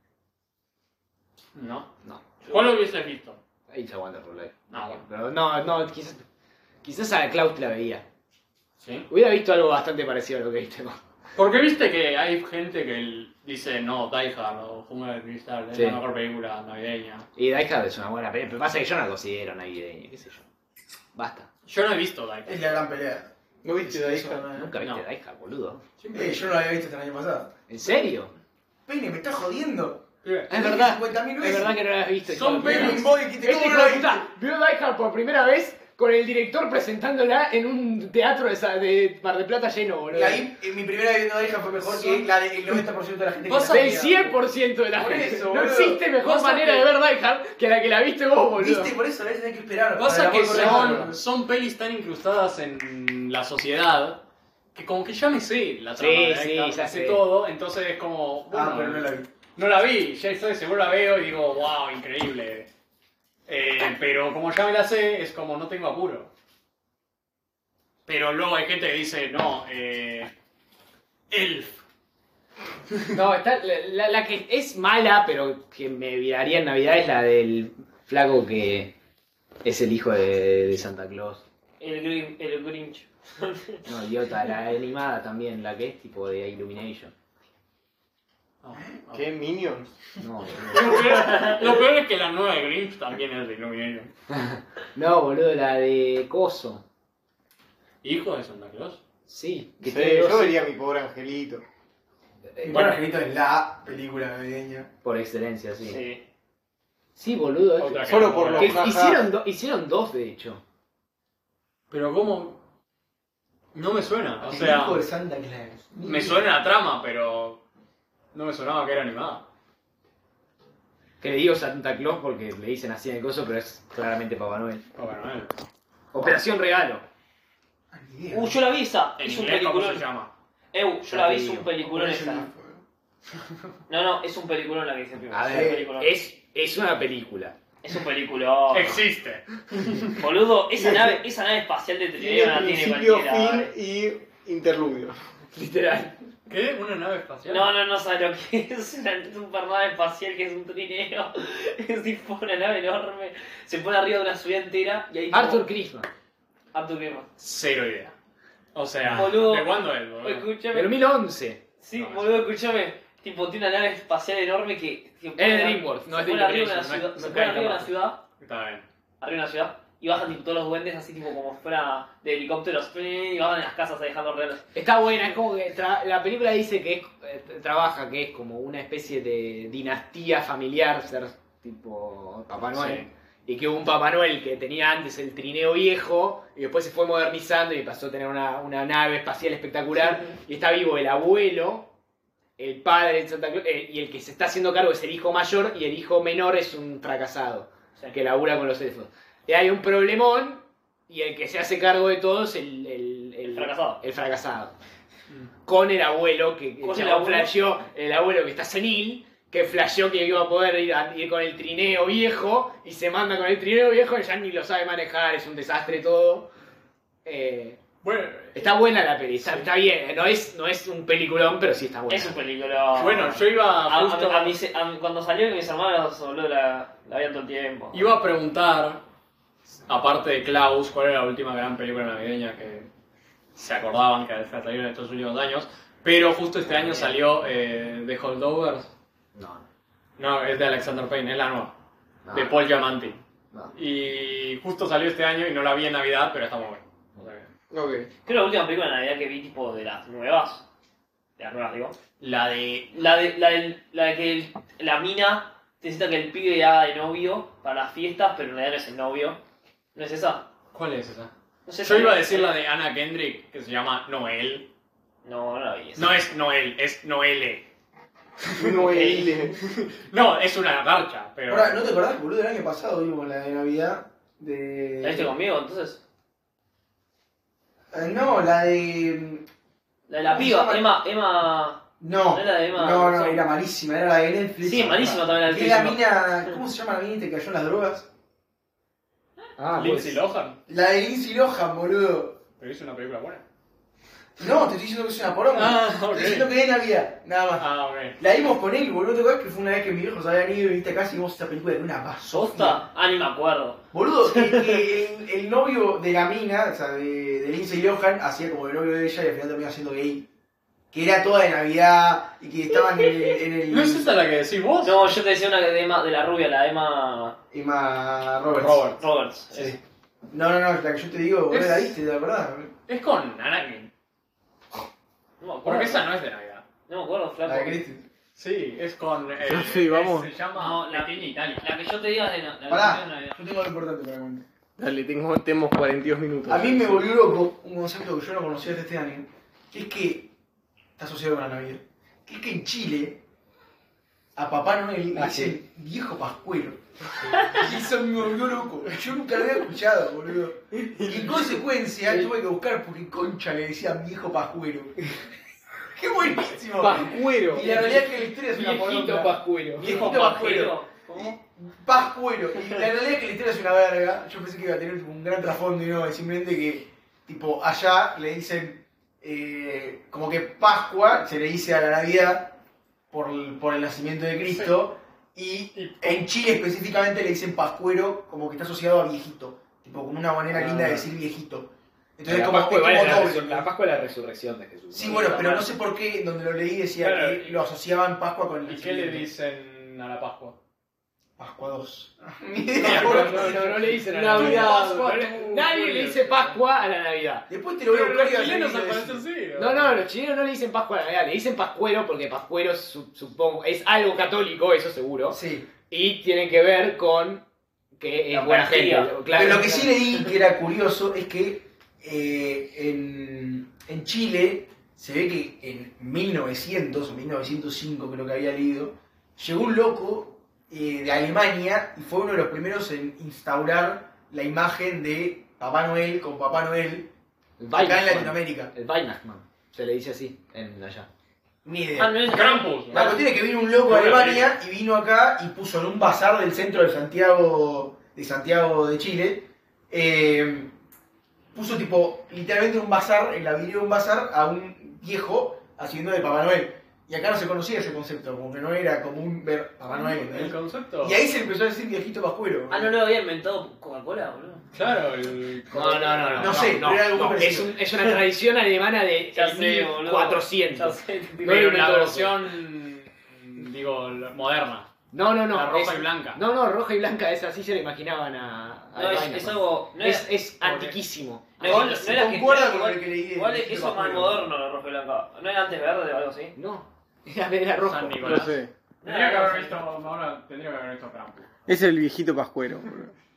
[SPEAKER 3] ¿No?
[SPEAKER 2] No.
[SPEAKER 3] ¿Cuál lo hubieses visto?
[SPEAKER 2] It's a Wonderful Life.
[SPEAKER 3] Ah, bueno.
[SPEAKER 2] Pero no, no, quizás, quizás a Klaus la veía.
[SPEAKER 3] ¿Sí?
[SPEAKER 2] Hubiera visto algo bastante parecido a lo que viste. ¿no?
[SPEAKER 3] Porque viste que hay gente que l- dice, no, Die Hard o Jungle de Cristal es
[SPEAKER 2] Sí.
[SPEAKER 3] la mejor película navideña.
[SPEAKER 2] Y Die Hard es una buena película, pero pasa que yo no la considero navideña, qué sé yo. Basta.
[SPEAKER 3] Yo no he visto Die Hard.
[SPEAKER 6] Es la gran pelea.
[SPEAKER 1] ¿No viste la hija?
[SPEAKER 2] Nunca viste
[SPEAKER 3] No.
[SPEAKER 2] Die Hard, boludo.
[SPEAKER 6] Eh, yo no la había visto hasta el año pasado.
[SPEAKER 2] ¿En serio?
[SPEAKER 6] Pene, me estás jodiendo.
[SPEAKER 3] Pibe,
[SPEAKER 2] Es verdad.
[SPEAKER 6] 50.000
[SPEAKER 2] Es
[SPEAKER 6] veces.
[SPEAKER 2] verdad que no la has visto.
[SPEAKER 3] Son
[SPEAKER 2] hijo de puta.
[SPEAKER 6] Pene, vos dijiste,
[SPEAKER 2] Este
[SPEAKER 6] ¿cómo
[SPEAKER 2] hijo
[SPEAKER 6] no la
[SPEAKER 2] de
[SPEAKER 6] viste?
[SPEAKER 2] puta vio Die Hard por primera vez con el director presentándola en un teatro de, Sa- de Mar del Plata lleno, boludo.
[SPEAKER 6] La in- eh, mi primera viendo de hija fue mejor que la del 90% de la gente que
[SPEAKER 3] Vos
[SPEAKER 6] la
[SPEAKER 2] Del
[SPEAKER 6] veía.
[SPEAKER 2] 100% de la
[SPEAKER 6] Por
[SPEAKER 2] gente.
[SPEAKER 6] eso,
[SPEAKER 2] no
[SPEAKER 6] boludo.
[SPEAKER 2] existe mejor
[SPEAKER 3] Cosa
[SPEAKER 2] manera
[SPEAKER 3] que-
[SPEAKER 2] de ver Die Hard que la que la viste vos, boludo.
[SPEAKER 6] ¿Viste? Por eso a veces hay que esperar.
[SPEAKER 3] Pasa
[SPEAKER 6] para el
[SPEAKER 3] que
[SPEAKER 6] amor por la
[SPEAKER 3] son,
[SPEAKER 6] mano.
[SPEAKER 3] son pelis tan incrustadas en la sociedad que como que ya me sé la
[SPEAKER 2] Sí,
[SPEAKER 3] trama de Die
[SPEAKER 2] sí,
[SPEAKER 3] Hard,
[SPEAKER 2] ya
[SPEAKER 3] me sé
[SPEAKER 2] sé.
[SPEAKER 3] todo, entonces es como...
[SPEAKER 6] Ah,
[SPEAKER 3] bueno,
[SPEAKER 6] pero no la vi.
[SPEAKER 3] No la vi, ya estoy seguro la veo y digo, wow, increíble. Eh, pero como ya me la sé, es como no tengo apuro. Pero luego hay gente que dice, no, eh, Elf.
[SPEAKER 2] No, está, la, la- la que es mala, pero que me viraría en Navidad es la del flaco que es el hijo de, de Santa Claus.
[SPEAKER 7] El, Grin- el Grinch.
[SPEAKER 2] No, idiota, la animada también, la que es tipo de Illumination.
[SPEAKER 1] ¿Qué? ¿Minions?
[SPEAKER 2] No,
[SPEAKER 3] Ah, Lo peor, lo peor es que la nueva de Grinch también es de Illumination.
[SPEAKER 2] no boludo, la de Coso.
[SPEAKER 3] ¿Hijo de Santa Claus?
[SPEAKER 2] Sí, que
[SPEAKER 1] Sí,
[SPEAKER 2] tiene dos-
[SPEAKER 1] yo vería a mi pobre angelito.
[SPEAKER 2] eh,
[SPEAKER 6] Bueno, Angelito es la película navideña.
[SPEAKER 2] Por excelencia, sí. Sí,
[SPEAKER 7] Sí.
[SPEAKER 2] boludo. es-
[SPEAKER 3] Otra que
[SPEAKER 1] Solo
[SPEAKER 3] no
[SPEAKER 1] por
[SPEAKER 3] mola.
[SPEAKER 2] que
[SPEAKER 1] jaja.
[SPEAKER 2] hicieron, do- hicieron dos, de hecho.
[SPEAKER 3] Pero cómo... No me suena, o
[SPEAKER 6] El
[SPEAKER 3] sea,
[SPEAKER 6] hijo de Santa Claus.
[SPEAKER 3] me suena la trama, pero no me sonaba que era animada.
[SPEAKER 2] Que le digo Santa Claus porque le dicen así en el coso, pero es claramente Papá Noel.
[SPEAKER 3] Oh, bueno, eh.
[SPEAKER 2] Operación Regalo.
[SPEAKER 6] Ah, ni idea.
[SPEAKER 7] Uh, yo la vi esa.
[SPEAKER 3] En
[SPEAKER 7] Es un
[SPEAKER 3] inglés, ¿cómo se
[SPEAKER 7] peliculón.
[SPEAKER 3] llama?
[SPEAKER 7] Eu, yo
[SPEAKER 2] Ya
[SPEAKER 7] la vi,
[SPEAKER 2] te
[SPEAKER 7] es un
[SPEAKER 2] digo.
[SPEAKER 7] peliculón esa. No, no, es un peliculón la que dice primero.
[SPEAKER 2] A
[SPEAKER 7] es,
[SPEAKER 2] ver,
[SPEAKER 7] un peliculón. Es...
[SPEAKER 2] Es, es una película.
[SPEAKER 7] un peliculón.
[SPEAKER 3] Existe.
[SPEAKER 7] Boludo, esa nave, esa nave espacial de
[SPEAKER 1] Tiene
[SPEAKER 7] Trinidad la tiene
[SPEAKER 1] principio,
[SPEAKER 7] cualquiera.
[SPEAKER 1] fin
[SPEAKER 7] dale.
[SPEAKER 1] y interludio.
[SPEAKER 2] Literal.
[SPEAKER 3] ¿Qué? ¿Una nave espacial?
[SPEAKER 7] No, no, no sabes lo que es una super nave espacial que es un trineo. Es tipo una nave enorme. Se pone arriba de una ciudad entera y ahí.
[SPEAKER 2] Arthur Krishman.
[SPEAKER 7] Arthur Grimm.
[SPEAKER 3] Cero idea. O sea,
[SPEAKER 7] Boludo.
[SPEAKER 3] ¿de cuándo es, boludo?
[SPEAKER 7] Escúchame.
[SPEAKER 2] Del 2011.
[SPEAKER 7] Sí,
[SPEAKER 3] No,
[SPEAKER 7] boludo, escúchame. Tipo, tiene una nave espacial enorme que. que
[SPEAKER 2] Es de DreamWorks, no
[SPEAKER 7] se
[SPEAKER 2] es
[SPEAKER 7] pone
[SPEAKER 2] de
[SPEAKER 7] arriba de una
[SPEAKER 2] Illumination, no
[SPEAKER 7] ciudad.
[SPEAKER 2] es- no
[SPEAKER 7] se
[SPEAKER 2] es
[SPEAKER 7] pone
[SPEAKER 2] Capitán
[SPEAKER 7] arriba de una
[SPEAKER 2] Marvel.
[SPEAKER 7] ciudad.
[SPEAKER 3] Está bien.
[SPEAKER 7] Arriba de una ciudad. Y bajan tipo, todos los duendes así, tipo, como fuera de helicópteros. Y bajan en las casas a dejarlo regalos.
[SPEAKER 2] Está buena, es como que tra- la película dice que es, eh, trabaja, que es como una especie de dinastía familiar, ser tipo Papá Noel. Y que hubo un Papá Noel que tenía antes el trineo viejo y después se fue modernizando y pasó a tener una, una nave espacial espectacular. Y está vivo el abuelo, el padre de Santa Claus, eh, y el que se está haciendo cargo es el hijo mayor y el hijo menor es un fracasado
[SPEAKER 7] Sí.
[SPEAKER 2] que labura con los elfos. Y hay un problemón y el que se hace cargo de todo es el, el- el-
[SPEAKER 7] El fracasado.
[SPEAKER 2] el fracasado. Con el abuelo que el
[SPEAKER 7] Con el
[SPEAKER 2] chabón
[SPEAKER 7] abuelo.
[SPEAKER 2] flasheó, el abuelo que está senil que flasheó que iba a poder ir, a- ir con el trineo viejo y se manda con el trineo viejo y ya ni lo sabe manejar, es un desastre todo. Eh,
[SPEAKER 3] Bueno,
[SPEAKER 2] está buena la peli, está, está bien, eh, no es, no es un peliculón, pero sí está buena.
[SPEAKER 4] Es un película.
[SPEAKER 3] bueno, yo iba
[SPEAKER 4] Ah. A, a-
[SPEAKER 3] justo-
[SPEAKER 4] a mis- a- cuando salió mis hermanos, boludo, la, la habían todo el tiempo.
[SPEAKER 3] Iba a preguntar, aparte de Klaus, cuál era la última gran película navideña que se acordaban que había salido en estos últimos años, pero justo este año salió eh, The Holdovers.
[SPEAKER 2] No,
[SPEAKER 3] No, es de Alexander Payne, es la nueva,
[SPEAKER 2] no,
[SPEAKER 3] de Paul Giamatti.
[SPEAKER 2] no.
[SPEAKER 3] Y justo salió este año y no la vi en Navidad, pero está muy buena. O sea que-
[SPEAKER 1] Ok.
[SPEAKER 4] Creo que la última película de Navidad que vi, tipo de las nuevas. De las nuevas, digo.
[SPEAKER 3] La de...
[SPEAKER 4] La de, la del- la de que el- la mina necesita que el pibe le haga de novio para las fiestas, pero en realidad no es el novio. ¿No es esa?
[SPEAKER 3] ¿Cuál es esa?
[SPEAKER 4] No es esa.
[SPEAKER 3] Yo iba a decir la de Anna Kendrick, que se llama Noel.
[SPEAKER 4] No, no la vi. esa.
[SPEAKER 3] No es Noel, es Noele.
[SPEAKER 1] No él.
[SPEAKER 3] No, es una garcha, pero...
[SPEAKER 6] Ahora, ¿no te acordás, boludo, del año pasado vimos la de Navidad? De...
[SPEAKER 4] ¿La viste conmigo entonces?
[SPEAKER 6] Eh, no, la de...
[SPEAKER 4] La de la
[SPEAKER 6] ¿Cómo se
[SPEAKER 4] piba,
[SPEAKER 6] llama?
[SPEAKER 4] Emma. Em, Emma...
[SPEAKER 6] No,
[SPEAKER 4] ¿No era de Emma
[SPEAKER 6] no, no,
[SPEAKER 4] Watson?
[SPEAKER 6] era malísima, era la de Netflix.
[SPEAKER 4] Sí, malísima también la de
[SPEAKER 6] Que la
[SPEAKER 4] Netflix,
[SPEAKER 6] mina, ¿cómo se llama la mina que cayó en las drogas?
[SPEAKER 15] Ah,
[SPEAKER 1] pues,
[SPEAKER 3] Lindsay Lohan,
[SPEAKER 6] La de Lindsay Lohan, boludo.
[SPEAKER 3] pero es una película buena.
[SPEAKER 6] No, te estoy diciendo que es una poronga.
[SPEAKER 3] Ah,
[SPEAKER 6] Te
[SPEAKER 3] ok.
[SPEAKER 6] estoy diciendo que es Navidad, nada más.
[SPEAKER 3] Ah, ok.
[SPEAKER 6] La vimos con él, boludo, ¿te acuerdas que fue una vez que mis viejos habían ido y viste acá y vimos esta película de una basofia?
[SPEAKER 4] ¿Posta? Ah, ni me acuerdo.
[SPEAKER 6] Boludo, que, que el, el novio de la mina, o sea, de, de Lindsay Lohan, hacía como el novio de ella y al final terminó siendo gay. Que era toda de Navidad y que estaban en el... En el
[SPEAKER 3] ¿No es esa la que decís vos?
[SPEAKER 4] No, yo te decía una de Emma, de la rubia, la Emma
[SPEAKER 6] Emma Roberts.
[SPEAKER 3] Robert.
[SPEAKER 4] Roberts.
[SPEAKER 6] Sí. No, no, no, la que yo te digo, boludo,
[SPEAKER 3] Es-
[SPEAKER 6] la viste, la verdad.
[SPEAKER 3] Es con Anakin.
[SPEAKER 4] No me acuerdo.
[SPEAKER 3] Porque esa no es de Navidad.
[SPEAKER 4] No me acuerdo, flaco.
[SPEAKER 6] La de Kristen.
[SPEAKER 3] Sí, es con. eh,
[SPEAKER 1] No, sí, vamos.
[SPEAKER 3] Se llama
[SPEAKER 4] No, la-
[SPEAKER 3] Pequeña Italia.
[SPEAKER 4] La que yo te diga es de na- la
[SPEAKER 6] Pará.
[SPEAKER 4] que yo te digo es de Navidad.
[SPEAKER 6] Yo tengo algo importante para contar.
[SPEAKER 1] Dale, tengo, tenemos 42 minutos.
[SPEAKER 6] A mí me volvió loco un concepto que yo no conocía hasta este año, que es que está asociado con la Navidad, que es que en Chile a Papá Noel le
[SPEAKER 15] Ah,
[SPEAKER 6] dicen viejo pascuero. Y eso me volvió loco. Yo nunca lo había escuchado, boludo. Y en consecuencia tuve que buscar por qué concha le decían viejo pascuero. ¡Qué buenísimo!
[SPEAKER 1] Pascuero.
[SPEAKER 6] Y la realidad es que la historia es una poronga.
[SPEAKER 15] Viejito pascuero.
[SPEAKER 6] Viejito pascuero.
[SPEAKER 4] Pajero. ¿Cómo?
[SPEAKER 6] Pascuero. Y la realidad es que la historia es una verga. Yo pensé que iba a tener tipo, un gran trasfondo y no, es simplemente que, tipo, allá le dicen, eh, como que Pascua se le dice a la Navidad por el, por el nacimiento de Cristo. Y en Chile específicamente le dicen Pascuero como que está asociado a viejito. Tipo, como una manera linda de decir viejito. Entonces,
[SPEAKER 15] Ah. La
[SPEAKER 6] como,
[SPEAKER 15] Pascua,
[SPEAKER 6] es
[SPEAKER 15] igual es
[SPEAKER 6] como
[SPEAKER 15] la,
[SPEAKER 6] doble.
[SPEAKER 15] resur- la Pascua es la resurrección de Jesús.
[SPEAKER 6] Sí, bueno, pero no sé por qué donde lo leí decía
[SPEAKER 3] Claro,
[SPEAKER 6] que
[SPEAKER 3] y-
[SPEAKER 6] lo asociaban Pascua con el
[SPEAKER 3] ¿Y qué le
[SPEAKER 6] nacimiento.
[SPEAKER 3] dicen a la Pascua?
[SPEAKER 6] Pascua 2.
[SPEAKER 15] No, no, no, no, no le dicen a la
[SPEAKER 1] Navidad.
[SPEAKER 15] Pascua.
[SPEAKER 2] No, Nadie le dice Pascua a la Navidad.
[SPEAKER 6] Después te lo voy a buscar y
[SPEAKER 3] los
[SPEAKER 6] al
[SPEAKER 3] chilenos
[SPEAKER 6] revés
[SPEAKER 3] al
[SPEAKER 6] lo
[SPEAKER 3] parecer
[SPEAKER 6] decís.
[SPEAKER 3] sí.
[SPEAKER 2] No, no, los chilenos no le dicen Pascua a la Navidad, le dicen Pascuero porque Pascuero su- supongo es algo católico, eso seguro,
[SPEAKER 6] Sí.
[SPEAKER 2] y tiene que ver con que es
[SPEAKER 4] La
[SPEAKER 2] buena gente.
[SPEAKER 4] Eucaristía.
[SPEAKER 2] Claro,
[SPEAKER 6] Pero lo que sí leí que era curioso es que eh, en, en Chile se ve que en 1900 o 1905 creo que había leído, llegó un loco eh, de Alemania y fue uno de los primeros en instaurar la imagen de Papá Noel con Papá Noel
[SPEAKER 2] El
[SPEAKER 6] acá en
[SPEAKER 2] Weihnachtsmann.
[SPEAKER 6] Latinoamérica.
[SPEAKER 2] El Weihnachtsmann. Se le dice así en allá.
[SPEAKER 6] Ni
[SPEAKER 4] Ah,
[SPEAKER 6] idea.
[SPEAKER 4] no es
[SPEAKER 3] Krampus.
[SPEAKER 6] La cuestión es que vino un loco a Alemania y vino acá y puso en un bazar del centro de Santiago de Santiago de Chile. eh, puso tipo, literalmente un bazar, en la vidrio de un bazar, a un viejo haciendo de Papá Noel. Y acá no se conocía ese concepto, como que no era común ver Papá Noel.
[SPEAKER 3] El
[SPEAKER 6] ¿entendés?
[SPEAKER 3] concepto.
[SPEAKER 6] Y ahí se empezó a decir viejito pascuero.
[SPEAKER 4] Ah, no lo había inventado Coca-Cola, boludo.
[SPEAKER 3] Claro, el.
[SPEAKER 2] No, no, no, no.
[SPEAKER 6] No sé, pero era algo muy
[SPEAKER 2] es,
[SPEAKER 6] parecido.
[SPEAKER 2] un- es una tradición alemana de
[SPEAKER 4] Ya sé, boludo.
[SPEAKER 2] 400.
[SPEAKER 4] No,
[SPEAKER 2] No,
[SPEAKER 3] Pero
[SPEAKER 2] no,
[SPEAKER 3] la
[SPEAKER 2] no.
[SPEAKER 3] versión. Digo, la- moderna.
[SPEAKER 2] No, no, no.
[SPEAKER 3] La roja
[SPEAKER 2] es-
[SPEAKER 3] y blanca.
[SPEAKER 2] No, no, roja y blanca, es así se lo imaginaban a. a
[SPEAKER 4] es,
[SPEAKER 2] Weihnachtsmann.
[SPEAKER 4] es algo. No
[SPEAKER 2] Es,
[SPEAKER 4] es,
[SPEAKER 2] es antiquísimo.
[SPEAKER 4] no, igual- no
[SPEAKER 6] se
[SPEAKER 4] era que.
[SPEAKER 6] concuerda
[SPEAKER 4] no,
[SPEAKER 6] con
[SPEAKER 4] igual-
[SPEAKER 6] lo que leí de
[SPEAKER 4] Igual
[SPEAKER 6] Viejito
[SPEAKER 4] eso es más
[SPEAKER 6] Pascuero.
[SPEAKER 4] moderno, la roja y blanca. ¿No era antes verde o algo así?
[SPEAKER 2] No, era, era roja.
[SPEAKER 3] San
[SPEAKER 1] No
[SPEAKER 3] Nicolás.
[SPEAKER 1] sé.
[SPEAKER 3] Tendría que haber visto. Ahora tendría que haber visto Krampus.
[SPEAKER 1] Es el viejito pascuero. boludo.